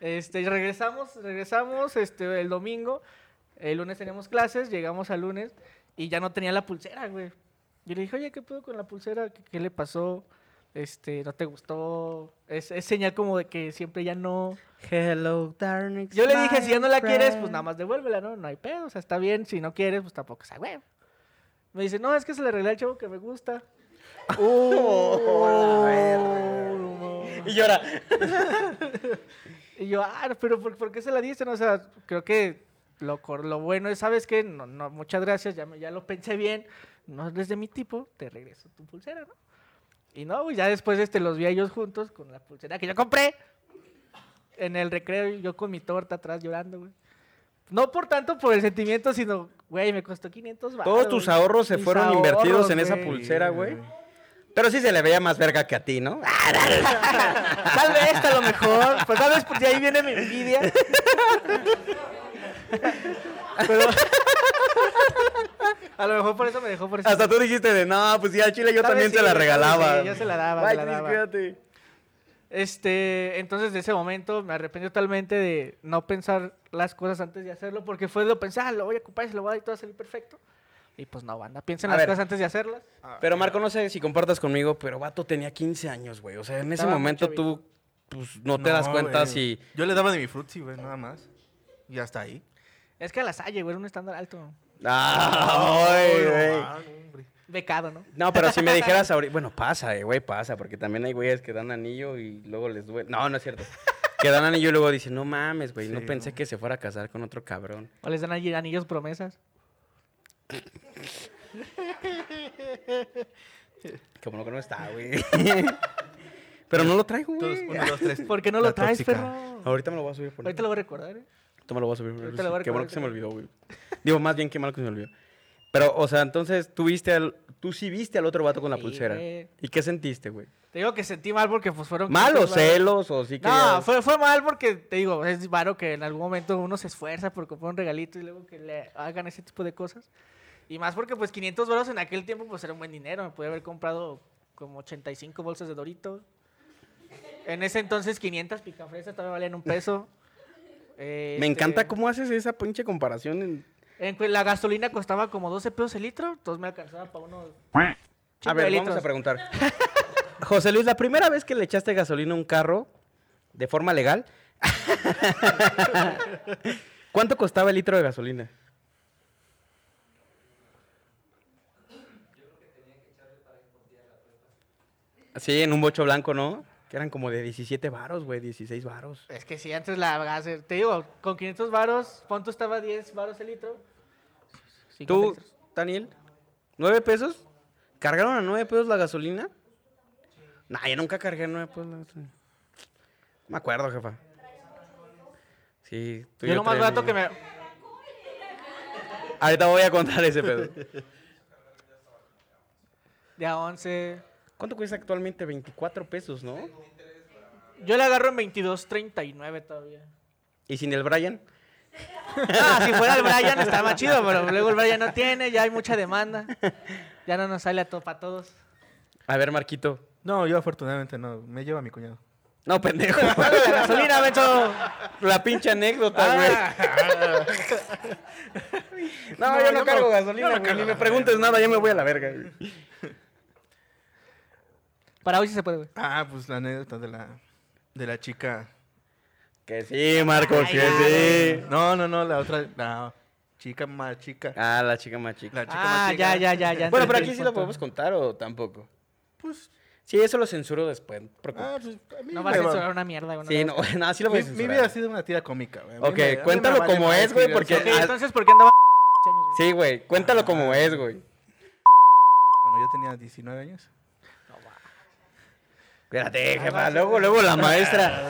[SPEAKER 3] Este, y regresamos, regresamos este, el domingo. El lunes teníamos clases, llegamos al lunes y ya no tenía la pulsera, güey. Yo le dije, oye, ¿qué puedo con la pulsera? ¿Qué, qué le pasó? Este, ¿no te gustó? Es, es señal como de que siempre ya no...
[SPEAKER 2] Hello, darling.
[SPEAKER 3] Yo le dije, si ya no la quieres, pues nada más devuélvela, ¿no? No hay pedo, o sea, está bien. Si no quieres, pues tampoco sea güey. Me dice, no, es que se le arreglé al chavo que me gusta.
[SPEAKER 2] Oh, la Y llora.
[SPEAKER 3] Y yo, ah, pero ¿por, por qué se la diste? No, o sea, creo que lo, cor- lo bueno es, ¿sabes qué? No, no, muchas gracias, ya, me- ya lo pensé bien. No es de mi tipo, te regreso tu pulsera, ¿no? Y no, güey, ya después este, los vi a ellos juntos con la pulsera que yo compré en el recreo, y yo con mi torta atrás llorando, güey. No por tanto por el sentimiento, sino, güey, me costó 500 baros.
[SPEAKER 2] Todos tus ahorros se fueron invertidos en esa pulsera,
[SPEAKER 3] pulsera.
[SPEAKER 2] güey. Pero sí se le veía más verga que a ti, ¿no? Ah,
[SPEAKER 3] Tal vez, a lo mejor. Pues tal vez porque ahí viene mi envidia. Pero- a lo mejor por eso me dejó por eso.
[SPEAKER 2] Hasta tú dijiste de, no, pues ya al chile yo
[SPEAKER 3] Tal vez
[SPEAKER 2] también
[SPEAKER 3] sí,
[SPEAKER 2] se la
[SPEAKER 3] güey, tal vez
[SPEAKER 2] regalaba.
[SPEAKER 3] sí, yo se la daba,
[SPEAKER 2] Ay,
[SPEAKER 3] se la
[SPEAKER 2] Cris,
[SPEAKER 3] daba.
[SPEAKER 2] cuídate.
[SPEAKER 3] Este, entonces de ese momento me arrepentí totalmente de no pensar las cosas antes de hacerlo, porque fue de lo pensar, ah, lo voy a ocupar y se lo voy a dar y todo va a salir perfecto. Y pues no, banda, piensen
[SPEAKER 2] A
[SPEAKER 3] las
[SPEAKER 2] ver.
[SPEAKER 3] cosas antes de hacerlas.
[SPEAKER 2] Pero Marco, no sé si compartas conmigo, pero Vato tenía 15 años, güey. O sea, en ese
[SPEAKER 3] Estaba muy
[SPEAKER 2] momento
[SPEAKER 3] chavito.
[SPEAKER 2] tú pues, no te das cuenta
[SPEAKER 4] güey.
[SPEAKER 2] si...
[SPEAKER 4] Yo le daba de mi frutzi, güey, nada más. Y hasta ahí.
[SPEAKER 3] Es que a la salle, güey, era un estándar alto.
[SPEAKER 2] Ah, ay,
[SPEAKER 4] No,
[SPEAKER 2] güey.
[SPEAKER 4] ah, no, hombre.
[SPEAKER 3] Becado, ¿no?
[SPEAKER 2] No, pero si me dijeras ahorita... Bueno, pasa, eh, güey, pasa. Porque también hay güeyes que dan anillo y luego les duele. No, no es cierto. Que dan anillo y luego dicen, no mames, güey. no
[SPEAKER 4] Sí,
[SPEAKER 2] pensé que se fuera a casar con otro cabrón.
[SPEAKER 3] O les dan allí anillos promesas.
[SPEAKER 2] Como no que no está, güey. pero no lo traigo,
[SPEAKER 4] Entonces,
[SPEAKER 2] güey.
[SPEAKER 4] uno, dos, tres.
[SPEAKER 3] ¿Por qué no
[SPEAKER 4] La
[SPEAKER 3] lo traes,
[SPEAKER 4] tóxica.
[SPEAKER 3] perro?
[SPEAKER 2] Ahorita me lo voy a subir. Por
[SPEAKER 3] Ahorita lo voy a recordar, ¿eh?
[SPEAKER 2] Tú me lo vas a subir.
[SPEAKER 3] Ahorita
[SPEAKER 2] Luis.
[SPEAKER 3] lo voy a
[SPEAKER 2] Qué bueno
[SPEAKER 3] recordar.
[SPEAKER 2] que se me olvidó, güey. Digo, más bien qué malo que se me olvidó. Pero, o sea, entonces tú viste al, tú sí viste al otro vato con la
[SPEAKER 3] Sí,
[SPEAKER 2] pulsera.
[SPEAKER 3] güey.
[SPEAKER 2] ¿Y qué sentiste, güey?
[SPEAKER 3] Te digo que sentí mal porque pues fueron...
[SPEAKER 2] ¿Malos
[SPEAKER 3] quince, güey.
[SPEAKER 2] celos o sí que
[SPEAKER 3] No, fue, fue mal porque, te digo, es raro que en algún momento uno se esfuerza por comprar un regalito y luego que le hagan ese tipo de cosas. Y más porque, pues, 500 baros en aquel tiempo, pues, era un buen dinero. Me podía haber comprado como 85 bolsas de Doritos. En ese entonces, 500 picafresas todavía valían un peso. Eh,
[SPEAKER 2] Me
[SPEAKER 3] este,
[SPEAKER 2] encanta cómo haces esa pinche comparación. en-
[SPEAKER 3] en que la gasolina costaba como 12 pesos el litro, entonces me alcanzaba para unos...
[SPEAKER 2] A
[SPEAKER 3] chingo de
[SPEAKER 2] ver, vamos
[SPEAKER 3] litros.
[SPEAKER 2] a preguntar. José Luis, la primera vez que le echaste gasolina a un carro de forma legal, ¿cuánto costaba el litro de gasolina? Sí, en un bocho blanco, ¿no? Que eran como de 17 varos, güey, 16 varos.
[SPEAKER 3] Es que sí, antes la gas, eh, te digo, con 500 varos, ¿cuánto estaba 10 varos el litro? 50
[SPEAKER 2] ¿Tú,
[SPEAKER 3] litros.
[SPEAKER 2] Daniel? ¿Nueve pesos? ¿Cargaron a nueve pesos la gasolina? No, yo nunca cargué a nueve pesos la gasolina. Me acuerdo, jefa. Sí, tú y
[SPEAKER 3] Yo lo más
[SPEAKER 2] traíamos-
[SPEAKER 3] barato que me...
[SPEAKER 2] Ahorita voy a contar ese pedo.
[SPEAKER 3] De a 11.
[SPEAKER 2] ¿Cuánto cuesta actualmente? 24 pesos, ¿no?
[SPEAKER 3] Yo le agarro en 22.39 todavía.
[SPEAKER 2] ¿Y sin el Brian?
[SPEAKER 3] Ah, si fuera el Brian está más chido, pero luego el Brian no tiene, ya hay mucha demanda. Ya no nos sale a topa todos.
[SPEAKER 2] A ver, Marquito.
[SPEAKER 4] No, yo afortunadamente no. Me lleva mi cuñado.
[SPEAKER 2] No, pendejo.
[SPEAKER 3] La gasolina, Ah. Beto.
[SPEAKER 2] la pinche anécdota, güey. no, yo no cargo gasolina, güey. Ni me preguntes nada, ya me voy a la verga. güey.
[SPEAKER 3] Para hoy sí se puede, güey.
[SPEAKER 4] Ah, pues la anécdota de la, de la chica.
[SPEAKER 2] Que sí, Marcos,
[SPEAKER 3] Ay,
[SPEAKER 2] que
[SPEAKER 3] ya,
[SPEAKER 2] sí.
[SPEAKER 4] No, no, no, la otra, la chica más chica.
[SPEAKER 2] Ah, la chica más chica.
[SPEAKER 4] La chica más
[SPEAKER 3] Ah,
[SPEAKER 4] chica.
[SPEAKER 3] ya, ya, ya, ya.
[SPEAKER 2] Bueno, pero aquí
[SPEAKER 3] entendí el
[SPEAKER 2] sí lo
[SPEAKER 3] punto.
[SPEAKER 2] podemos contar o tampoco.
[SPEAKER 4] Pues,
[SPEAKER 2] Sí, eso lo censuro después. no te preocupes.
[SPEAKER 4] ah, pues, a mí
[SPEAKER 3] No
[SPEAKER 4] me
[SPEAKER 3] vas a
[SPEAKER 4] va-
[SPEAKER 3] censurar una mierda, güey.
[SPEAKER 2] sí,
[SPEAKER 3] lo
[SPEAKER 2] no,
[SPEAKER 3] vas a-
[SPEAKER 2] nada, sí lo voy
[SPEAKER 4] Mi,
[SPEAKER 2] a
[SPEAKER 4] mi
[SPEAKER 2] censurar.
[SPEAKER 4] vida ha sido una tira cómica, güey. A mí
[SPEAKER 2] Ok,
[SPEAKER 4] me- a mí me
[SPEAKER 2] cuéntalo
[SPEAKER 4] vale
[SPEAKER 2] como
[SPEAKER 4] madre
[SPEAKER 2] es, güey,
[SPEAKER 4] si
[SPEAKER 2] porque-
[SPEAKER 3] Ok,
[SPEAKER 4] Cuando
[SPEAKER 2] Ah.
[SPEAKER 3] entonces, ¿por qué andaba?
[SPEAKER 2] Sí, güey, cuéntalo como es, güey.
[SPEAKER 4] yo tenía 19 años.
[SPEAKER 2] Espérate, jefa, luego, luego la maestra.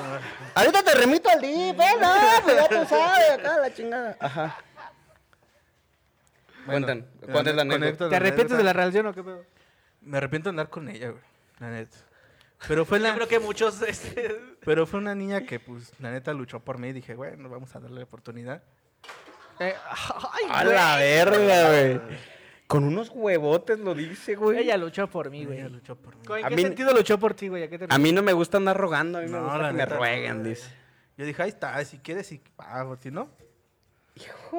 [SPEAKER 2] Ahorita te remito al DIP, eh, no, pues ya tú sabes, acá la chingada. Ajá. Cuentan, ¿cuál es la anécdota?
[SPEAKER 4] conecto
[SPEAKER 3] ¿Te arrepientes de
[SPEAKER 4] anécdota.
[SPEAKER 3] la relación o qué pedo?
[SPEAKER 4] Me arrepiento de andar con ella, güey. La neta. Pero fue
[SPEAKER 3] Pues Yo
[SPEAKER 4] la...
[SPEAKER 3] creo que muchos... este,
[SPEAKER 4] Pero fue una niña que, pues, la neta luchó por mí y dije, bueno, vamos a darle la oportunidad.
[SPEAKER 3] eh,
[SPEAKER 2] A
[SPEAKER 3] Ay, güey.
[SPEAKER 2] la verga, güey. Con unos huevotes lo dice, güey.
[SPEAKER 3] Ella luchó por mí, güey.
[SPEAKER 4] Ella luchó por mí.
[SPEAKER 3] ¿En
[SPEAKER 2] A
[SPEAKER 3] qué
[SPEAKER 2] mí-
[SPEAKER 3] sentido luchó por ti, güey? ¿A qué te
[SPEAKER 2] A mí no me gusta andar rogando, a mí me
[SPEAKER 4] No,
[SPEAKER 2] gusta
[SPEAKER 4] la
[SPEAKER 2] que
[SPEAKER 4] neta, Ah,
[SPEAKER 2] me
[SPEAKER 4] no,
[SPEAKER 2] rueguen,
[SPEAKER 4] güey.
[SPEAKER 2] dice.
[SPEAKER 4] Yo dije, ahí está, si quieres, si ah, pues, si no.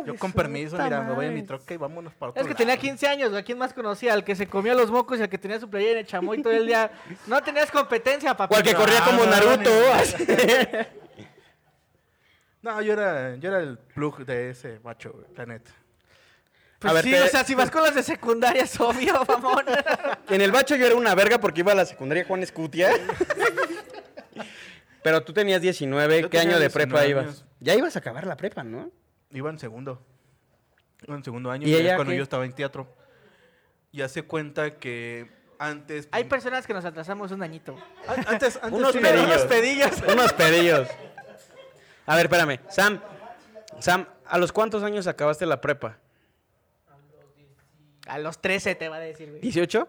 [SPEAKER 4] Yo con permiso, mira, me voy a mi troca y vámonos para otro
[SPEAKER 3] Es que tenía
[SPEAKER 4] lado.
[SPEAKER 3] 15 años, güey. ¿A quién más conocía? Al que se comió los mocos y al que tenía su playera en el chamoy todo el día. No tenías competencia, papá.
[SPEAKER 2] O al que corría como
[SPEAKER 4] no,
[SPEAKER 2] Naruto.
[SPEAKER 4] no, no.
[SPEAKER 2] así.
[SPEAKER 4] No, yo era, yo era el plug de ese macho, güey, la neta.
[SPEAKER 3] Pues
[SPEAKER 2] A ver,
[SPEAKER 3] sí,
[SPEAKER 2] te-
[SPEAKER 3] o sea, si vas con las de secundaria, es obvio, mamón.
[SPEAKER 2] En el bacho yo era una verga porque iba a la secundaria Juan Escutia. Pero tú tenías 19,
[SPEAKER 4] Yo
[SPEAKER 2] ¿qué
[SPEAKER 4] tenía
[SPEAKER 2] año de prepa
[SPEAKER 4] 19
[SPEAKER 2] ibas?
[SPEAKER 4] años.
[SPEAKER 2] Ya ibas a acabar la prepa, ¿no?
[SPEAKER 4] Iba en segundo. Iba en segundo año
[SPEAKER 2] ¿Y
[SPEAKER 4] y, es
[SPEAKER 2] ella
[SPEAKER 4] cuando
[SPEAKER 2] qué?
[SPEAKER 4] yo estaba en teatro. Y hace cuenta que antes...
[SPEAKER 3] Hay personas que nos atrasamos un añito.
[SPEAKER 4] an- antes, antes
[SPEAKER 2] Unos
[SPEAKER 4] sí-
[SPEAKER 2] pedillos.
[SPEAKER 3] Unos pedillos.
[SPEAKER 2] Unos pedillos. A ver, espérame. Sam, Sam, ¿a los cuántos años acabaste la prepa?
[SPEAKER 3] A los 13 te va a decir, güey.
[SPEAKER 2] ¿18?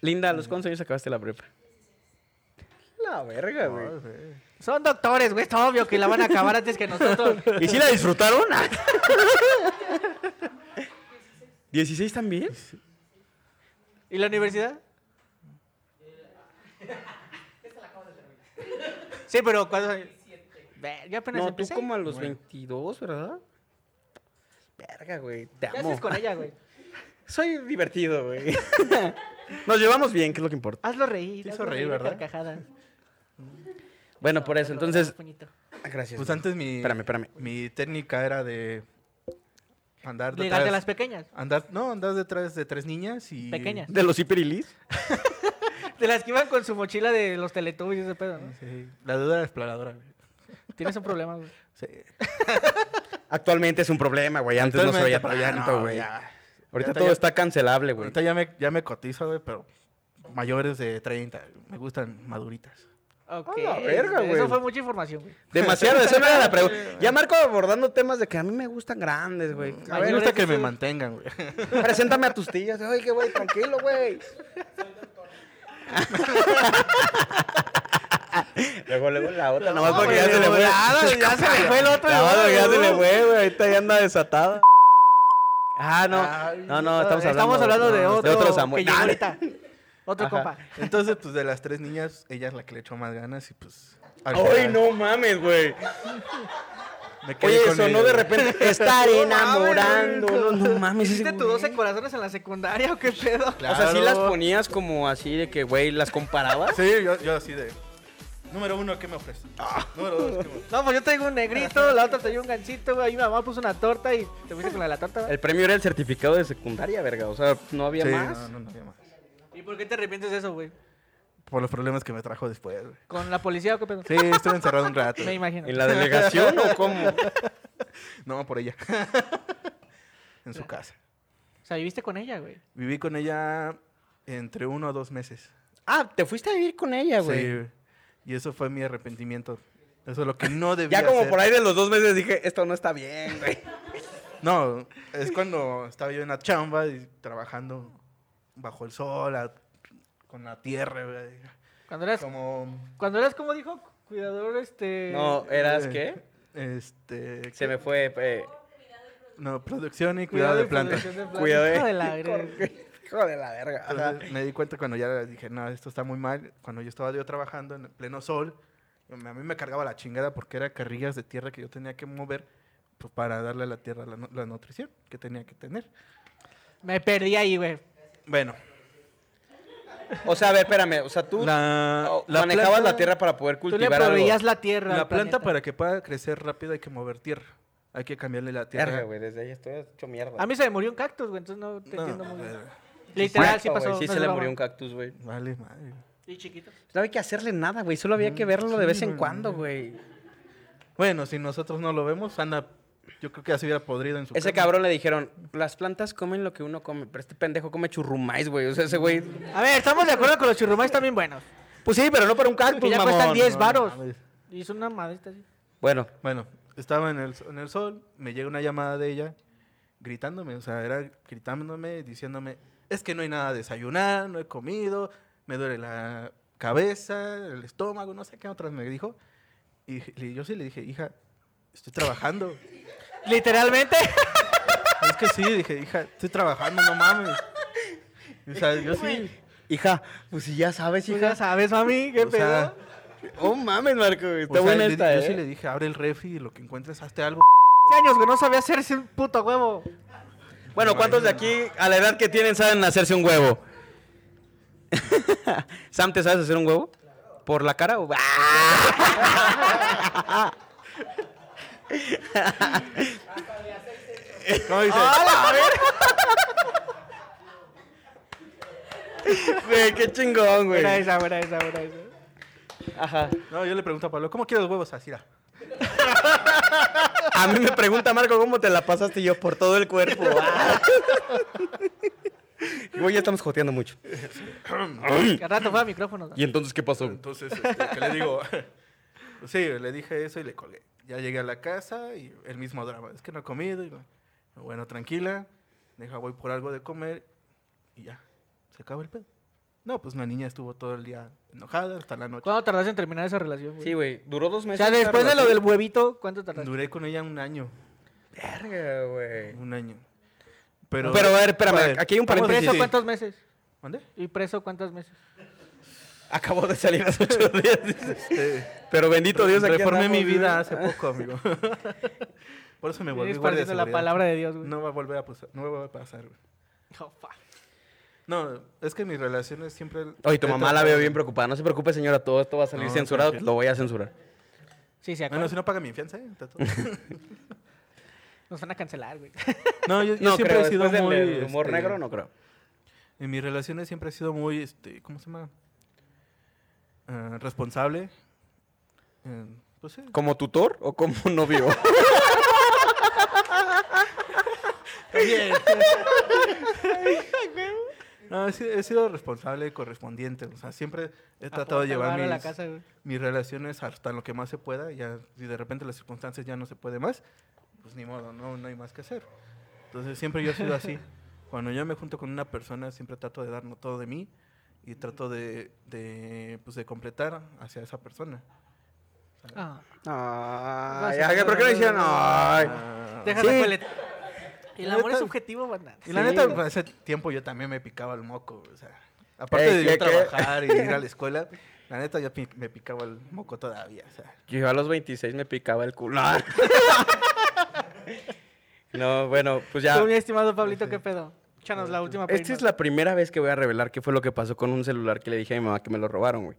[SPEAKER 2] Linda, ¿a los cuántos años acabaste la prepa? La verga,
[SPEAKER 4] Ay,
[SPEAKER 2] güey.
[SPEAKER 4] güey.
[SPEAKER 3] Son doctores, güey. Es obvio que la van a acabar antes que nosotros.
[SPEAKER 2] ¿Y si la disfrutaron? ¿16 también?
[SPEAKER 3] ¿Y la universidad? Sí, pero cuando... Ve, Yo apenas
[SPEAKER 2] No, tú
[SPEAKER 3] empecé.
[SPEAKER 2] como a los
[SPEAKER 4] Bueno.
[SPEAKER 2] 22, ¿verdad? Verga, güey, te
[SPEAKER 3] ¿Qué
[SPEAKER 2] amo.
[SPEAKER 3] haces con ella, güey?
[SPEAKER 2] Soy divertido, güey. Nos llevamos bien, que es lo que importa.
[SPEAKER 3] Hazlo reír.
[SPEAKER 4] Te hizo
[SPEAKER 3] hazlo
[SPEAKER 4] reír,
[SPEAKER 3] de
[SPEAKER 4] ¿verdad?
[SPEAKER 3] carcajadas.
[SPEAKER 2] Bueno, por eso,
[SPEAKER 3] Hazlo
[SPEAKER 2] entonces...
[SPEAKER 3] reír, puñito.
[SPEAKER 2] Ah, Gracias.
[SPEAKER 4] Pues
[SPEAKER 2] güey.
[SPEAKER 4] antes mi,
[SPEAKER 2] Espérame, espérame.
[SPEAKER 4] mi técnica era de andar
[SPEAKER 3] Legal de
[SPEAKER 4] detrás-
[SPEAKER 3] las pequeñas.
[SPEAKER 4] Andar, no, andar detrás de tres niñas y...
[SPEAKER 3] Pequeñas.
[SPEAKER 2] ¿De los hiperilis?
[SPEAKER 3] De las que iban con su mochila de los teletubbies y ese pedo, ¿no?
[SPEAKER 4] Sí, la duda era exploradora. güey.
[SPEAKER 3] Tienes un problema, güey.
[SPEAKER 4] Sí.
[SPEAKER 2] Actualmente es un problema, güey. Antes no se veía
[SPEAKER 4] Actualmente, pero ya
[SPEAKER 2] tanto,
[SPEAKER 4] "Ah, no,
[SPEAKER 2] güey.
[SPEAKER 4] ya.
[SPEAKER 2] Ahorita
[SPEAKER 4] Ahorita
[SPEAKER 2] todo
[SPEAKER 4] ya-
[SPEAKER 2] está cancelable, güey.
[SPEAKER 4] Ahorita ya me, ya me cotizo, güey, pero mayores de 30. Me gustan maduritas.
[SPEAKER 3] Ok.
[SPEAKER 2] la verga, güey.
[SPEAKER 3] Eso fue mucha información, güey.
[SPEAKER 2] Demasiado, esa no era la pregunta. Ya Marco abordando temas de que a mí me gustan grandes, güey.
[SPEAKER 4] A
[SPEAKER 3] A ver,
[SPEAKER 4] mí me gusta
[SPEAKER 3] ahora
[SPEAKER 4] que
[SPEAKER 3] sí
[SPEAKER 4] me
[SPEAKER 3] se-
[SPEAKER 4] mantengan, güey.
[SPEAKER 2] Preséntame a tus tías. Oye, güey, tranquilo, güey. Luego, luego la otra, nomás
[SPEAKER 3] No,
[SPEAKER 2] porque ya
[SPEAKER 3] güey,
[SPEAKER 2] se le fue.
[SPEAKER 3] volada, ya se le fue el otro,
[SPEAKER 2] Nomás porque ya se le
[SPEAKER 3] güey.
[SPEAKER 2] fue, güey. Ahorita ya anda desatada. Ah, no. No, no, estamos hablando,
[SPEAKER 3] Estamos hablando de
[SPEAKER 2] no,
[SPEAKER 3] otro,
[SPEAKER 2] Samuel.
[SPEAKER 3] que llegó
[SPEAKER 2] Nah,
[SPEAKER 3] ahorita. Otro
[SPEAKER 2] Ajá.
[SPEAKER 3] compa.
[SPEAKER 4] Entonces, pues de las tres niñas, ella es la que le echó más ganas y pues. al
[SPEAKER 2] Ay,
[SPEAKER 4] final
[SPEAKER 2] no mames, güey.
[SPEAKER 4] me quedé
[SPEAKER 2] Oye,
[SPEAKER 4] con
[SPEAKER 2] sonó
[SPEAKER 4] ella,
[SPEAKER 2] de
[SPEAKER 4] güey.
[SPEAKER 2] repente. Estar
[SPEAKER 3] No
[SPEAKER 2] enamorando.
[SPEAKER 3] mames.
[SPEAKER 2] No, no mames. ese
[SPEAKER 3] ¿Hiciste tus
[SPEAKER 2] güey.
[SPEAKER 3] 12 corazones en la secundaria o qué pedo?
[SPEAKER 4] Claro.
[SPEAKER 2] O sea, sí las ponías como así de que, güey, las comparabas.
[SPEAKER 4] Sí, yo, yo así de. Número uno, ¿qué me ofrece?
[SPEAKER 2] Ah.
[SPEAKER 4] Número dos, ¿qué me ofrece?
[SPEAKER 3] No, pues yo traigo un negrito, la otra traigo un gancito, güey. Ahí mi mamá puso una torta y te fuiste con la de la torta, güey.
[SPEAKER 2] El premio era el certificado de secundaria, verga. O sea, no había
[SPEAKER 4] Sí,
[SPEAKER 2] más.
[SPEAKER 4] No, no, no había más.
[SPEAKER 3] ¿Y por qué te arrepientes de eso, güey?
[SPEAKER 4] Por los problemas que me trajo después, güey.
[SPEAKER 3] ¿Con la policía o qué pedo?
[SPEAKER 4] Sí, estuve encerrado un rato.
[SPEAKER 3] Me imagino.
[SPEAKER 2] ¿En la delegación o cómo?
[SPEAKER 4] No, por ella. en su casa.
[SPEAKER 3] O sea, viviste con ella, güey.
[SPEAKER 4] Viví con ella entre uno o dos meses.
[SPEAKER 2] Ah, te fuiste a vivir con ella,
[SPEAKER 4] Sí,
[SPEAKER 2] güey.
[SPEAKER 4] güey. Y eso fue mi arrepentimiento. Eso es lo que no debía
[SPEAKER 2] ya como
[SPEAKER 4] hacer.
[SPEAKER 2] por ahí de los dos meses dije, esto no está bien, güey.
[SPEAKER 4] No, es cuando estaba yo en la chamba y trabajando bajo el sol, a- con la tierra, güey.
[SPEAKER 3] Cuando eras,
[SPEAKER 4] Como...
[SPEAKER 3] cuando eras como dijo, cuidador, este...
[SPEAKER 2] No, eras qué?
[SPEAKER 4] eh, Este...
[SPEAKER 2] Se me fue. eh,
[SPEAKER 4] No, producción y cuidado de
[SPEAKER 3] y
[SPEAKER 4] plantas.
[SPEAKER 3] protección de plantas.
[SPEAKER 2] cuidado de.
[SPEAKER 3] Hijo de la verga.
[SPEAKER 2] Hijo de la verga. o sea,
[SPEAKER 4] Entonces, me di cuenta cuando ya dije, no, esto está muy mal. Cuando yo estaba yo trabajando en pleno sol, a mí me cargaba la chingada porque era carrillas de tierra que yo tenía que mover pues, para darle a la tierra la, nu- la nutrición que tenía que tener.
[SPEAKER 3] Me perdí ahí, güey.
[SPEAKER 4] Bueno,
[SPEAKER 2] o sea, a ver, espérame. O sea, tú
[SPEAKER 4] la,
[SPEAKER 2] oh,
[SPEAKER 4] la
[SPEAKER 2] manejabas
[SPEAKER 4] planta-
[SPEAKER 2] la tierra para poder
[SPEAKER 3] Tú le
[SPEAKER 2] cultivar algo.
[SPEAKER 3] proveías la tierra.
[SPEAKER 4] La
[SPEAKER 3] al
[SPEAKER 4] planta
[SPEAKER 3] planeta.
[SPEAKER 4] para que pueda crecer rápido hay que mover tierra. Hay que cambiarle la tierra.
[SPEAKER 2] Verga, güey. Desde ahí estoy hecho mierda.
[SPEAKER 3] A mí se me murió un cactus, güey, entonces no te
[SPEAKER 4] No,
[SPEAKER 3] entiendo muy bien.
[SPEAKER 4] güey,
[SPEAKER 3] Literal, sí
[SPEAKER 2] Neta,
[SPEAKER 3] pasó.
[SPEAKER 2] güey, Sí,
[SPEAKER 3] no
[SPEAKER 2] se le
[SPEAKER 3] es broma.
[SPEAKER 2] murió un cactus, güey.
[SPEAKER 4] Vale, madre.
[SPEAKER 3] Y chiquito.
[SPEAKER 2] No había que hacerle nada, güey. Solo había que
[SPEAKER 4] Mm,
[SPEAKER 2] verlo de
[SPEAKER 4] sí,
[SPEAKER 2] vez en
[SPEAKER 4] güey.
[SPEAKER 2] cuando, güey.
[SPEAKER 4] Bueno, si nosotros no lo vemos, anda. Yo creo que ya se hubiera podrido en su
[SPEAKER 2] Ese
[SPEAKER 4] cama.
[SPEAKER 2] cabrón le dijeron, las plantas comen lo que uno come, pero este pendejo come churrumais, güey. O sea, ese güey.
[SPEAKER 3] A ver, estamos de acuerdo que los churrumais también buenos.
[SPEAKER 2] Pues sí, pero no para un cactus,
[SPEAKER 3] Que ya
[SPEAKER 2] mamón.
[SPEAKER 3] cuestan 10
[SPEAKER 4] no
[SPEAKER 3] varos.
[SPEAKER 4] mames.
[SPEAKER 3] Y es una madrita así.
[SPEAKER 2] Bueno,
[SPEAKER 4] Bueno, estaba en el, en el sol, me llega una llamada de ella gritándome, o sea, era gritándome, diciéndome, es que no hay nada de desayunar, no he comido, me duele la cabeza, el estómago, no sé qué otras me dijo. Y le- yo sí le dije, hija, estoy trabajando.
[SPEAKER 3] Literalmente.
[SPEAKER 4] Es que sí, dije, hija, estoy trabajando, no mames. O sea, yo sí.
[SPEAKER 2] hija, pues si ya sabes,
[SPEAKER 3] Tú ya
[SPEAKER 2] hija.
[SPEAKER 3] sabes, mami, qué
[SPEAKER 4] O sea,
[SPEAKER 3] pedo.
[SPEAKER 2] Oh mames, Marco, güey,
[SPEAKER 4] o
[SPEAKER 2] está
[SPEAKER 4] sea,
[SPEAKER 2] buena
[SPEAKER 4] le-
[SPEAKER 2] esta,
[SPEAKER 4] yo
[SPEAKER 2] eh.
[SPEAKER 4] sí le dije, abre el refri y lo que encuentres, hazte algo.
[SPEAKER 3] Hace años que no sabía hacer ese puto huevo.
[SPEAKER 2] Bueno, ¿cuántos de aquí, a la edad que tienen, saben hacerse un huevo? Sam, ¿te sabes hacer un huevo? ¿Por la cara o.? ¡Ah,
[SPEAKER 4] ¿Cómo dice?
[SPEAKER 2] Güey, qué chingón, güey.
[SPEAKER 3] Buena esa, buena esa, buena esa.
[SPEAKER 2] Ajá.
[SPEAKER 4] No, yo le pregunto a Pablo, ¿cómo quieres los huevos? Así, mira.
[SPEAKER 2] A mí me pregunta Marco cómo te la pasaste y yo por todo el cuerpo. Ah. Güey, ya estamos joteando mucho.
[SPEAKER 3] Que al rato fue a micrófono.
[SPEAKER 2] ¿Y entonces qué pasó?
[SPEAKER 4] Entonces, este, ¿qué le digo? Pues sí, le dije eso y le colgué. Ya llegué a la casa y el mismo drama. Es que no he comido. Y no- bueno, tranquila. Deja, voy por algo de comer. Y ya, se acaba el pedo. No, pues la niña estuvo todo el día enojada hasta la noche.
[SPEAKER 3] ¿Cuánto tardaste en terminar esa relación, güey?
[SPEAKER 2] Sí, güey, duró dos
[SPEAKER 3] o
[SPEAKER 2] meses.
[SPEAKER 3] sea, después
[SPEAKER 2] esa
[SPEAKER 3] de lo del
[SPEAKER 2] relación.
[SPEAKER 3] huevito, ¿cuánto tardaste?
[SPEAKER 4] Duré con ella un año.
[SPEAKER 2] Verga, güey.
[SPEAKER 4] Un año.
[SPEAKER 2] Pero,
[SPEAKER 4] Pero,
[SPEAKER 2] a ver, espérame,
[SPEAKER 4] Vale.
[SPEAKER 2] aquí hay un
[SPEAKER 3] ¿Y
[SPEAKER 2] paréntesis.
[SPEAKER 3] preso cuántos meses?
[SPEAKER 4] ¿Mande?
[SPEAKER 3] ¿Y preso cuántos meses?
[SPEAKER 2] Acabo de salir hace ocho días. dice. Pero Este, bendito Dios, aquí
[SPEAKER 4] Eh, Reformé mi
[SPEAKER 2] andamos, ¿eh? güey.
[SPEAKER 4] vida hace poco, amigo. Por eso me volví
[SPEAKER 3] Sigues
[SPEAKER 4] guardia de
[SPEAKER 3] partiendo la
[SPEAKER 4] seguridad.
[SPEAKER 3] palabra de Dios, güey.
[SPEAKER 4] No va a volver a pasar, no va a pasar, güey.
[SPEAKER 3] No, fuck.
[SPEAKER 4] No, es que mis relaciones siempre...
[SPEAKER 2] Oye, tu mamá la veo bien preocupada. No se preocupe, señora, todo esto va a salir
[SPEAKER 4] No,
[SPEAKER 2] censurado.
[SPEAKER 4] tranquila.
[SPEAKER 2] Lo voy a censurar.
[SPEAKER 3] Sí, sí,
[SPEAKER 4] Bueno,
[SPEAKER 3] acuerdo.
[SPEAKER 4] si no paga mi fianza, ¿eh? Está todo.
[SPEAKER 3] Nos van a cancelar, güey.
[SPEAKER 4] No, yo, yo
[SPEAKER 2] No,
[SPEAKER 4] siempre
[SPEAKER 2] creo.
[SPEAKER 4] he sido
[SPEAKER 2] Después del-
[SPEAKER 4] muy...
[SPEAKER 2] del humor
[SPEAKER 4] este,
[SPEAKER 2] negro, no creo.
[SPEAKER 4] En mis relaciones siempre he sido muy, este, ¿cómo se llama? Ah, responsable. Eh, pues sí.
[SPEAKER 2] ¿Como tutor o como novio?
[SPEAKER 4] No, he, si- he sido responsable y correspondiente. O sea, siempre he tratado de
[SPEAKER 3] Aporta
[SPEAKER 4] llevar
[SPEAKER 3] varo a
[SPEAKER 4] mis,
[SPEAKER 3] Ah, la casa, güey.
[SPEAKER 4] mis relaciones hasta lo que más se pueda. Ya, si de repente las circunstancias ya no se puede más, pues ni modo, no, no hay más que hacer. Entonces siempre yo he sido así. Cuando yo me junto con una persona, siempre trato de darnos todo de mí y trato de, de, pues, de completar hacia esa persona.
[SPEAKER 3] Ah.
[SPEAKER 2] Ay,
[SPEAKER 3] No, sí,
[SPEAKER 2] ay, ¿por qué lo
[SPEAKER 3] no,
[SPEAKER 2] hicieron?
[SPEAKER 3] no, no,
[SPEAKER 2] Ay.
[SPEAKER 4] Ah,
[SPEAKER 3] Déjame
[SPEAKER 2] Sí.
[SPEAKER 3] colet- El amor
[SPEAKER 4] Neta.
[SPEAKER 3] es subjetivo, banda.
[SPEAKER 4] Y la
[SPEAKER 2] Sí,
[SPEAKER 4] neta,
[SPEAKER 2] güey.
[SPEAKER 4] para ese tiempo yo también me picaba el moco, o sea, aparte
[SPEAKER 2] Ey, ¿qué,
[SPEAKER 4] de yo
[SPEAKER 2] qué?
[SPEAKER 4] trabajar y ir a la escuela, la neta yo pi- me picaba el moco todavía, o sea.
[SPEAKER 2] Yo a los 26 me picaba el culo. No, bueno, pues ya.
[SPEAKER 3] Tú, mi estimado Pablito, ¿qué pedo? Échanos la última
[SPEAKER 2] Esta es la primera vez que voy a revelar qué fue lo que pasó con un celular que le dije a mi mamá que me lo robaron, güey.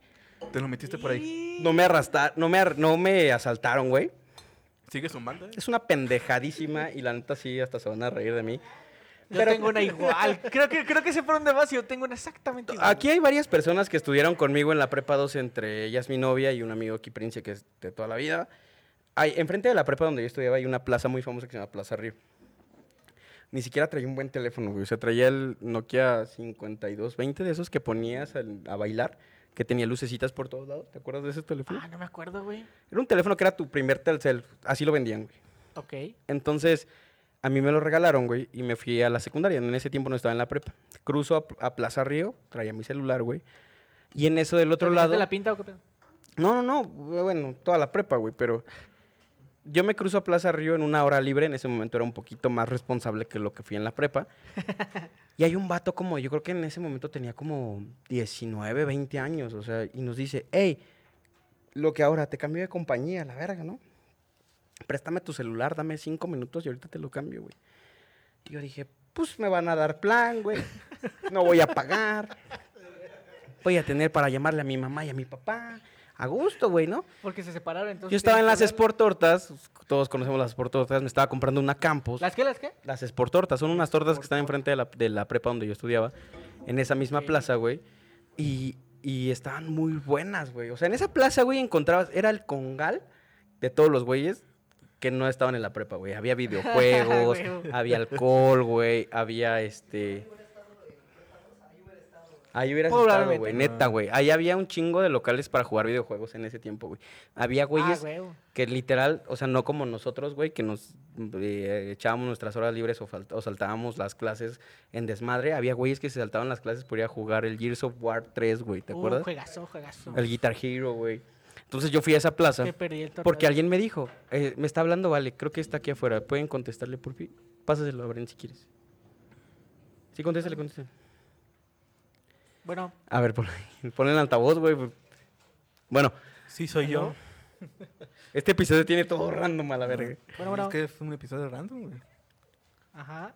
[SPEAKER 4] Te lo metiste por ahí.
[SPEAKER 2] No me arrastraron, no me, ar- no me asaltaron, güey.
[SPEAKER 4] ¿Sigues zumbando? eh?
[SPEAKER 2] Es una pendejadísima y la neta sí, hasta se van a reír de mí.
[SPEAKER 3] Yo tengo una igual. Creo que, creo que sé por dónde vas y yo tengo una exactamente igual.
[SPEAKER 2] Aquí hay varias personas que estuvieron conmigo en la prepa 2, entre ellas mi novia y un amigo aquí, Prince, que es de toda la vida. Hay, enfrente de la prepa donde yo estudiaba hay una plaza muy famosa que se llama Plaza Río. Ni siquiera traía un buen teléfono, güey. O sea, traía el Nokia 5220 de esos que ponías al- a bailar, que tenía lucecitas por todos lados. ¿Te acuerdas de ese teléfono?
[SPEAKER 3] Ah, no me acuerdo, güey.
[SPEAKER 2] Era un teléfono que era tu primer Telcel. Así lo vendían, güey.
[SPEAKER 3] Ok.
[SPEAKER 2] Entonces, a mí me lo regalaron, güey, y me fui a la secundaria. En ese tiempo no estaba en la prepa. Cruzo a, a Plaza Río, traía mi celular, güey. Y en eso del otro
[SPEAKER 3] ¿Te
[SPEAKER 2] lado...
[SPEAKER 3] la pinta o qué pedo?
[SPEAKER 2] No, no, no, bueno, toda la prepa, güey, pero... Yo me cruzo a Plaza Río en una hora libre. En ese momento era un poquito más responsable que lo que fui en la prepa. Y hay un vato como, yo creo que en ese momento tenía como 19, 20 años, o sea, y nos dice, hey, lo que ahora te cambio de compañía, la verga, ¿no? Préstame tu celular, dame cinco minutos y ahorita te lo cambio, güey. Y yo dije, pues me van a dar plan, güey. No voy a pagar. Voy a tener para llamarle a mi mamá y a mi papá. A gusto, güey, ¿no?
[SPEAKER 3] Porque se separaron, entonces.
[SPEAKER 2] Yo estaba en las
[SPEAKER 3] tienes que
[SPEAKER 2] Sport Tortas, todos conocemos las Sport Tortas, me estaba comprando una Campos.
[SPEAKER 3] hablar- ¿Las qué? ¿Las qué?
[SPEAKER 2] Las esportortas, son unas tortas que están enfrente de la, de la prepa donde yo estudiaba, en esa misma
[SPEAKER 3] Ok.
[SPEAKER 2] plaza, güey. Y, y estaban muy buenas, güey. O sea, en esa plaza, güey, encontrabas, era el congal de todos los güeyes que no estaban en la prepa, güey. Había videojuegos,
[SPEAKER 3] Huevo.
[SPEAKER 2] había alcohol, güey, había este... Ahí hubiera estado,
[SPEAKER 3] Probablemente.
[SPEAKER 2] güey, neta, güey. Ahí había un chingo de locales para jugar videojuegos en ese tiempo, güey. Había
[SPEAKER 3] Ah,
[SPEAKER 2] güeyes
[SPEAKER 3] huevo.
[SPEAKER 2] que literal, o sea, no como nosotros, güey, que nos eh, echábamos nuestras horas libres o, falt- o saltábamos las clases en desmadre. Había güeyes que se saltaban las clases por ir a jugar el Gears of War 3, güey, ¿te
[SPEAKER 3] Uh,
[SPEAKER 2] acuerdas?
[SPEAKER 3] Juegazo, juegazo.
[SPEAKER 2] El Guitar Hero, güey. Entonces yo fui a esa plaza
[SPEAKER 3] Que perdí el torneo.
[SPEAKER 2] porque alguien me dijo, eh, me está hablando Vale, creo que está aquí afuera, pueden contestarle por fin. Pásaselo a Bren si quieres. Sí, contéstale, contéstale.
[SPEAKER 3] Bueno,
[SPEAKER 2] A ver, pon, ponle el altavoz, güey. Bueno,
[SPEAKER 4] Sí, soy yo.
[SPEAKER 2] este episodio tiene todo random a la verga.
[SPEAKER 3] bueno, bueno.
[SPEAKER 4] Es que es un episodio random, güey.
[SPEAKER 3] Ajá.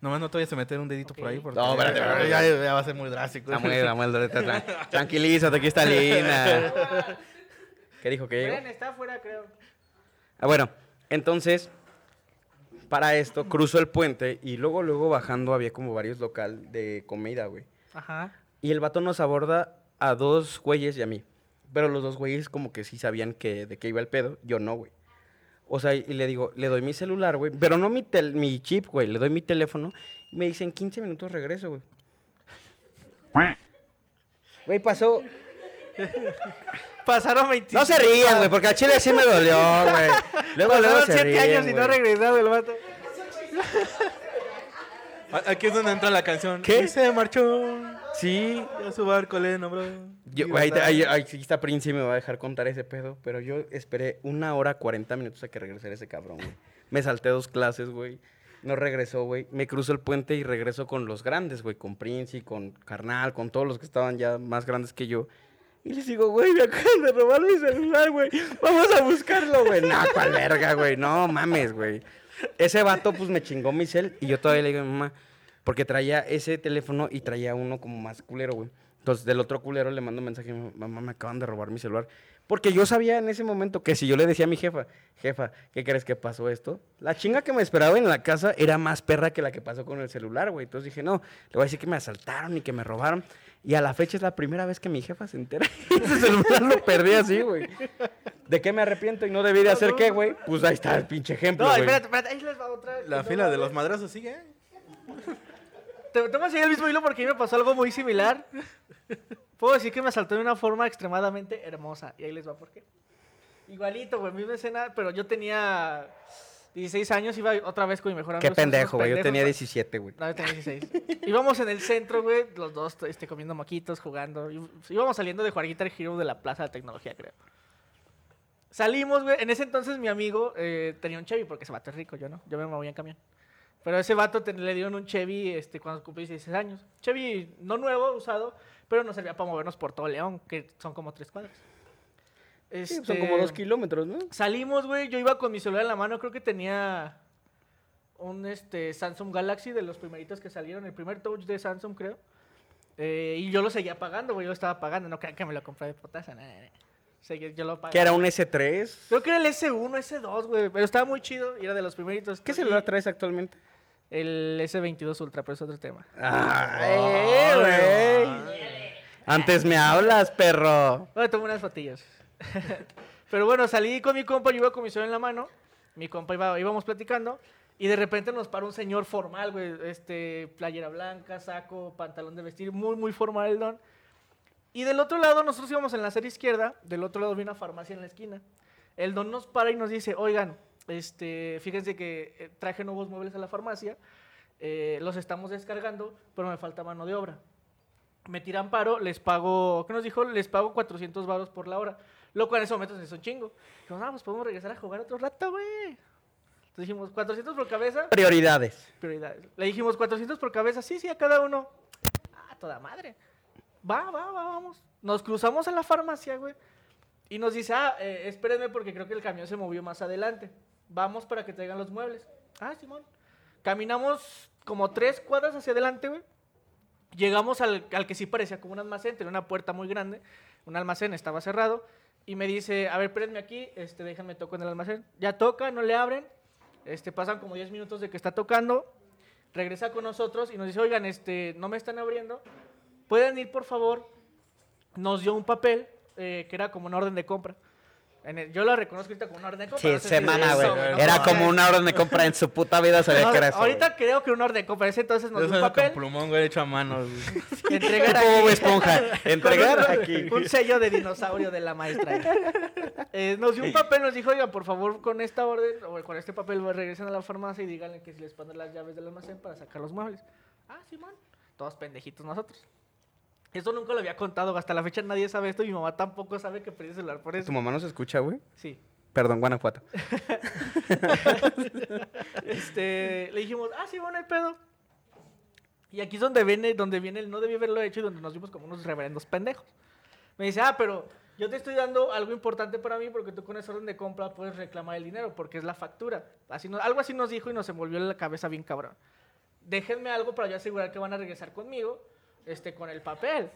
[SPEAKER 4] Nomás no te vayas a meter un dedito por ahí.
[SPEAKER 3] Ok.
[SPEAKER 4] Porque
[SPEAKER 2] No, espérate, espérate.
[SPEAKER 4] Ya, ya va a ser muy drástico.
[SPEAKER 2] Samuel, Samuel, ahorita tran- tranquilízate, aquí está Lina. ¿Qué dijo que llegó?
[SPEAKER 3] Bren está afuera, creo.
[SPEAKER 2] Ah, bueno, entonces, para esto, cruzo el puente y luego, luego bajando había como varios local de comida, güey.
[SPEAKER 3] Ajá.
[SPEAKER 2] Y el vato nos aborda a dos güeyes y a mí. Pero los dos güeyes como que sí sabían que, de qué iba el pedo, yo no, güey. O sea, y le digo, le doy mi celular, güey, pero no mi, tel- mi chip, güey, le doy mi teléfono y me dicen 15 minutos regreso, güey. Güey, pasó,
[SPEAKER 3] Pasaron 25.
[SPEAKER 2] No se rían, güey, porque a Chile sí me dolió, güey. Luego, luego
[SPEAKER 3] Pasaron
[SPEAKER 2] se
[SPEAKER 3] 7
[SPEAKER 2] ríen,
[SPEAKER 3] años y no ha
[SPEAKER 2] güey.
[SPEAKER 3] regresado el vato.
[SPEAKER 4] A- Aquí es donde entra la canción.
[SPEAKER 2] ¿Qué?
[SPEAKER 4] Y se marchó.
[SPEAKER 2] Sí.
[SPEAKER 4] A su barco le nombró.
[SPEAKER 2] Yo, güey, ahí, te- ahí- ahí sí está Prince y me va a dejar contar ese pedo, pero yo esperé una hora 40 minutos a que regresara ese cabrón, güey. Me salté dos clases, güey. No regresó, güey. Me cruzo el puente y regreso con los grandes, güey. Con Prince y con Carnal, con todos los que estaban ya más grandes que yo. Y les digo, güey, me acaban de robar mi celular, güey. Vamos a buscarlo, güey. No, cuál verga, güey. No mames, güey. Ese vato, pues me chingó mi cel. Y yo todavía le digo a mi mamá, porque traía ese teléfono y traía uno como más culero, güey. Entonces, del otro culero le mando mensaje, mamá, me acaban de robar mi celular. Porque yo sabía en ese momento que si yo le decía a mi jefa, jefa, ¿qué crees que pasó esto? La chinga que me esperaba en la casa era más perra que la que pasó con el celular, güey. Entonces dije, no, le voy a decir que me asaltaron y que me robaron. Y a la fecha es la primera vez que mi jefa se entera. y Ese celular lo perdí así, güey. ¿De qué me arrepiento y no debí de hacer qué, güey? Pues ahí está el pinche ejemplo,
[SPEAKER 3] No,
[SPEAKER 2] güey.
[SPEAKER 3] espérate, espérate, ahí les va otra.
[SPEAKER 4] La
[SPEAKER 3] No,
[SPEAKER 4] fila de
[SPEAKER 3] no,
[SPEAKER 4] los madrazos sigue, ¿eh?
[SPEAKER 3] Te tengo que seguir el mismo hilo porque a mí me pasó algo muy similar. Puedo decir que me asaltó de una forma extremadamente hermosa. Y ahí les va por qué. Igualito, güey, misma escena, pero yo tenía 16 años, iba otra vez con mi mejor amigo.
[SPEAKER 2] Qué
[SPEAKER 3] somos unos
[SPEAKER 2] pendejo, güey. Yo
[SPEAKER 3] pendejos,
[SPEAKER 2] tenía
[SPEAKER 3] ¿no?
[SPEAKER 2] 17, güey.
[SPEAKER 3] No, yo tenía 16. Íbamos en el centro, güey, los dos este, comiendo moquitos, jugando. Y- Íbamos saliendo de jugar Guitar Hero de la Plaza de Tecnología, creo. Salimos, güey. En ese entonces mi amigo eh, tenía un Chevy, porque ese vato es rico, yo no. Yo me movía en camión. Pero ese vato te- le dieron un Chevy este, cuando cumplí 16 años. Chevy no nuevo, usado, pero nos servía para movernos por todo León, que son como tres cuadras.
[SPEAKER 2] Sí,
[SPEAKER 3] Este,
[SPEAKER 2] son como dos kilómetros, ¿no?
[SPEAKER 3] Salimos, güey. Yo iba con mi celular en la mano. Creo que tenía un este, Samsung Galaxy de los primeritos que salieron. El primer touch de Samsung, creo. Eh, y yo lo seguía pagando, güey. Yo lo estaba pagando. No crean que me lo compré de potasa. nah, nah, nah. Seguí- yo lo pagaba.
[SPEAKER 2] Que era un S3.
[SPEAKER 3] Creo que era el S1, S2, güey. Pero estaba muy chido y era de los primeritos.
[SPEAKER 2] ¿Qué
[SPEAKER 3] Y
[SPEAKER 2] celular traes actualmente?
[SPEAKER 3] El S22 Ultra, pero es otro tema.
[SPEAKER 2] Ay, güey. Antes me hablas, perro.
[SPEAKER 3] Bueno, tomé unas fotillas. Pero bueno, salí con mi compa, yo iba con mi celular en la mano. Mi compa iba, íbamos platicando. Y de repente nos paró un señor formal, güey. Este, playera blanca, saco, pantalón de vestir, muy, muy formal el don. Y del otro lado, nosotros íbamos en la acera izquierda. Del otro lado había una farmacia en la esquina. El don nos para y nos dice, oigan, este, fíjense que eh, traje nuevos muebles a la farmacia. eh, los estamos descargando, pero me falta mano de obra me tiran paro, les pago, ¿qué nos dijo? Les pago 400 varos por la hora. Lo cual en ese momento se hizo un chingo. Dijimos, ah, pues podemos regresar a jugar otro rato, güey. Entonces dijimos, 400 por cabeza,
[SPEAKER 2] Prioridades.
[SPEAKER 3] prioridades. Le dijimos, 400 por cabeza, sí, sí, a cada uno. Ah, toda madre. Va, va, va, vamos. Nos cruzamos a la farmacia, güey. Y nos dice, ah, eh, espérenme porque creo que el camión se movió más adelante. Vamos para que traigan los muebles. Ah, Simón. Caminamos como tres cuadras hacia adelante, güey. Llegamos al, al que sí parecía como un almacén, tenía una puerta muy grande, un almacén, estaba cerrado, y me dice, a ver, espérenme aquí, este, déjenme toco en el almacén. Ya toca, no le abren, este, pasan como 10 minutos de que está tocando, regresa con nosotros y nos dice, oigan, este, no me están abriendo, pueden ir por favor, nos dio un papel eh, que era como una orden de compra. En el- yo la reconozco ahorita como una orden de compra.
[SPEAKER 2] Sí,
[SPEAKER 3] no sé si es
[SPEAKER 2] semana, güey.
[SPEAKER 3] eso, no
[SPEAKER 2] Era
[SPEAKER 3] mames.
[SPEAKER 2] como una orden de compra. En su puta vida sabía
[SPEAKER 3] No,
[SPEAKER 2] que era eso.
[SPEAKER 3] ahorita creo que una orden de compra. Ese entonces nos
[SPEAKER 5] Eso
[SPEAKER 3] dio un
[SPEAKER 5] es
[SPEAKER 3] papel.
[SPEAKER 5] con plumón, güey, hecho a mano. güey.
[SPEAKER 2] güey.
[SPEAKER 3] Entregar
[SPEAKER 2] Tipo Bob
[SPEAKER 3] aquí.
[SPEAKER 2] Esponja. Entregar aquí.
[SPEAKER 3] Un sello de dinosaurio de la maestra. Eh, nos dio un papel, nos dijo, oigan, por favor, con esta orden, o con este papel, regresen a la farmacia y díganle que si les ponen las llaves del almacén para sacar los muebles. Ah, Simón. Todos pendejitos nosotros. Esto nunca lo había contado, hasta la fecha nadie sabe esto y mi mamá tampoco sabe que perdí el celular por
[SPEAKER 2] ¿Tu
[SPEAKER 3] eso.
[SPEAKER 2] mamá no se escucha, güey?
[SPEAKER 3] Sí.
[SPEAKER 2] Perdón, Guanajuato.
[SPEAKER 3] Este, le dijimos, ah, sí, bueno, el pedo. Y aquí es donde viene, donde viene el no debí haberlo hecho y donde nos vimos como unos reverendos pendejos. Me dice, ah, pero yo te estoy dando algo importante para mí porque tú con esa orden de compra puedes reclamar el dinero porque es la factura. Así no- algo así nos dijo y nos envolvió la cabeza bien cabrón. Déjenme algo para yo asegurar que van a regresar conmigo este, con el papel.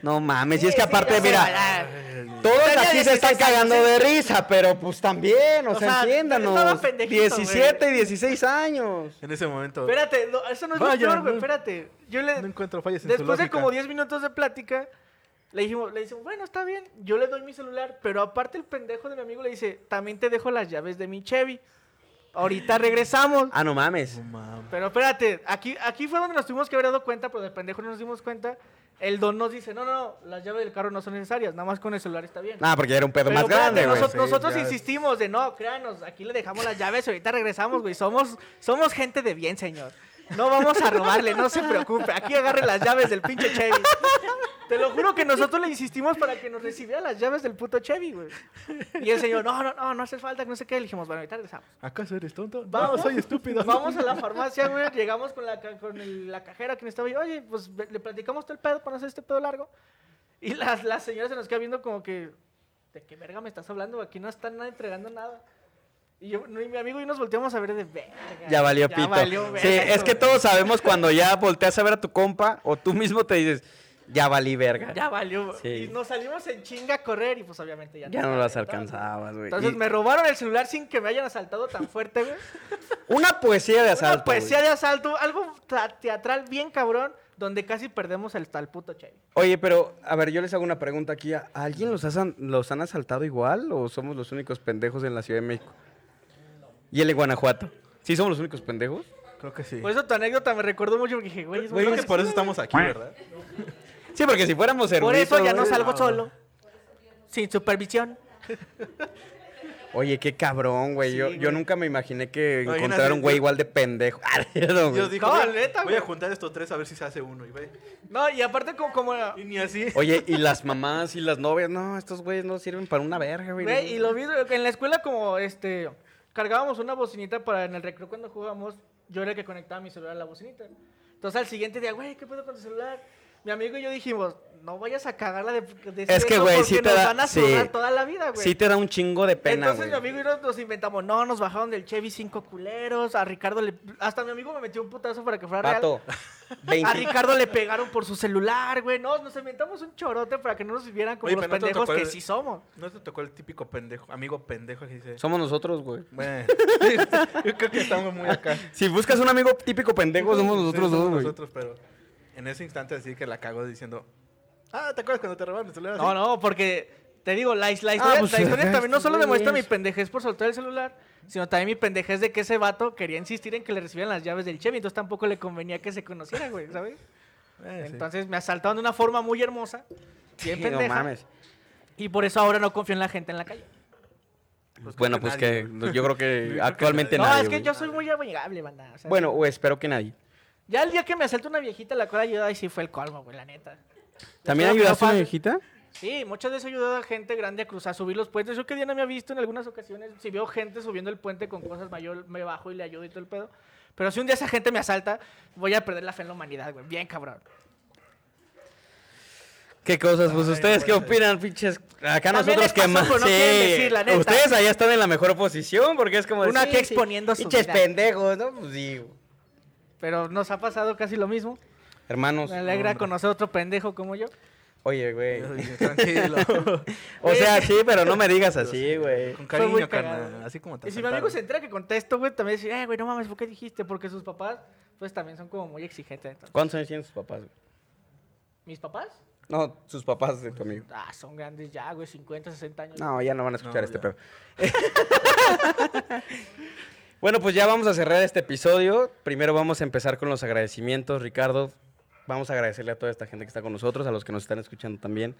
[SPEAKER 2] No mames, y es que
[SPEAKER 3] Sí, sí, ya
[SPEAKER 2] aparte,
[SPEAKER 3] sé,
[SPEAKER 2] mira,
[SPEAKER 3] ah,
[SPEAKER 2] todos
[SPEAKER 3] Tenía
[SPEAKER 2] aquí se están
[SPEAKER 3] 16 años,
[SPEAKER 2] cagando
[SPEAKER 3] ¿eh?
[SPEAKER 2] de risa, pero pues también, o,
[SPEAKER 3] O
[SPEAKER 2] sea,
[SPEAKER 3] sea,
[SPEAKER 2] entiéndanos.
[SPEAKER 3] estaba pendejito,
[SPEAKER 2] 17 y 16 años.
[SPEAKER 4] En ese momento
[SPEAKER 3] Espérate, no, eso no es lo
[SPEAKER 4] Vaya,
[SPEAKER 3] peor, güey,
[SPEAKER 4] no.
[SPEAKER 3] espérate. Yo le,
[SPEAKER 4] no encuentro fallas en su
[SPEAKER 3] Después de
[SPEAKER 4] lógica.
[SPEAKER 3] como 10 minutos de plática, le dijimos, le dijimos, bueno, está bien, yo le doy mi celular, pero aparte el pendejo de mi amigo le dice, también te dejo las llaves de mi Chevy. Ahorita regresamos.
[SPEAKER 2] Ah, no mames.
[SPEAKER 4] No mames.
[SPEAKER 3] Pero espérate, aquí, aquí fue donde nos tuvimos que haber dado cuenta, pero de pendejo no nos dimos cuenta. El don nos dice, no, no, no, las llaves del carro no son necesarias, nada más con el celular está bien.
[SPEAKER 2] Ah, porque ya era un pedo
[SPEAKER 3] Pero
[SPEAKER 2] más
[SPEAKER 3] espérate,
[SPEAKER 2] grande, güey.
[SPEAKER 3] nosot- Nosotros
[SPEAKER 4] ya.
[SPEAKER 3] insistimos de no, créanos, aquí le dejamos las llaves, ahorita regresamos, güey. Somos, somos gente de bien, señor. No vamos a robarle, no se preocupe. Aquí agarre las llaves del pinche Chevy. Te lo juro que nosotros le insistimos para que nos recibiera las llaves del puto Chevy, güey. Y el señor, no, no, no, no hace falta, que no sé qué. Le dijimos, bueno, ahorita regresamos.
[SPEAKER 4] ¿Acaso eres tonto?
[SPEAKER 3] Vamos.
[SPEAKER 4] Vamos, soy estúpido.
[SPEAKER 3] Vamos a la farmacia, güey. Llegamos con la, ca- con el- la cajera que estaba ahí. Oye, pues ve- le platicamos todo el pedo para no hacer este pedo largo. Y las, las señoras se nos queda viendo como que, ¿de qué verga me estás hablando? güey? Aquí no están nada entregando nada. Y yo, no, y mi amigo y yo nos volteamos a ver de verga.
[SPEAKER 2] Ya valió pito.
[SPEAKER 3] valió
[SPEAKER 2] sí,
[SPEAKER 3] verga,
[SPEAKER 2] es que
[SPEAKER 3] güey.
[SPEAKER 2] todos sabemos cuando ya volteas a ver a tu compa o tú mismo te dices, ya valí verga.
[SPEAKER 3] Ya valió. güey.
[SPEAKER 2] Sí.
[SPEAKER 3] Y nos salimos en chinga a correr y pues obviamente ya
[SPEAKER 2] Ya no las
[SPEAKER 3] alcanzaba.
[SPEAKER 2] alcanzabas, güey.
[SPEAKER 3] Entonces
[SPEAKER 2] Y
[SPEAKER 3] me robaron el celular sin que me hayan asaltado tan fuerte, güey.
[SPEAKER 2] Una poesía de asalto.
[SPEAKER 3] Una poesía
[SPEAKER 2] güey.
[SPEAKER 3] de asalto, algo tra- teatral bien cabrón, donde casi perdemos el tal puto Chevy.
[SPEAKER 2] Oye, pero a ver, yo les hago una pregunta aquí. ¿A a alguien los, asan- los han asaltado igual o somos los únicos pendejos en la Ciudad de México? Y el de Guanajuato. ¿Sí somos los únicos pendejos?
[SPEAKER 4] Creo que sí.
[SPEAKER 3] Por eso tu anécdota me recordó mucho porque dije, güey, es un
[SPEAKER 4] Güey, creo
[SPEAKER 3] loco.
[SPEAKER 4] que por eso estamos aquí, ¿verdad?
[SPEAKER 2] Sí, porque si fuéramos
[SPEAKER 3] Por
[SPEAKER 2] eruditos,
[SPEAKER 3] eso ya no
[SPEAKER 2] güey.
[SPEAKER 3] salgo solo. Sin supervisión.
[SPEAKER 2] Oye, qué cabrón, güey. yo,
[SPEAKER 3] Sí,
[SPEAKER 2] yo
[SPEAKER 3] güey.
[SPEAKER 2] nunca me imaginé que
[SPEAKER 4] Oigan,
[SPEAKER 2] encontrar un
[SPEAKER 4] así-
[SPEAKER 2] güey igual de pendejo. Ah, no, güey.
[SPEAKER 4] Dios dijo,
[SPEAKER 3] No,
[SPEAKER 4] voy, a-
[SPEAKER 3] neta,
[SPEAKER 4] voy a
[SPEAKER 3] güey.
[SPEAKER 4] juntar estos tres a ver si se hace uno. Y, ve,
[SPEAKER 3] No, y aparte como... como
[SPEAKER 4] y ni así.
[SPEAKER 2] Oye, y las mamás y las novias, no, estos güeyes no sirven para una verga, güey.
[SPEAKER 3] güey, y
[SPEAKER 2] No.
[SPEAKER 3] lo vi güey, que en la escuela como, este, cargábamos una bocinita para en el recreo cuando jugábamos, yo era el que conectaba mi celular a la bocinita. Entonces al siguiente día, güey, ¿qué pedo con tu celular? Mi amigo y yo dijimos, no vayas a cagarla de, de
[SPEAKER 2] Es que,
[SPEAKER 3] eso
[SPEAKER 2] güey,
[SPEAKER 3] porque
[SPEAKER 2] sí te
[SPEAKER 3] nos
[SPEAKER 2] da-
[SPEAKER 3] van a
[SPEAKER 2] sí.
[SPEAKER 3] zurrar toda la vida, güey.
[SPEAKER 2] Sí te da un chingo de pena,
[SPEAKER 3] Entonces
[SPEAKER 2] güey.
[SPEAKER 3] mi amigo y yo nos inventamos, no, nos bajaron del Chevy cinco culeros, a Ricardo le... Hasta mi amigo me metió un putazo para que fuera
[SPEAKER 2] Pato,
[SPEAKER 3] real. Ah,
[SPEAKER 2] 20
[SPEAKER 3] A Ricardo le pegaron por su celular, güey. No, nos inventamos un chorote para que no nos vieran como
[SPEAKER 4] Oye,
[SPEAKER 3] los
[SPEAKER 4] pero no te
[SPEAKER 3] pendejos
[SPEAKER 4] tocó
[SPEAKER 3] que
[SPEAKER 4] el-
[SPEAKER 3] sí somos.
[SPEAKER 4] ¿No te tocó el típico pendejo, amigo pendejo que dice...
[SPEAKER 2] somos nosotros, güey.
[SPEAKER 4] Bueno, yo creo que estamos muy acá.
[SPEAKER 2] Si buscas un amigo típico pendejo, somos
[SPEAKER 4] Sí,
[SPEAKER 2] nosotros
[SPEAKER 4] somos
[SPEAKER 2] dos, güey.
[SPEAKER 4] Nosotros, pero en ese instante así que la cago diciendo... Ah, ¿te acuerdas cuando te robaron el celular?
[SPEAKER 3] No,
[SPEAKER 4] Así.
[SPEAKER 3] no, porque te digo, la, is- la historia,
[SPEAKER 2] pues,
[SPEAKER 3] la historia
[SPEAKER 2] eh,
[SPEAKER 3] también no
[SPEAKER 2] estos
[SPEAKER 3] solo demuestra mi
[SPEAKER 2] güeyes.
[SPEAKER 3] pendejez por soltar el celular, sino también mi pendejez de que ese vato quería insistir en que le recibieran las llaves del Chevy, entonces tampoco le convenía que se conociera, güey, ¿sabes?
[SPEAKER 4] Eh, sí.
[SPEAKER 3] Entonces me asaltaron de una forma muy hermosa, bien
[SPEAKER 2] Sí, no
[SPEAKER 3] pendeja, Pues
[SPEAKER 2] mames.
[SPEAKER 3] y por eso ahora no confío en la gente en la calle.
[SPEAKER 4] Pues creo
[SPEAKER 2] Bueno,
[SPEAKER 4] que
[SPEAKER 2] pues
[SPEAKER 4] nadie,
[SPEAKER 2] que
[SPEAKER 4] güey.
[SPEAKER 2] yo creo que
[SPEAKER 4] que
[SPEAKER 2] actualmente
[SPEAKER 3] No,
[SPEAKER 2] nadie.
[SPEAKER 3] es que
[SPEAKER 2] güey.
[SPEAKER 3] yo soy muy amigable, banda. o sea,
[SPEAKER 2] Bueno, o espero que nadie.
[SPEAKER 3] Ya el día que me asaltó una viejita, la cual ayuda, y sí fue el colmo, güey, la neta.
[SPEAKER 2] ¿También
[SPEAKER 3] espero que
[SPEAKER 2] ayudaste
[SPEAKER 3] no
[SPEAKER 2] a una
[SPEAKER 3] pase.
[SPEAKER 2] viejita?
[SPEAKER 3] Sí, muchas veces he ayudado a gente grande a cruzar, subir los puentes. Yo que Diana me ha visto en algunas ocasiones, si veo gente subiendo el puente con cosas mayor, me bajo y le ayudo y todo el pedo. Pero si un día esa gente me asalta, voy a perder la fe en la humanidad, güey. Bien, cabrón.
[SPEAKER 2] ¿Qué cosas? Pues ustedes qué opinan, pinches. Acá
[SPEAKER 3] También
[SPEAKER 2] nosotros
[SPEAKER 3] les
[SPEAKER 2] que
[SPEAKER 3] pasó,
[SPEAKER 2] más.
[SPEAKER 3] pero no
[SPEAKER 2] Sí.
[SPEAKER 3] quieren decir, la neta.
[SPEAKER 2] Ustedes allá están en la mejor posición porque es como
[SPEAKER 3] Uno
[SPEAKER 2] decir,
[SPEAKER 3] aquí exponiendo su
[SPEAKER 2] Pinches
[SPEAKER 3] vida.
[SPEAKER 2] pendejos, ¿no? Pues digo.
[SPEAKER 3] Pero nos ha pasado casi lo mismo.
[SPEAKER 2] Hermanos.
[SPEAKER 3] Me alegra conocer otro pendejo como yo.
[SPEAKER 2] Oye, güey.
[SPEAKER 4] Yo dije, Tranquilo.
[SPEAKER 2] O sea, sí, pero no me digas así, güey.
[SPEAKER 4] Con
[SPEAKER 3] Fue muy
[SPEAKER 4] cariño, carnal.
[SPEAKER 3] cagado.
[SPEAKER 4] Así como te
[SPEAKER 3] Y si mi amigo se
[SPEAKER 4] asaltaron.
[SPEAKER 3] entera que contesto, güey, también dice, eh, güey, no mames, ¿por qué dijiste? Porque sus papás, pues también son como muy exigentes. entonces.
[SPEAKER 2] ¿Cuántos años tienen sus papás? güey?
[SPEAKER 3] ¿Mis papás?
[SPEAKER 2] No, sus papás de tu amigo.
[SPEAKER 3] Ah, son grandes ya, güey, 50, 60 años.
[SPEAKER 2] No, ya no van a escuchar
[SPEAKER 4] No,
[SPEAKER 2] este
[SPEAKER 4] ya.
[SPEAKER 2] pedo. bueno, pues ya vamos a cerrar este episodio. Primero vamos a empezar con los agradecimientos, Ricardo. Vamos a agradecerle a toda esta gente que está con nosotros, a los que nos están escuchando también.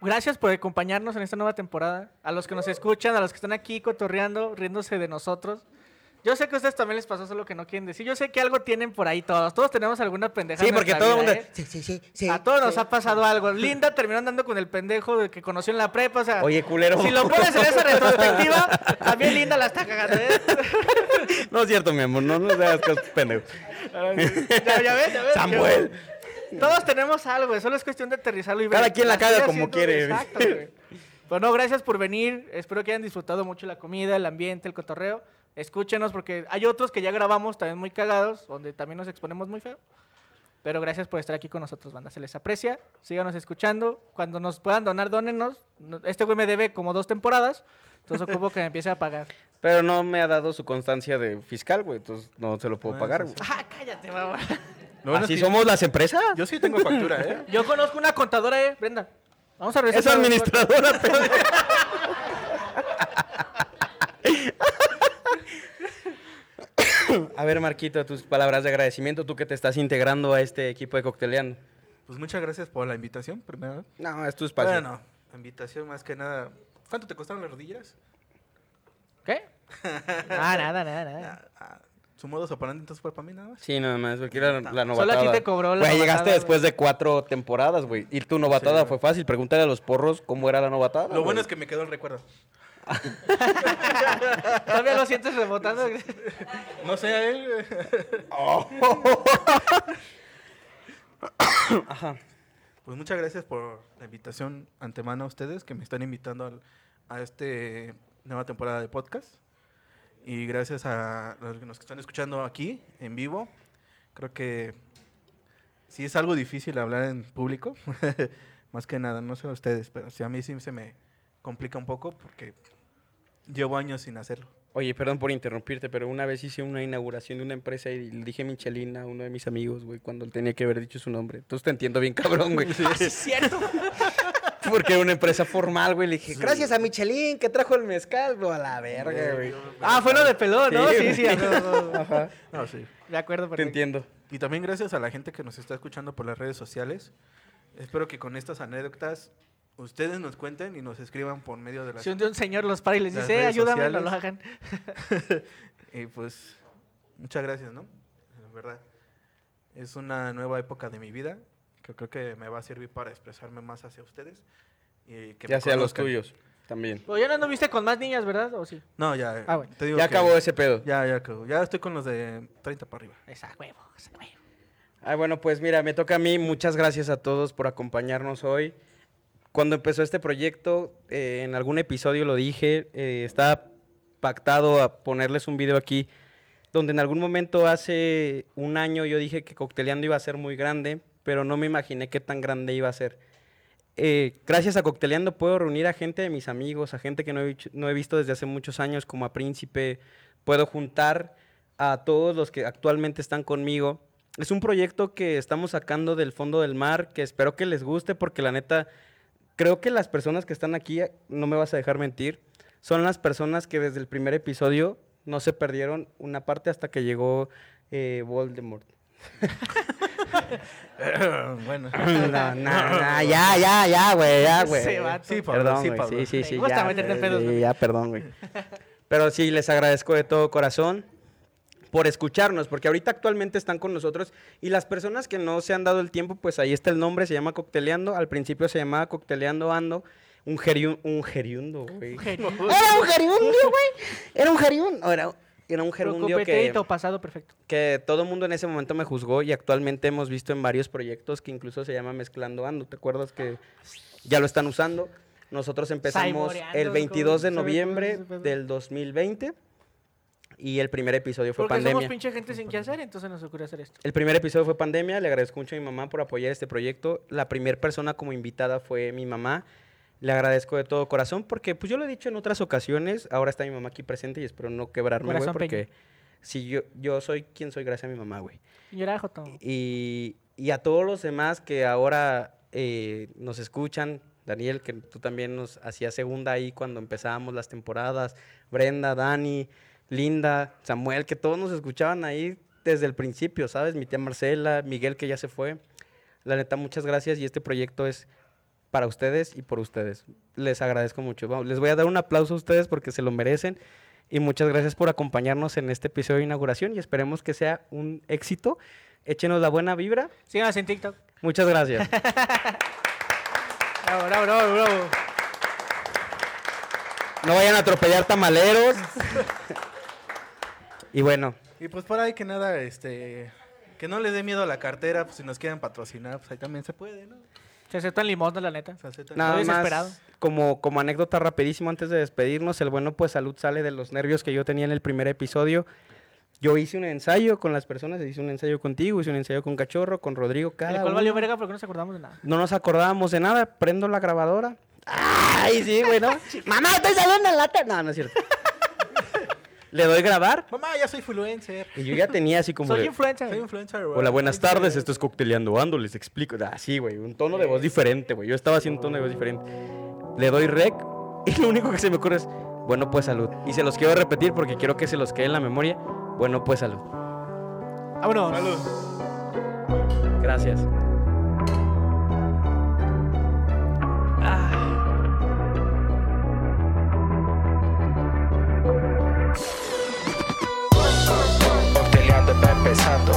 [SPEAKER 3] Gracias por acompañarnos en esta nueva temporada. A los que nos escuchan, a los que están aquí cotorreando, riéndose de nosotros. Yo sé que a ustedes también les pasó eso lo que no quieren decir. Yo sé que algo tienen por ahí todos. Todos tenemos alguna pendeja.
[SPEAKER 2] Sí,
[SPEAKER 3] en
[SPEAKER 2] porque
[SPEAKER 3] nuestra
[SPEAKER 2] todo el
[SPEAKER 3] vida,
[SPEAKER 2] mundo-
[SPEAKER 3] ¿eh? a todos nos ha pasado algo. Linda terminó andando con el pendejo de que conoció en la prepa. O sea,
[SPEAKER 2] Oye, culero.
[SPEAKER 3] si lo pones en esa retrospectiva, también Linda la está cagando. ¿eh?
[SPEAKER 2] No es cierto, mi amor, no nos hagas cosas pendejo.
[SPEAKER 3] ya, ya ves, ya ves.
[SPEAKER 2] Samuel.
[SPEAKER 3] Todos tenemos algo, güey, solo es cuestión de aterrizarlo y ver.
[SPEAKER 2] Cada quien la caga
[SPEAKER 3] estoy
[SPEAKER 2] como
[SPEAKER 3] haciendo-
[SPEAKER 2] quiere.
[SPEAKER 3] Exacto, güey. Pero no, gracias por venir. Espero que hayan disfrutado mucho la comida, el ambiente, el cotorreo. Escúchenos porque hay otros que ya grabamos también muy cagados, donde también nos exponemos muy feo. Pero gracias por estar aquí con nosotros, banda. Se les aprecia. Síganos escuchando. Cuando nos puedan donar, dónenos. No- Este güey me debe como dos temporadas. Entonces ocupo que me empiece a pagar.
[SPEAKER 2] Pero no me ha dado su constancia de fiscal, güey, entonces no se lo puedo
[SPEAKER 4] Ah,
[SPEAKER 2] pagar,
[SPEAKER 4] sí,
[SPEAKER 2] güey.
[SPEAKER 4] sí.
[SPEAKER 3] ¡Ah, cállate, mamá!
[SPEAKER 4] Lo bueno es
[SPEAKER 2] Así
[SPEAKER 4] que
[SPEAKER 2] somos las empresas.
[SPEAKER 4] Yo sí tengo factura, ¿eh?
[SPEAKER 3] Yo conozco una contadora, eh, Brenda. Vamos a revisar.
[SPEAKER 2] Es administradora, pendejo. A ver, Marquito, tus palabras de agradecimiento, tú que te estás integrando a este equipo de cocteleando.
[SPEAKER 4] Pues muchas gracias por la invitación, primero.
[SPEAKER 2] No, es tu espacio.
[SPEAKER 4] Bueno, la invitación más que nada. ¿Cuánto te costaron las rodillas?
[SPEAKER 3] ¿Qué? Ah, nada, nada, nada.
[SPEAKER 4] Ah, ah, Su modo operandi entonces fue para mí nada más.
[SPEAKER 2] Sí, nada más, porque era la novatada.
[SPEAKER 3] Solo aquí te cobró la
[SPEAKER 2] Güey, llegaste
[SPEAKER 3] novatada,
[SPEAKER 2] después de cuatro temporadas, güey. Y tu novatada
[SPEAKER 4] güey.
[SPEAKER 2] fue fácil. Pregúntale a los porros cómo era la novatada.
[SPEAKER 4] Lo bueno
[SPEAKER 2] güey.
[SPEAKER 4] es que me quedó el recuerdo.
[SPEAKER 3] Todavía lo sientes rebotando.
[SPEAKER 4] No sé a él. güey.
[SPEAKER 2] Ajá.
[SPEAKER 4] Pues muchas gracias por la invitación antemano a ustedes que me están invitando al- a este nueva temporada de podcast. Y gracias a los que nos están escuchando aquí en vivo. Creo que sí es algo difícil hablar en público. Más que nada, no sé a ustedes, pero sí a mí sí se me complica un poco porque llevo años sin hacerlo.
[SPEAKER 2] Oye, perdón por interrumpirte, pero una vez hice una inauguración de una empresa y le dije Michelin a uno de mis amigos, güey, cuando tenía que haber dicho su nombre. Entonces te entiendo bien, cabrón, güey.
[SPEAKER 3] es cierto.
[SPEAKER 2] Porque era una empresa formal, güey. Le dije, gracias a Michelin que trajo el mezcal, güey, a la verga, güey.
[SPEAKER 3] Ah, fue lo de pelón, ¿no?
[SPEAKER 2] Sí,
[SPEAKER 3] Sí, sí.
[SPEAKER 2] güey.
[SPEAKER 3] a huevo, a huevo.
[SPEAKER 2] Ajá.
[SPEAKER 4] No, sí.
[SPEAKER 3] De acuerdo,
[SPEAKER 2] Te
[SPEAKER 3] perfecto.
[SPEAKER 2] entiendo.
[SPEAKER 4] Y también gracias a la gente que nos está escuchando por las redes sociales. Espero que con estas anécdotas ustedes nos cuenten y nos escriban por medio de las...
[SPEAKER 3] Si un día un señor los para y les
[SPEAKER 4] Las
[SPEAKER 3] dice, eh,
[SPEAKER 4] redes
[SPEAKER 3] ayúdame, no
[SPEAKER 4] sociales.
[SPEAKER 3] lo hagan.
[SPEAKER 4] Y pues, muchas gracias, ¿no? La verdad. Es una nueva época de mi vida que creo que me va a servir para expresarme más hacia ustedes. Y que
[SPEAKER 2] Ya
[SPEAKER 4] me
[SPEAKER 2] sea los
[SPEAKER 4] conozcan.
[SPEAKER 2] tuyos también.
[SPEAKER 3] Pero ya no anduviste con más niñas, ¿verdad? ¿O sí?
[SPEAKER 4] No, ya.
[SPEAKER 3] Ah, bueno.
[SPEAKER 4] te digo
[SPEAKER 2] Ya
[SPEAKER 4] que-
[SPEAKER 2] acabó ese pedo.
[SPEAKER 4] Ya, ya acabó. Ya estoy con los de 30 para arriba.
[SPEAKER 3] Esa huevo, esa huevo.
[SPEAKER 2] Ah, bueno, pues mira, me toca a mí. Muchas gracias a todos por acompañarnos hoy. Cuando empezó este proyecto, eh, en algún episodio lo dije, eh, estaba pactado a ponerles un video aquí donde en algún momento hace un año yo dije que Cocteleando iba a ser muy grande, pero no me imaginé qué tan grande iba a ser. Eh, gracias a Cocteleando puedo reunir a gente de mis amigos, a gente que no he, vich- no he visto desde hace muchos años, como a Príncipe. Puedo juntar a todos los que actualmente están conmigo. Es un proyecto que estamos sacando del fondo del mar, que espero que les guste, porque la neta, creo que las personas que están aquí, eh, no me vas a dejar mentir, son las personas que desde el primer episodio no se perdieron una parte hasta que llegó eh, Voldemort.
[SPEAKER 4] bueno.
[SPEAKER 2] no, no, Ah, no, ya, ya, ya, güey, ya,
[SPEAKER 3] Ese
[SPEAKER 2] güey.
[SPEAKER 3] vato.
[SPEAKER 4] Sí, Pablo,
[SPEAKER 2] Perdón,
[SPEAKER 4] sí,
[SPEAKER 2] güey,
[SPEAKER 4] Pablo.
[SPEAKER 2] sí, sí, sí,
[SPEAKER 3] Me gusta
[SPEAKER 2] ya,
[SPEAKER 3] meterte en
[SPEAKER 2] güey,
[SPEAKER 3] pedos,
[SPEAKER 2] sí,
[SPEAKER 3] güey.
[SPEAKER 2] ya, perdón, güey. Pero sí, les agradezco de todo corazón por escucharnos, porque ahorita actualmente están con nosotros y las personas que no se han dado el tiempo, pues ahí está el nombre, se llama Cocteleando, al principio se llamaba Cocteleando Ando, un, geriun, un geriundo, güey. Era un geriundio, güey. Era un geriundo, era, era un gerundio que
[SPEAKER 3] Preocupetito, pasado perfecto.
[SPEAKER 2] que todo el mundo en ese momento me juzgó y actualmente hemos visto en varios proyectos que incluso se llama Mezclando Ando. ¿Te acuerdas que ya lo están usando? Nosotros empezamos
[SPEAKER 3] Saboreando,
[SPEAKER 2] el 22 de
[SPEAKER 3] ¿cómo se ve
[SPEAKER 2] noviembre
[SPEAKER 3] todo ese pedo?
[SPEAKER 2] del 2020 y el primer episodio fue
[SPEAKER 3] Porque somos
[SPEAKER 2] pandemia.
[SPEAKER 3] pinche gente sin qué hacer, entonces nos ocurrió hacer esto.
[SPEAKER 2] El primer episodio fue pandemia, le agradezco mucho a mi mamá por apoyar este proyecto. La primera persona como invitada fue mi mamá. Le agradezco de todo corazón porque, pues yo lo he dicho en otras ocasiones, ahora está mi mamá aquí presente y espero no quebrarme, güey,
[SPEAKER 3] Corazón
[SPEAKER 2] porque si yo, yo soy quien soy gracias a mi mamá, güey.
[SPEAKER 3] Señora Jotón.
[SPEAKER 2] Y, y a todos los demás que ahora eh, nos escuchan, Daniel, que tú también nos hacías segunda ahí cuando empezábamos las temporadas, Brenda, Dani, Linda, Samuel, que todos nos escuchaban ahí desde el principio, ¿sabes? Mi tía Marcela, Miguel, que ya se fue. La neta, muchas gracias y este proyecto es para ustedes y por ustedes. Les agradezco mucho. Vamos, les voy a dar un aplauso a ustedes porque se lo merecen. Y muchas gracias por acompañarnos en este episodio de inauguración y esperemos que sea un éxito. Échenos la buena vibra.
[SPEAKER 3] Síganos en TikTok.
[SPEAKER 2] Muchas gracias.
[SPEAKER 3] Bravo, bravo, bravo, bravo.
[SPEAKER 2] No vayan a atropellar tamaleros. y bueno,
[SPEAKER 4] Y pues por ahí que nada, este... Que no les dé miedo a la cartera, pues si nos quieren patrocinar, pues ahí también se puede, ¿no?
[SPEAKER 3] Se aceptan limones, la neta.
[SPEAKER 4] Se aceptan-
[SPEAKER 2] nada
[SPEAKER 3] desesperado.
[SPEAKER 2] más como, como anécdota rapidísimo antes de despedirnos, el bueno pues salud sale de los nervios que yo tenía en el primer episodio. Yo hice un ensayo con las personas, hice un ensayo contigo, hice un ensayo con Cachorro, con Rodrigo,
[SPEAKER 3] el
[SPEAKER 2] cada
[SPEAKER 3] cual
[SPEAKER 2] uno.
[SPEAKER 3] valió verga porque no nos acordamos de nada.
[SPEAKER 2] No nos acordábamos de nada, prendo la grabadora. ¡Ay, sí, güey, no! ¡Mamá, estoy saliendo en la tele! No, no es cierto. Le doy grabar
[SPEAKER 4] Mamá, ya soy influencer.
[SPEAKER 2] y yo ya tenía así como...
[SPEAKER 3] Soy
[SPEAKER 2] de,
[SPEAKER 3] influencer.
[SPEAKER 4] Soy influencer.
[SPEAKER 2] Hola, buenas tardes. Esto es Cocteleando Ando. Les explico. Así, güey. Un tono de voz diferente, güey. Yo estaba haciendo un tono de voz diferente. Le doy rec y lo único que se me ocurre es, bueno, pues salud. Y se los quiero repetir porque quiero que se los quede en la memoria. Bueno, pues salud.
[SPEAKER 3] Vámonos.
[SPEAKER 4] Salud.
[SPEAKER 2] Gracias.
[SPEAKER 1] Cocteleando hablando.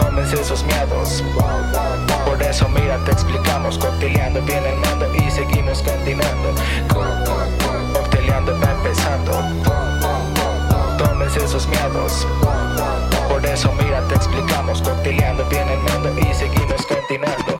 [SPEAKER 1] Tómense sus miedos. Por eso mira, te explicamos. Cocteleando bien el mando y seguimos continuando. Cocteleando va empezando. Tómense sus miedos. Por eso mira, te explicamos. Cocteleando bien el mando y seguimos continuando.